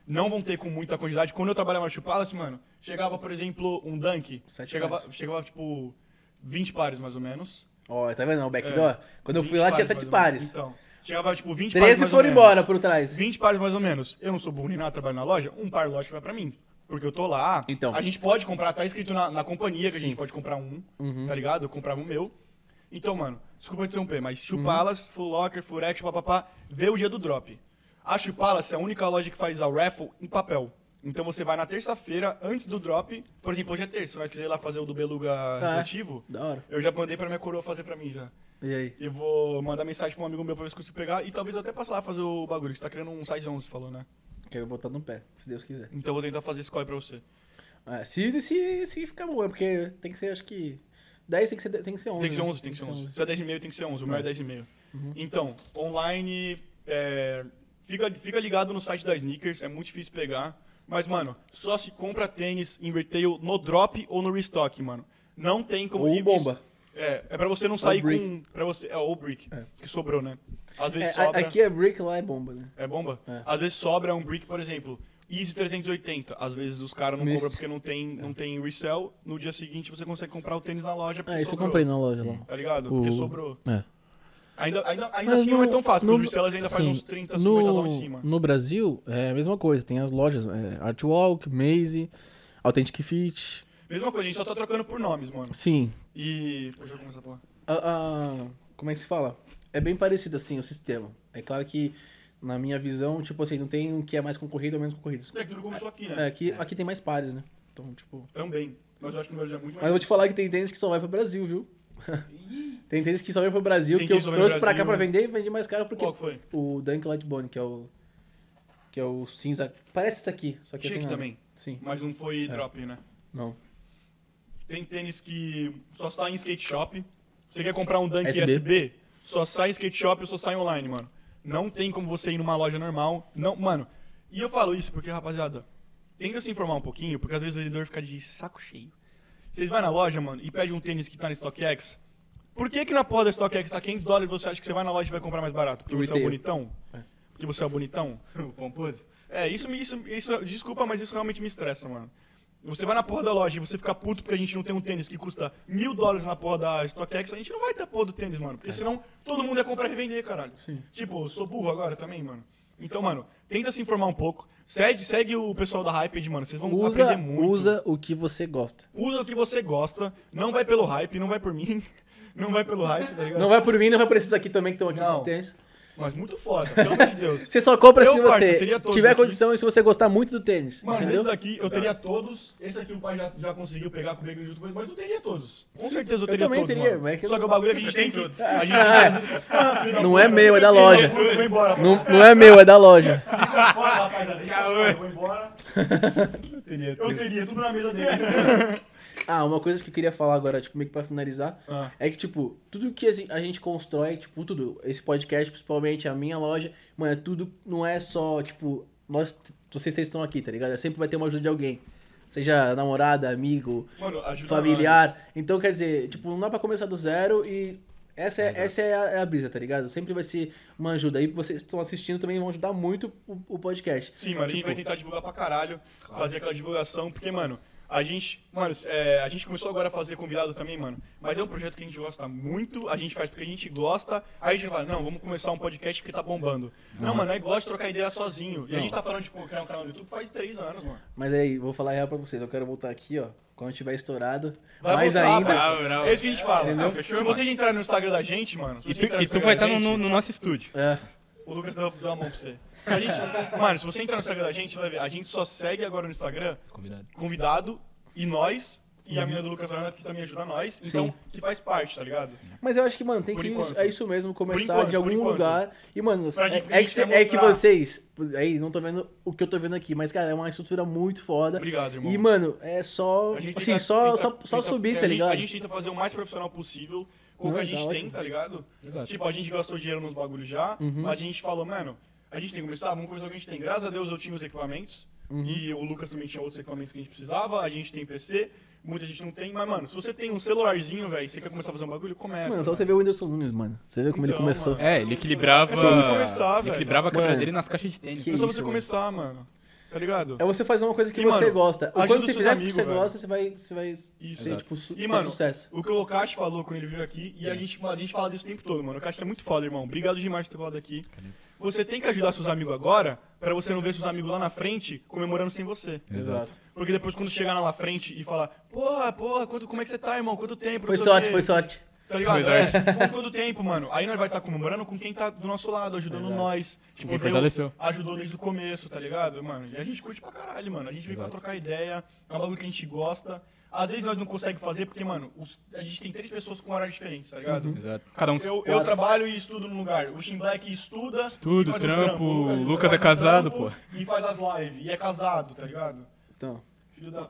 Speaker 6: Não vão ter com muita quantidade. Quando eu trabalhava na Shoe Palace, mano, chegava, por exemplo, um Dunk.
Speaker 4: Sete
Speaker 6: Chegava, chegava, tipo, 20 pares, mais ou menos.
Speaker 4: Ó, tá vendo? O backdoor.
Speaker 6: É.
Speaker 4: Quando eu fui
Speaker 6: 20
Speaker 4: lá, tinha
Speaker 6: pares,
Speaker 4: sete
Speaker 6: mais ou
Speaker 4: pares.
Speaker 6: menos. Então, chegava, tipo, 20 pares,
Speaker 4: 13
Speaker 6: mais ou
Speaker 4: foram
Speaker 6: menos.
Speaker 4: embora por trás.
Speaker 6: 20 pares mais ou menos. Eu não sou burro nem nada, trabalho na loja. Um par, lógico, vai pra mim. Porque eu tô lá.
Speaker 4: Então.
Speaker 6: A gente pode comprar, tá escrito na, na companhia que a
Speaker 4: Sim. Uhum.
Speaker 6: gente pode comprar um, tá ligado? Eu comprava o meu. Então, mano, desculpa interromper, mas
Speaker 4: Uhum.
Speaker 6: Chupalas, Full Locker, Furex, papapá, vê o dia do drop. A Chupalas é a única loja que faz a raffle em papel. Então você vai na terça-feira, antes do drop. Por exemplo, hoje é terça, mas quiser ir lá fazer o do Beluga
Speaker 4: é.
Speaker 6: Radioativo,
Speaker 4: Da hora.
Speaker 6: eu já mandei pra minha coroa fazer pra mim já.
Speaker 4: E aí?
Speaker 6: Eu vou mandar mensagem pra um amigo meu pra ver se eu consigo pegar e talvez eu até passe lá fazer o bagulho. Você tá querendo um size 11, falou, né?
Speaker 4: Quero botar no pé, se Deus quiser.
Speaker 6: Então eu vou tentar fazer esse corre pra você.
Speaker 4: Ah, se, se, se ficar bom, é porque tem que ser, acho que. 10 tem que ser, tem que ser 11.
Speaker 6: Tem que ser
Speaker 4: né?
Speaker 6: 11, tem que ser 11. Se é 10,5 tem que ser 11, o meu é 10,5.
Speaker 4: Uhum.
Speaker 6: Então, online, é, fica, fica ligado no site da Sneakers, é muito difícil pegar. Mas, mano, só se compra tênis em retail no drop ou no restock, mano. Não tem como...
Speaker 4: Ou
Speaker 6: e isso-
Speaker 4: bomba.
Speaker 6: É, é pra você não sair
Speaker 4: brick.
Speaker 6: com... Pra você, é, ou brick,
Speaker 4: É.
Speaker 6: que sobrou, né? Às
Speaker 4: É,
Speaker 6: vezes
Speaker 4: a-
Speaker 6: sobra...
Speaker 4: aqui é brick, lá é bomba, né?
Speaker 6: É bomba?
Speaker 4: É.
Speaker 6: Às vezes sobra um brick, por exemplo. Easy 380. Às vezes os caras não
Speaker 4: Mist.
Speaker 6: compram porque não tem,
Speaker 4: é.
Speaker 6: não tem resell. No dia seguinte você consegue comprar o tênis na loja porque
Speaker 4: Ah, isso eu
Speaker 6: sobrou.
Speaker 4: comprei na loja lá.
Speaker 6: Tá ligado? Porque
Speaker 4: O-
Speaker 6: sobrou.
Speaker 4: É.
Speaker 6: Ainda, ainda, ainda
Speaker 7: Mas
Speaker 6: assim não é
Speaker 7: no-
Speaker 6: tão fácil,
Speaker 7: no-
Speaker 6: porque os resellers ainda fazem
Speaker 7: sim,
Speaker 6: uns 30, 50
Speaker 7: no,
Speaker 6: dólares em cima.
Speaker 7: no Brasil, é a mesma coisa. Tem as lojas, é, Artwalk, Maze, Authentic Fit.
Speaker 6: Mesma coisa, a gente só tá trocando por nomes, mano.
Speaker 7: Sim,
Speaker 6: E. Deixa eu começar a falar.
Speaker 4: A- a- como é que se fala? É bem parecido assim o sistema. É claro que, na minha visão, tipo assim, não tem um que é mais concorrido ou menos concorrido.
Speaker 6: É que tudo começou aqui,
Speaker 4: É,
Speaker 6: né?
Speaker 4: aqui, aqui tem mais pares, né? Então, tipo.
Speaker 6: Também. Mas eu acho que no Brasil é muito
Speaker 4: Mas eu
Speaker 6: mais.
Speaker 4: vou te falar que tem tênis que só vai pro Brasil, viu? tem tênis que só vem pro Brasil,
Speaker 6: Tem
Speaker 4: que eu
Speaker 6: tênis que só vem
Speaker 4: trouxe
Speaker 6: pro
Speaker 4: pra cá pra
Speaker 6: Brasil. né?
Speaker 4: vender e vendi mais caro porque
Speaker 6: Qual que foi?
Speaker 4: o Dunk Light Bone, que é o. Que é o cinza. Parece isso aqui, só que
Speaker 6: Chique
Speaker 4: assim.
Speaker 6: também.
Speaker 4: Sim.
Speaker 6: Mas não
Speaker 4: É.
Speaker 6: foi drop, né?
Speaker 4: Não.
Speaker 6: Tem tênis que só sai em skate shop. Você quer comprar um Dunk
Speaker 4: SB?
Speaker 6: SB? Só sai em skate shop ou só sai online, mano. Não tem como você ir numa loja normal. Não, mano. E eu falo isso porque, rapaziada, tenta se informar um pouquinho, porque às vezes o vendedor fica de saco cheio. Vocês vai na loja, mano, e pede um tênis que tá na StockX. Por que que na porra da StockX tá 500 dólares e você acha que você vai na loja e vai comprar mais barato? Porque você é o
Speaker 4: Retail.
Speaker 6: bonitão? Porque você é o bonitão? o pomposo? É, isso me... Isso, isso, desculpa, mas isso realmente me estressa, mano. Você vai na porra da loja e você fica puto porque a gente não tem um tênis que custa mil dólares na porra da StockX, a gente não vai ter a porra do tênis, mano.
Speaker 7: É.
Speaker 6: Porque senão todo mundo ia comprar e vender, caralho. Tipo, eu sou burro agora também, mano. Então, mano, tenta se informar um pouco. Segue, segue o pessoal da Hyped, mano. Vocês vão
Speaker 7: usa,
Speaker 6: aprender muito.
Speaker 7: usa o que você gosta.
Speaker 6: Usa o que você gosta. Não vai pelo hype, não vai por mim. Não vai pelo hype, tá ligado?
Speaker 4: Não vai por mim, não vai por esses aqui também que estão aqui,
Speaker 6: Não.
Speaker 4: esses tênis.
Speaker 6: Mas muito foda, pelo amor de Deus.
Speaker 7: Você só compra
Speaker 6: Eu,
Speaker 7: se
Speaker 6: parça, eu
Speaker 7: você
Speaker 6: teria todos
Speaker 7: tiver
Speaker 6: aqui.
Speaker 7: condição e se você gostar muito do tênis.
Speaker 6: Mano,
Speaker 7: entendeu?
Speaker 6: esse daqui eu teria todos. Esse aqui o pai já, já conseguiu pegar comigo junto com ele, mas eu teria todos. Com certeza eu teria
Speaker 4: também
Speaker 6: todos.
Speaker 4: teria,
Speaker 6: mano.
Speaker 4: mas é que eu
Speaker 6: Só que
Speaker 4: não-
Speaker 6: o bagulho é que a gente tem todos. A gente
Speaker 7: Não é meu, é da loja.
Speaker 6: Vou embora.
Speaker 7: Não, não é meu, é da loja.
Speaker 6: Fica fora, rapaziada. Fica fora, Vou embora. Eu teria, tudo na mesa dele.
Speaker 4: Ah, uma coisa que eu queria falar agora, tipo, meio que pra finalizar,
Speaker 6: Ah.
Speaker 4: é que, tipo, tudo que assim, a gente constrói, tipo, tudo, esse podcast, principalmente a minha loja, mano, é tudo não é só, tipo, nós, vocês três estão aqui, tá ligado? Sempre vai ter uma ajuda de alguém. Seja namorada, amigo,
Speaker 6: Mano, ajuda
Speaker 4: familiar. Então, quer dizer, tipo, não dá pra começar do zero e essa é, essa é, a, é a brisa, tá ligado? Sempre vai ser uma ajuda. E vocês que estão assistindo também vão ajudar muito o, o podcast.
Speaker 6: Sim, mano, a gente vai Tipo, tentar divulgar pra caralho, fazer aquela divulgação, porque, mano, a gente. Mano, é, a gente começou agora a fazer convidado também, mano. Mas é um projeto que a gente gosta muito, a gente faz porque a gente gosta. Aí a gente fala, não, vamos começar um podcast porque tá bombando. Não, mano, aí gosta de trocar ideia sozinho. E a gente tá falando de criar um canal no YouTube faz três anos, mano.
Speaker 4: Mas aí, vou falar a real pra vocês. Eu quero voltar aqui, ó. Quando tiver estourado.
Speaker 6: Vai
Speaker 4: mais
Speaker 6: voltar,
Speaker 4: ainda.
Speaker 6: parça. É isso que a gente fala.
Speaker 4: Entendeu?
Speaker 6: se vocês entrarem no Instagram da gente, mano. se
Speaker 3: E
Speaker 6: vocês
Speaker 3: tu,
Speaker 6: entrarem
Speaker 3: e tu
Speaker 6: Instagram
Speaker 3: vai
Speaker 6: da
Speaker 3: estar no,
Speaker 6: gente-
Speaker 3: no- no nosso estúdio.
Speaker 4: É.
Speaker 6: O Lucas deu, deu a mão pra você. A gente- mano, se você entrar no Instagram da gente, vai ver. A gente só segue agora no Instagram
Speaker 8: Convidado.
Speaker 6: convidado e nós. E a mina do Lucas Arana que também ajuda nós. Então, que faz parte, tá ligado?
Speaker 4: Mas eu acho que, mano, tem
Speaker 6: Por
Speaker 4: que.
Speaker 6: enquanto.
Speaker 4: É isso mesmo, começar
Speaker 6: enquanto,
Speaker 4: de
Speaker 6: por
Speaker 4: algum
Speaker 6: enquanto.
Speaker 4: lugar. E, mano,
Speaker 6: Pra gente-
Speaker 4: é, é que,
Speaker 6: a gente
Speaker 4: cê-
Speaker 6: quer
Speaker 4: é que
Speaker 6: mostrar.
Speaker 4: vocês. Aí, não tô vendo o que eu tô vendo aqui, mas, cara, é uma estrutura muito foda.
Speaker 6: Obrigado, irmão. tá
Speaker 4: E, mano, é só. Assim,
Speaker 6: tenta-
Speaker 4: só,
Speaker 6: tenta-
Speaker 4: só, só
Speaker 6: tenta-
Speaker 4: subir,
Speaker 6: a
Speaker 4: tá
Speaker 6: gente-
Speaker 4: ligado?
Speaker 6: A gente tenta fazer o mais profissional possível com o
Speaker 4: Não,
Speaker 6: que a
Speaker 4: tá
Speaker 6: gente tem,
Speaker 4: ótimo. Uhum.
Speaker 6: tá ligado? Tipo, a gente gastou dinheiro nos bagulhos já, mas a gente falou, mano, a gente tem que começar, vamos começar com o que a gente tem. Graças a Deus eu tinha os equipamentos.
Speaker 4: Uhum.
Speaker 6: E o Lucas também tinha outros equipamentos que a gente precisava, a gente tem PC, muita gente não tem, mas, mano, se você tem um celularzinho, velho, você quer começar a fazer um bagulho, começa.
Speaker 4: Mano, só você ver o Whindersson Nunes, mano. Você vê como ele
Speaker 6: Então,
Speaker 4: começou.
Speaker 6: mano.
Speaker 3: É, ele equilibrava.
Speaker 6: É só você começar,
Speaker 3: ele
Speaker 6: velho.
Speaker 3: equilibrava a câmera
Speaker 4: Mano.
Speaker 3: dele nas caixas de tênis.
Speaker 6: É
Speaker 4: Que
Speaker 6: só
Speaker 4: isso,
Speaker 6: você começar, mano. Tá ligado?
Speaker 4: É você fazer uma coisa que
Speaker 6: E,
Speaker 4: você
Speaker 6: mano,
Speaker 4: gosta. Ou
Speaker 6: ajuda
Speaker 4: quando
Speaker 6: os
Speaker 4: você
Speaker 6: seus
Speaker 4: fizer o que
Speaker 6: amigos,
Speaker 4: você
Speaker 6: velho.
Speaker 4: gosta, você vai, você vai ser, tipo, su
Speaker 6: E,
Speaker 4: ter
Speaker 6: mano,
Speaker 4: sucesso.
Speaker 6: o que o Cash falou quando ele veio aqui, e a gente, mano, a gente fala disso o tempo todo, mano. O Cash é muito foda, irmão. Obrigado demais por ter falado aqui. Você tem que ajudar seus amigos agora, pra você não ver seus amigos lá na frente comemorando sem você.
Speaker 4: Exato.
Speaker 6: Porque depois, quando chegar lá na frente e falar, porra, porra, quanto, como é que você tá, irmão? Quanto tempo?
Speaker 4: Foi
Speaker 6: Não sei o
Speaker 4: sorte,
Speaker 6: quê."
Speaker 4: foi sorte.
Speaker 6: Tá ligado? É. Com todo tempo, mano. Aí nós vai estar comemorando com quem tá do nosso lado, ajudando nós. Tipo,
Speaker 3: Quem
Speaker 6: deu-
Speaker 3: fortaleceu.
Speaker 6: ajudou desde o começo, tá ligado? Mano, e a gente curte pra caralho, mano. A gente vem pra trocar ideia, é um bagulho que a gente gosta. Às vezes nós não conseguimos fazer porque, mano, os- a gente tem três pessoas com horários diferentes, tá ligado?
Speaker 3: Exato. Cada um.
Speaker 6: Eu, eu trabalho e estudo num lugar. O Shin Black estuda.
Speaker 3: Estudo,
Speaker 6: e faz os
Speaker 3: trampo,
Speaker 6: trampos.
Speaker 3: o Lucas
Speaker 6: faz
Speaker 3: é
Speaker 6: os
Speaker 3: casado,
Speaker 6: trampos E faz as lives. E é casado, tá ligado?
Speaker 4: Então.
Speaker 6: Filho da.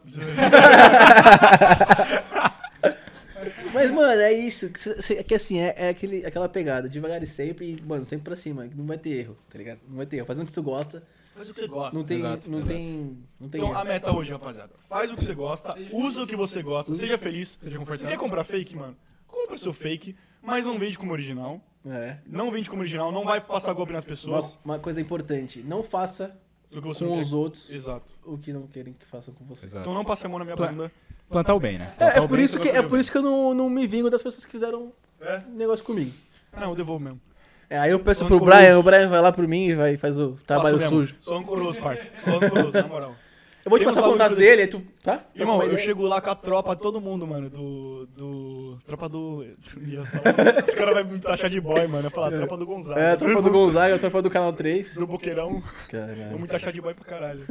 Speaker 4: Mas, mano, é isso. Que cê- cê- É que assim, é, é aquele, aquela pegada. Devagar e sempre, e, mano, sempre pra cima. que Não vai ter erro, tá ligado? Não vai ter erro. Fazendo o que você gosta,
Speaker 6: Faz o que você gosta.
Speaker 4: não tem.
Speaker 3: Exato,
Speaker 4: não,
Speaker 3: exato.
Speaker 4: tem não tem
Speaker 6: Então
Speaker 4: erro.
Speaker 6: a meta hoje, rapaziada, faz o que você gosta, usa o que você gosta, seja feliz.
Speaker 3: Uhum. Seja
Speaker 6: Você
Speaker 3: confortável.
Speaker 6: quer comprar fake, mano? Compra seu fake, mas não vende como original.
Speaker 4: É.
Speaker 6: Não vende como original, não vai passar golpe nas
Speaker 4: Uma,
Speaker 6: pessoas.
Speaker 4: uma coisa importante, não faça
Speaker 6: Do que você
Speaker 4: com
Speaker 6: não
Speaker 4: os
Speaker 6: quer.
Speaker 4: outros
Speaker 6: Exato.
Speaker 4: o que não querem que façam com você.
Speaker 3: Exato.
Speaker 6: Então não passe a mão na minha
Speaker 3: Pla-
Speaker 6: bunda.
Speaker 3: Plantar o bem, né?
Speaker 4: É,
Speaker 3: Plantar
Speaker 4: é
Speaker 3: o
Speaker 4: por
Speaker 3: bem,
Speaker 4: isso
Speaker 3: você
Speaker 4: que,
Speaker 3: vai
Speaker 4: é
Speaker 3: colher o
Speaker 4: por
Speaker 3: bem.
Speaker 4: isso que eu não, não me vingo das pessoas que fizeram um
Speaker 6: É?
Speaker 4: negócio comigo.
Speaker 6: Ah, Não, eu devolvo mesmo.
Speaker 4: É, aí eu peço
Speaker 6: Tô
Speaker 4: pro
Speaker 6: rancoroso.
Speaker 4: Brian, o Brian vai lá por mim e vai, faz o trabalho
Speaker 6: Faço mesmo.
Speaker 4: sujo.
Speaker 6: Sou ancoroso, parça. Sou ancoroso, na moral.
Speaker 4: Eu vou te
Speaker 6: Tem
Speaker 4: passar
Speaker 6: uns
Speaker 4: o contato
Speaker 6: bagulho
Speaker 4: dele, aí tu. Tá? Troca
Speaker 6: Irmão,
Speaker 4: uma
Speaker 6: eu
Speaker 4: ideia.
Speaker 6: chego lá com a tropa, todo mundo, mano, do. do. Tropa do. ia falar- Esse cara vai me taxar de boy, mano. Eu ia falar, tropa do Gonzaga.
Speaker 4: É, a tropa do Gonzaga, a tropa do Canal 3.
Speaker 6: Do Boqueirão. Vou
Speaker 4: Caralho.
Speaker 6: me taxar de boy pra caralho.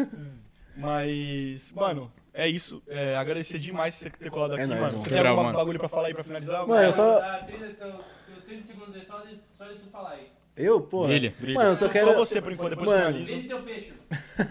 Speaker 6: Mas, mano, é isso. É, agradecer demais você ter colado aqui,
Speaker 4: É nóis,
Speaker 6: mano.
Speaker 4: mano.
Speaker 6: Você tem
Speaker 3: Geral,
Speaker 6: algum
Speaker 3: mano.
Speaker 6: bagulho pra falar aí pra finalizar?
Speaker 4: Mano, É, eu só-
Speaker 5: Ah, 30, teu- teu 30 segundos aí, só de, só de tu falar aí.
Speaker 4: Eu, porra.
Speaker 3: Brilha, brilha.
Speaker 4: Mano, eu só quero.
Speaker 6: Só você, por enquanto, depois eu
Speaker 4: Mano.
Speaker 6: finalizo.
Speaker 5: Vende teu peixe, mano.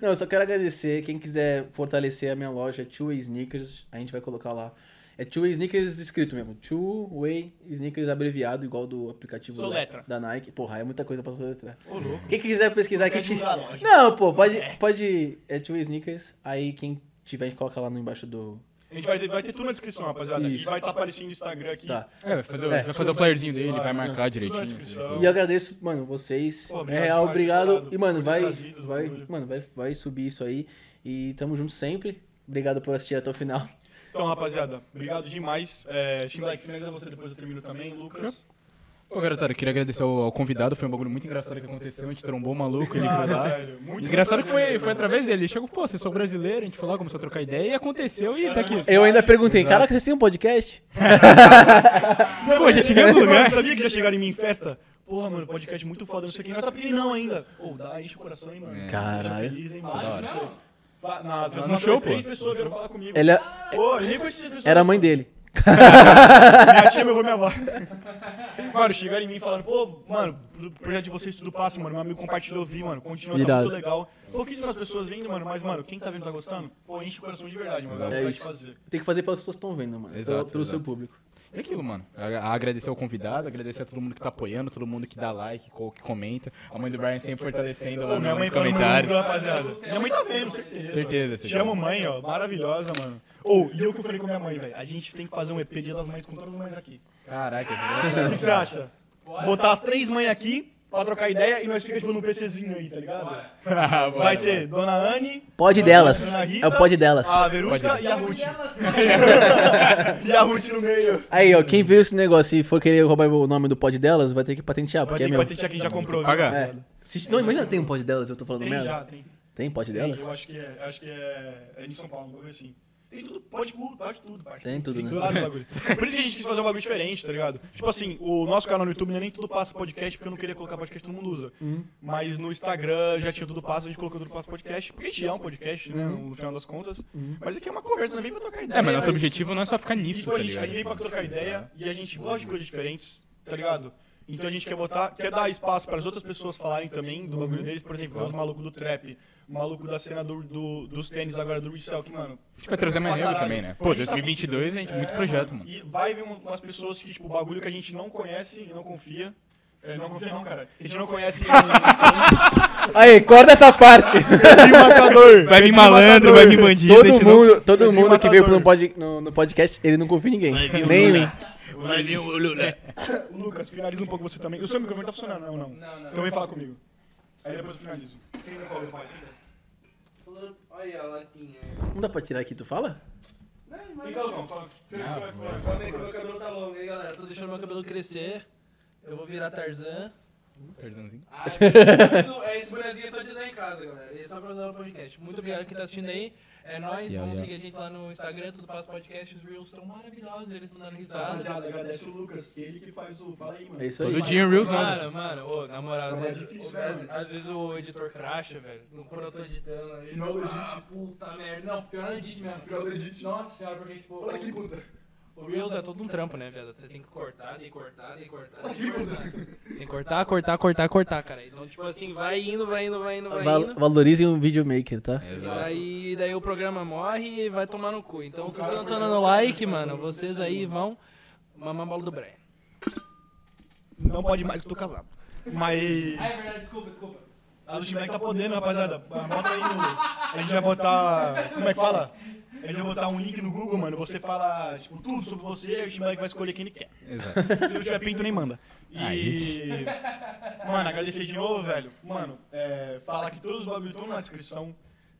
Speaker 4: Não, eu só quero agradecer. Quem quiser fortalecer a minha loja, Two Way Sneakers, a gente vai colocar lá. É Two Way Sneakers escrito mesmo. Two Way Sneakers abreviado, igual do aplicativo da-
Speaker 6: Soletra.
Speaker 4: da Nike. Porra, é muita coisa pra soletrar.
Speaker 6: Ô, louco.
Speaker 4: Quem quiser pesquisar
Speaker 6: Quer
Speaker 4: aqui. Te...
Speaker 6: divulgar a loja.
Speaker 4: Não, pô, pode. pode é Two Way Sneakers. Aí quem tiver, a gente coloca lá no embaixo do.
Speaker 6: A gente vai ter, vai ter tudo na descrição, rapaziada.
Speaker 4: Isso.
Speaker 6: E vai estar aparecendo no Instagram aqui.
Speaker 4: Tá.
Speaker 3: É, vai fazer, o-
Speaker 4: É.
Speaker 3: vai fazer o flyerzinho dele, vai marcar
Speaker 6: Tudo na
Speaker 3: direitinho.
Speaker 6: descrição.
Speaker 4: E eu agradeço, mano, vocês.
Speaker 6: Pô,
Speaker 4: é
Speaker 6: obrigado
Speaker 4: real,
Speaker 6: demais,
Speaker 4: obrigado.
Speaker 6: obrigado
Speaker 4: E, mano,
Speaker 6: por ter
Speaker 4: vai,
Speaker 6: trazido o
Speaker 4: vai,
Speaker 6: bagulho.
Speaker 4: mano vai, vai subir isso aí. E tamo junto sempre. Obrigado por assistir até o final.
Speaker 6: Então, rapaziada, obrigado demais. É, Team Black, finaliza você, depois eu termino também. Lucas.
Speaker 3: Pô, garotada, eu queria agradecer ao, ao convidado, foi um bagulho muito engraçado que aconteceu, a gente trombou o maluco, ele foi lá.
Speaker 6: Ah, velho, muito
Speaker 3: Engraçado que foi,
Speaker 6: prazer,
Speaker 3: foi através dele, ele chegou, pô, vocês são brasileiros, a gente foi lá, começou a trocar ideia e aconteceu e tá aqui.
Speaker 4: Eu ainda perguntei, caraca, vocês têm um podcast?
Speaker 3: Pô, já cheguei no lugar.
Speaker 6: Mano, sabia que já chegaram em mim em festa? Porra, mano, podcast muito foda, não sei quem. Nós tá pequenão ainda. Ô, dá, enche o coração, hein,
Speaker 3: É.
Speaker 6: mano.
Speaker 4: Caralho.
Speaker 6: Deixa feliz, hein, mano.
Speaker 5: Ah,
Speaker 6: Não sei.
Speaker 5: não.
Speaker 6: Fa- Na, fez
Speaker 3: no
Speaker 6: uma
Speaker 3: um show,
Speaker 6: show, Três
Speaker 3: pô.
Speaker 6: pessoas vieram falar comigo.
Speaker 4: Ela
Speaker 6: Pô, eu nem conheci as pessoas.
Speaker 4: era a mãe dele.
Speaker 6: Minha tia, meu avô, minha avó. mano, chegaram em mim falando, pô, mano, o projeto de vocês tudo passa, mano. Meu amigo compartilhou, eu vi, mano. Continua, tá
Speaker 4: Irado.
Speaker 6: muito legal. Pouquíssimas pessoas vindo, mano, mas, mano, quem tá vendo tá gostando? Pô, enche o coração de verdade, mano. Dá vontade de
Speaker 4: É isso.
Speaker 6: fazer.
Speaker 4: Tem que fazer pelas pessoas que estão vendo, mano.
Speaker 3: Exato,
Speaker 4: pelo pelo
Speaker 3: exato.
Speaker 4: seu público.
Speaker 3: É aquilo, mano. A- a- Agradecer ao convidado, agradecer a todo mundo que tá apoiando, todo mundo que dá like, co- que comenta. A mãe do Brian sempre fortalecendo lá né,
Speaker 6: Pô, minha
Speaker 3: nos
Speaker 6: mãe tá no
Speaker 3: comentários.
Speaker 6: mundo, rapaziada. Minha mãe tá vendo,
Speaker 3: Certeza,
Speaker 6: certeza. mano.
Speaker 3: certeza.
Speaker 6: Chama mãe, ó. Maravilhosa, mano. Ou, e eu que eu falei com minha mãe, velho. A gente tem que fazer um EP Dia das Mães com todas as mães aqui.
Speaker 3: Caraca,
Speaker 6: O que você acha?
Speaker 5: Bora.
Speaker 6: Botar as três mães aqui pra trocar ideia e nós ficamos tipo, num PCzinho aí, tá ligado?
Speaker 5: Bora.
Speaker 6: Vai ser Dona Anne.
Speaker 4: Pode
Speaker 6: Dona-
Speaker 4: delas.
Speaker 6: Dona Rita,
Speaker 4: É o pod delas.
Speaker 6: A Verusca e a Ruth. e a Ruth no meio.
Speaker 4: Aí, ó, quem viu esse negócio e for querer roubar o nome do pod delas, vai ter que patentear,
Speaker 6: Vai
Speaker 4: porque
Speaker 6: ter
Speaker 4: é
Speaker 6: que
Speaker 4: meu.
Speaker 6: patentear quem já comprou. né?
Speaker 3: Pagar.
Speaker 4: É. Se- não, imagina, tem um pod delas, eu tô falando
Speaker 6: Tem
Speaker 4: merda.
Speaker 6: já, tem.
Speaker 4: Tem pod
Speaker 6: Tem,
Speaker 4: delas?
Speaker 6: eu acho que é, acho que é, é em São Paulo, um bagulho assim. Tem tudo, pode tudo, pode tudo, parça.
Speaker 4: Tem tudo, né?
Speaker 6: lá no bagulho. Por isso que a gente quis fazer um bagulho diferente, tá ligado? Tipo assim, o nosso canal no YouTube não é nem Tudo Passa Podcast, porque eu não queria colocar podcast que todo mundo usa.
Speaker 4: Uhum.
Speaker 6: Mas no Instagram já tinha Tudo Passa, a gente colocou Tudo Passa Podcast, porque a gente é um podcast, né,
Speaker 4: Uhum.
Speaker 6: no final das contas. Mas aqui é uma conversa, não vem pra trocar ideia.
Speaker 3: É, mas nosso
Speaker 6: a gente-
Speaker 3: objetivo não é só ficar nisso,
Speaker 6: isso,
Speaker 3: tá
Speaker 6: Então a, gente, a
Speaker 3: ligado?
Speaker 6: gente veio pra trocar ideia e a gente gosta de coisas diferentes, tá ligado? Então a gente quer botar, quer dar espaço para as outras pessoas falarem também do bagulho deles, por exemplo, os malucos do trap, o maluco da cena do, do- dos tênis agora do resell, que, mano. é,
Speaker 3: A gente vai trazer mais nego também, né? Pô, 2022 a gente muito projeto, mano.
Speaker 6: E vai vir um- umas pessoas que, tipo, bagulho que a gente não conhece e não confia, É, não confia não, cara. A gente não conhece né?
Speaker 4: Aí, corta essa parte.
Speaker 6: o matador.
Speaker 9: Vai vir malandro, vai vir bandido, a
Speaker 4: todo
Speaker 9: gente não-
Speaker 4: mundo, todo
Speaker 6: eu tenho
Speaker 4: mundo que
Speaker 6: matador.
Speaker 4: veio no, pod, no, no podcast, ele não confia em ninguém. Nem em mim.
Speaker 3: É.
Speaker 9: É.
Speaker 6: Lucas, finaliza um pouco você também. O seu microfone tá funcionando, não? Não, não. Então vem falar comigo. Aí depois eu finalizo. Você ainda cobre mais ainda?
Speaker 5: Olha a latinha.
Speaker 4: Não dá pra tirar aqui, tu fala?
Speaker 6: E Galvão, fala. Você vai falar.
Speaker 5: Calma aí que meu cabelo tá longo, hein, galera. Tô deixando meu cabelo crescer. Eu vou virar Tarzan.
Speaker 9: Perdãozinho.
Speaker 5: Ah, esse- é esse bonezinho é só dizer em casa, galera. Esse é só pra usar o podcast. Muito obrigado quem tá assistindo aí. É nóis.
Speaker 3: Yeah,
Speaker 5: Vamos
Speaker 3: yeah.
Speaker 5: seguir a gente lá no Instagram, tudo passa podcast. Os Reels estão maravilhosos, eles estão dando risada.
Speaker 6: Rapaziada, agradece o Lucas. Ele que faz o... Fala aí, mano.
Speaker 4: É isso aí.
Speaker 9: Todo dia em Reels não.
Speaker 5: Mano, mano, ô, na moral,
Speaker 6: Trabalho
Speaker 5: às, vezes-
Speaker 6: difícil,
Speaker 5: ô,
Speaker 6: né,
Speaker 5: às-
Speaker 6: mano?
Speaker 5: às vezes o editor cracha, velho. No- Quando eu tô editando, aí.
Speaker 6: Final do edit.
Speaker 5: Ah, puta merda. Não, pior não edit mesmo.
Speaker 6: Final do edit.
Speaker 5: Nossa senhora, porque tipo.
Speaker 6: Olha que
Speaker 5: o-
Speaker 6: puta.
Speaker 5: O Reels é todo um trampo, né, velho? Você tem que cortar, daí cortar, daí cortar, daí cortar. Tem que cortar, cortar, cortar, cortar, cara. Então, tipo assim, vai indo, vai indo, vai indo, vai
Speaker 4: Val-
Speaker 5: indo.
Speaker 4: valorizem o videomaker, tá?
Speaker 5: Aí daí o programa morre e vai tomar no cu. Então, se você não tá dando like, mano, vocês aí vão mamar a bola do Bré.
Speaker 6: Não pode mais que eu tô casado. Ah, é Mas...
Speaker 5: É verdade, desculpa, desculpa.
Speaker 6: A Luxemburgo tá podendo, rapaziada. Bota aí no. A gente vai botar. Como é que fala? A gente vai botar um link no Google, mano. Você fala, tipo, tudo sobre você, o Luxemburgo vai escolher quem ele quer. Se não tiver pinto, nem manda. E. Mano, agradecer de novo, velho. Mano, é, fala que todos os bagulhos estão na descrição.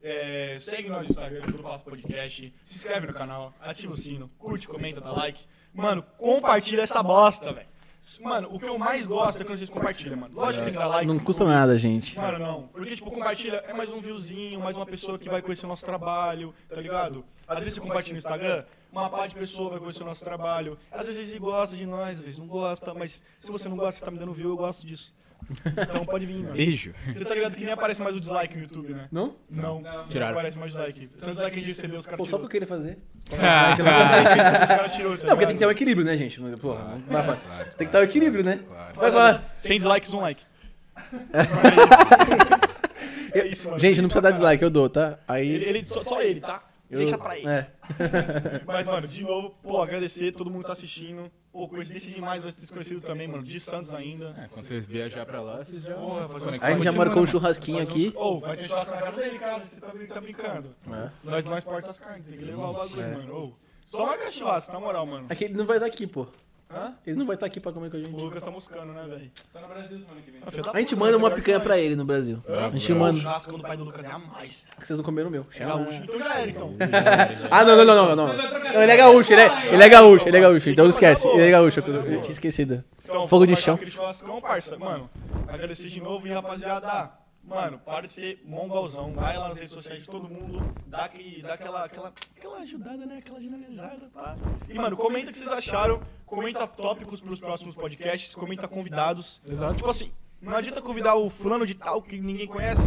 Speaker 6: É, segue nós no Instagram, todo Passo Podcast. Se inscreve no canal, ativa o sino, curte, comenta, dá like. Mano, compartilha essa bosta, velho. Mano, o que eu mais gosto é que vocês compartilham, mano. Lógico que tem que dar like.
Speaker 4: Não custa nada, gente.
Speaker 6: Mano, não. Porque, tipo, compartilha é mais um viewzinho, mais uma pessoa que vai conhecer o nosso trabalho, tá ligado? Às vezes você compartilha no Instagram, uma parte de pessoa vai conhecer o nosso trabalho. Às vezes ele gosta de nós, às vezes não gosta, mas se você não gosta, você tá me dando view, eu gosto disso. Então pode vir, mano.
Speaker 9: Beijo.
Speaker 6: Você tá ligado que nem aparece mais o dislike no YouTube, né?
Speaker 4: Não?
Speaker 6: Não. Não,
Speaker 3: Tiraram.
Speaker 6: aparece mais dislike. Tanto dislike que a gente recebeu, os caras
Speaker 4: Pô, só
Speaker 6: tirou.
Speaker 4: porque ele fazer.
Speaker 6: Os caras tirou, tá
Speaker 4: Não, É, porque
Speaker 6: ligado?
Speaker 4: tem que ter um equilíbrio, né, gente? Mas, Porra, não dá pra- Tem que ter um equilíbrio, né? Vai falar.
Speaker 6: Sem dislikes, um like. é isso, mano.
Speaker 4: Gente, não precisa dar dislike, eu dou, tá?
Speaker 6: Ele,
Speaker 4: Aí.
Speaker 6: ele- só, só ele, tá?
Speaker 4: Eu...
Speaker 6: Deixa pra ele.
Speaker 4: É.
Speaker 6: Mas, mano, de novo, pô, agradecer todo mundo que tá assistindo. Pô, coincidência demais, nós desconhecido também, mano. De Santos ainda.
Speaker 3: É, quando vocês viajar pra lá, vocês já.
Speaker 6: Porra, fazer
Speaker 3: Conexão
Speaker 9: é
Speaker 4: A gente já
Speaker 3: continua,
Speaker 4: marcou um
Speaker 3: né?
Speaker 4: churrasquinho aqui.
Speaker 6: Ô, vai ter churrasco na casa dele, casa, você tá, brin- tá brincando.
Speaker 4: É.
Speaker 6: Nós lá exporta as carnes, tem que levar o bagulho, mano. Ô, só marca churrasco, na moral, mano.
Speaker 4: É que ele não vai estar aqui, pô.
Speaker 6: Hã?
Speaker 4: Ele não vai estar aqui pra comer com a
Speaker 6: O
Speaker 4: gente.
Speaker 6: Lucas tá moscando, né, velho?
Speaker 5: Tá no Brasil semana que vem.
Speaker 6: Ah, filho da
Speaker 4: A gente
Speaker 6: puta,
Speaker 4: manda
Speaker 6: né?
Speaker 4: uma
Speaker 6: Melhor que
Speaker 4: picanha
Speaker 6: nós.
Speaker 4: pra ele no Brasil. A gente
Speaker 6: Pô, O
Speaker 4: manda.
Speaker 6: churrasco do pai do Lucas é a mais.
Speaker 4: Que vocês não comeram o meu.
Speaker 6: É gaúcho, então já era, então.
Speaker 4: Ah, não, não, não, não, não. Não, ele é gaúcho, ele é, ele é gaúcho, ele é gaúcho. Então não esquece, ele é gaúcho. Eu, eu tinha esquecido.
Speaker 6: Então,
Speaker 4: Fogo de
Speaker 6: marcar
Speaker 4: chão.
Speaker 6: aquele churrascão, parça. Mano, agradecer de novo e rapaziada. Mano, para de ser mongolzão. Vai lá nas redes sociais de todo mundo. Dá, aquele, dá aquela, aquela, aquela ajudada, né? Aquela generalizada, pá. E, mano, comenta o que vocês acharam. Comenta tópicos pros próximos podcasts. Comenta convidados. Exato. Tipo assim, não adianta convidar o fulano de tal que ninguém conhece.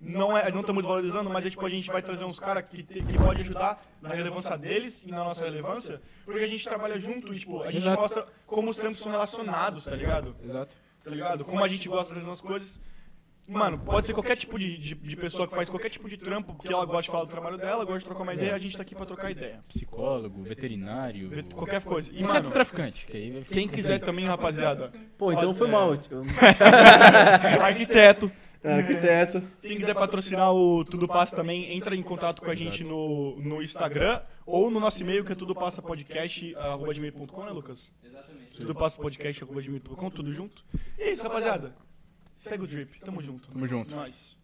Speaker 6: Não, é, não tá muito valorizando, mas é, tipo, a gente vai trazer uns caras que, te- que pode ajudar na relevância deles e na nossa relevância, porque a gente trabalha junto e, tipo, a gente
Speaker 3: Exato.
Speaker 6: mostra como os trampos são relacionados, tá ligado?
Speaker 3: Exato.
Speaker 6: tá ligado? Como a gente gosta das mesmas coisas. Mano, pode ser qualquer tipo de, de, de pessoa que faz qualquer tipo de trampo, que ela gosta de falar do trabalho dela, gosta de trocar uma ideia, a gente tá aqui pra trocar ideia.
Speaker 3: Psicólogo, veterinário.
Speaker 6: Vê Qualquer coisa. E,
Speaker 3: Exceto
Speaker 6: mano,
Speaker 3: traficante, que aí vai ficar
Speaker 6: quem quiser também, rapaziada,
Speaker 4: Pô, então
Speaker 6: é.
Speaker 4: foi mal. Eu-
Speaker 6: arquiteto,
Speaker 4: Arquiteto.
Speaker 6: quem quiser patrocinar o Tudo Passa também, entra em contato com a gente no, no Instagram ou no nosso e-mail, que é tudopassapodcast.com, né, Lucas? Exatamente. Tudopassapodcast.com, tudo junto. E é isso, rapaziada. Segue o drip, tamo junto.
Speaker 3: Tamo junto.
Speaker 6: Nós.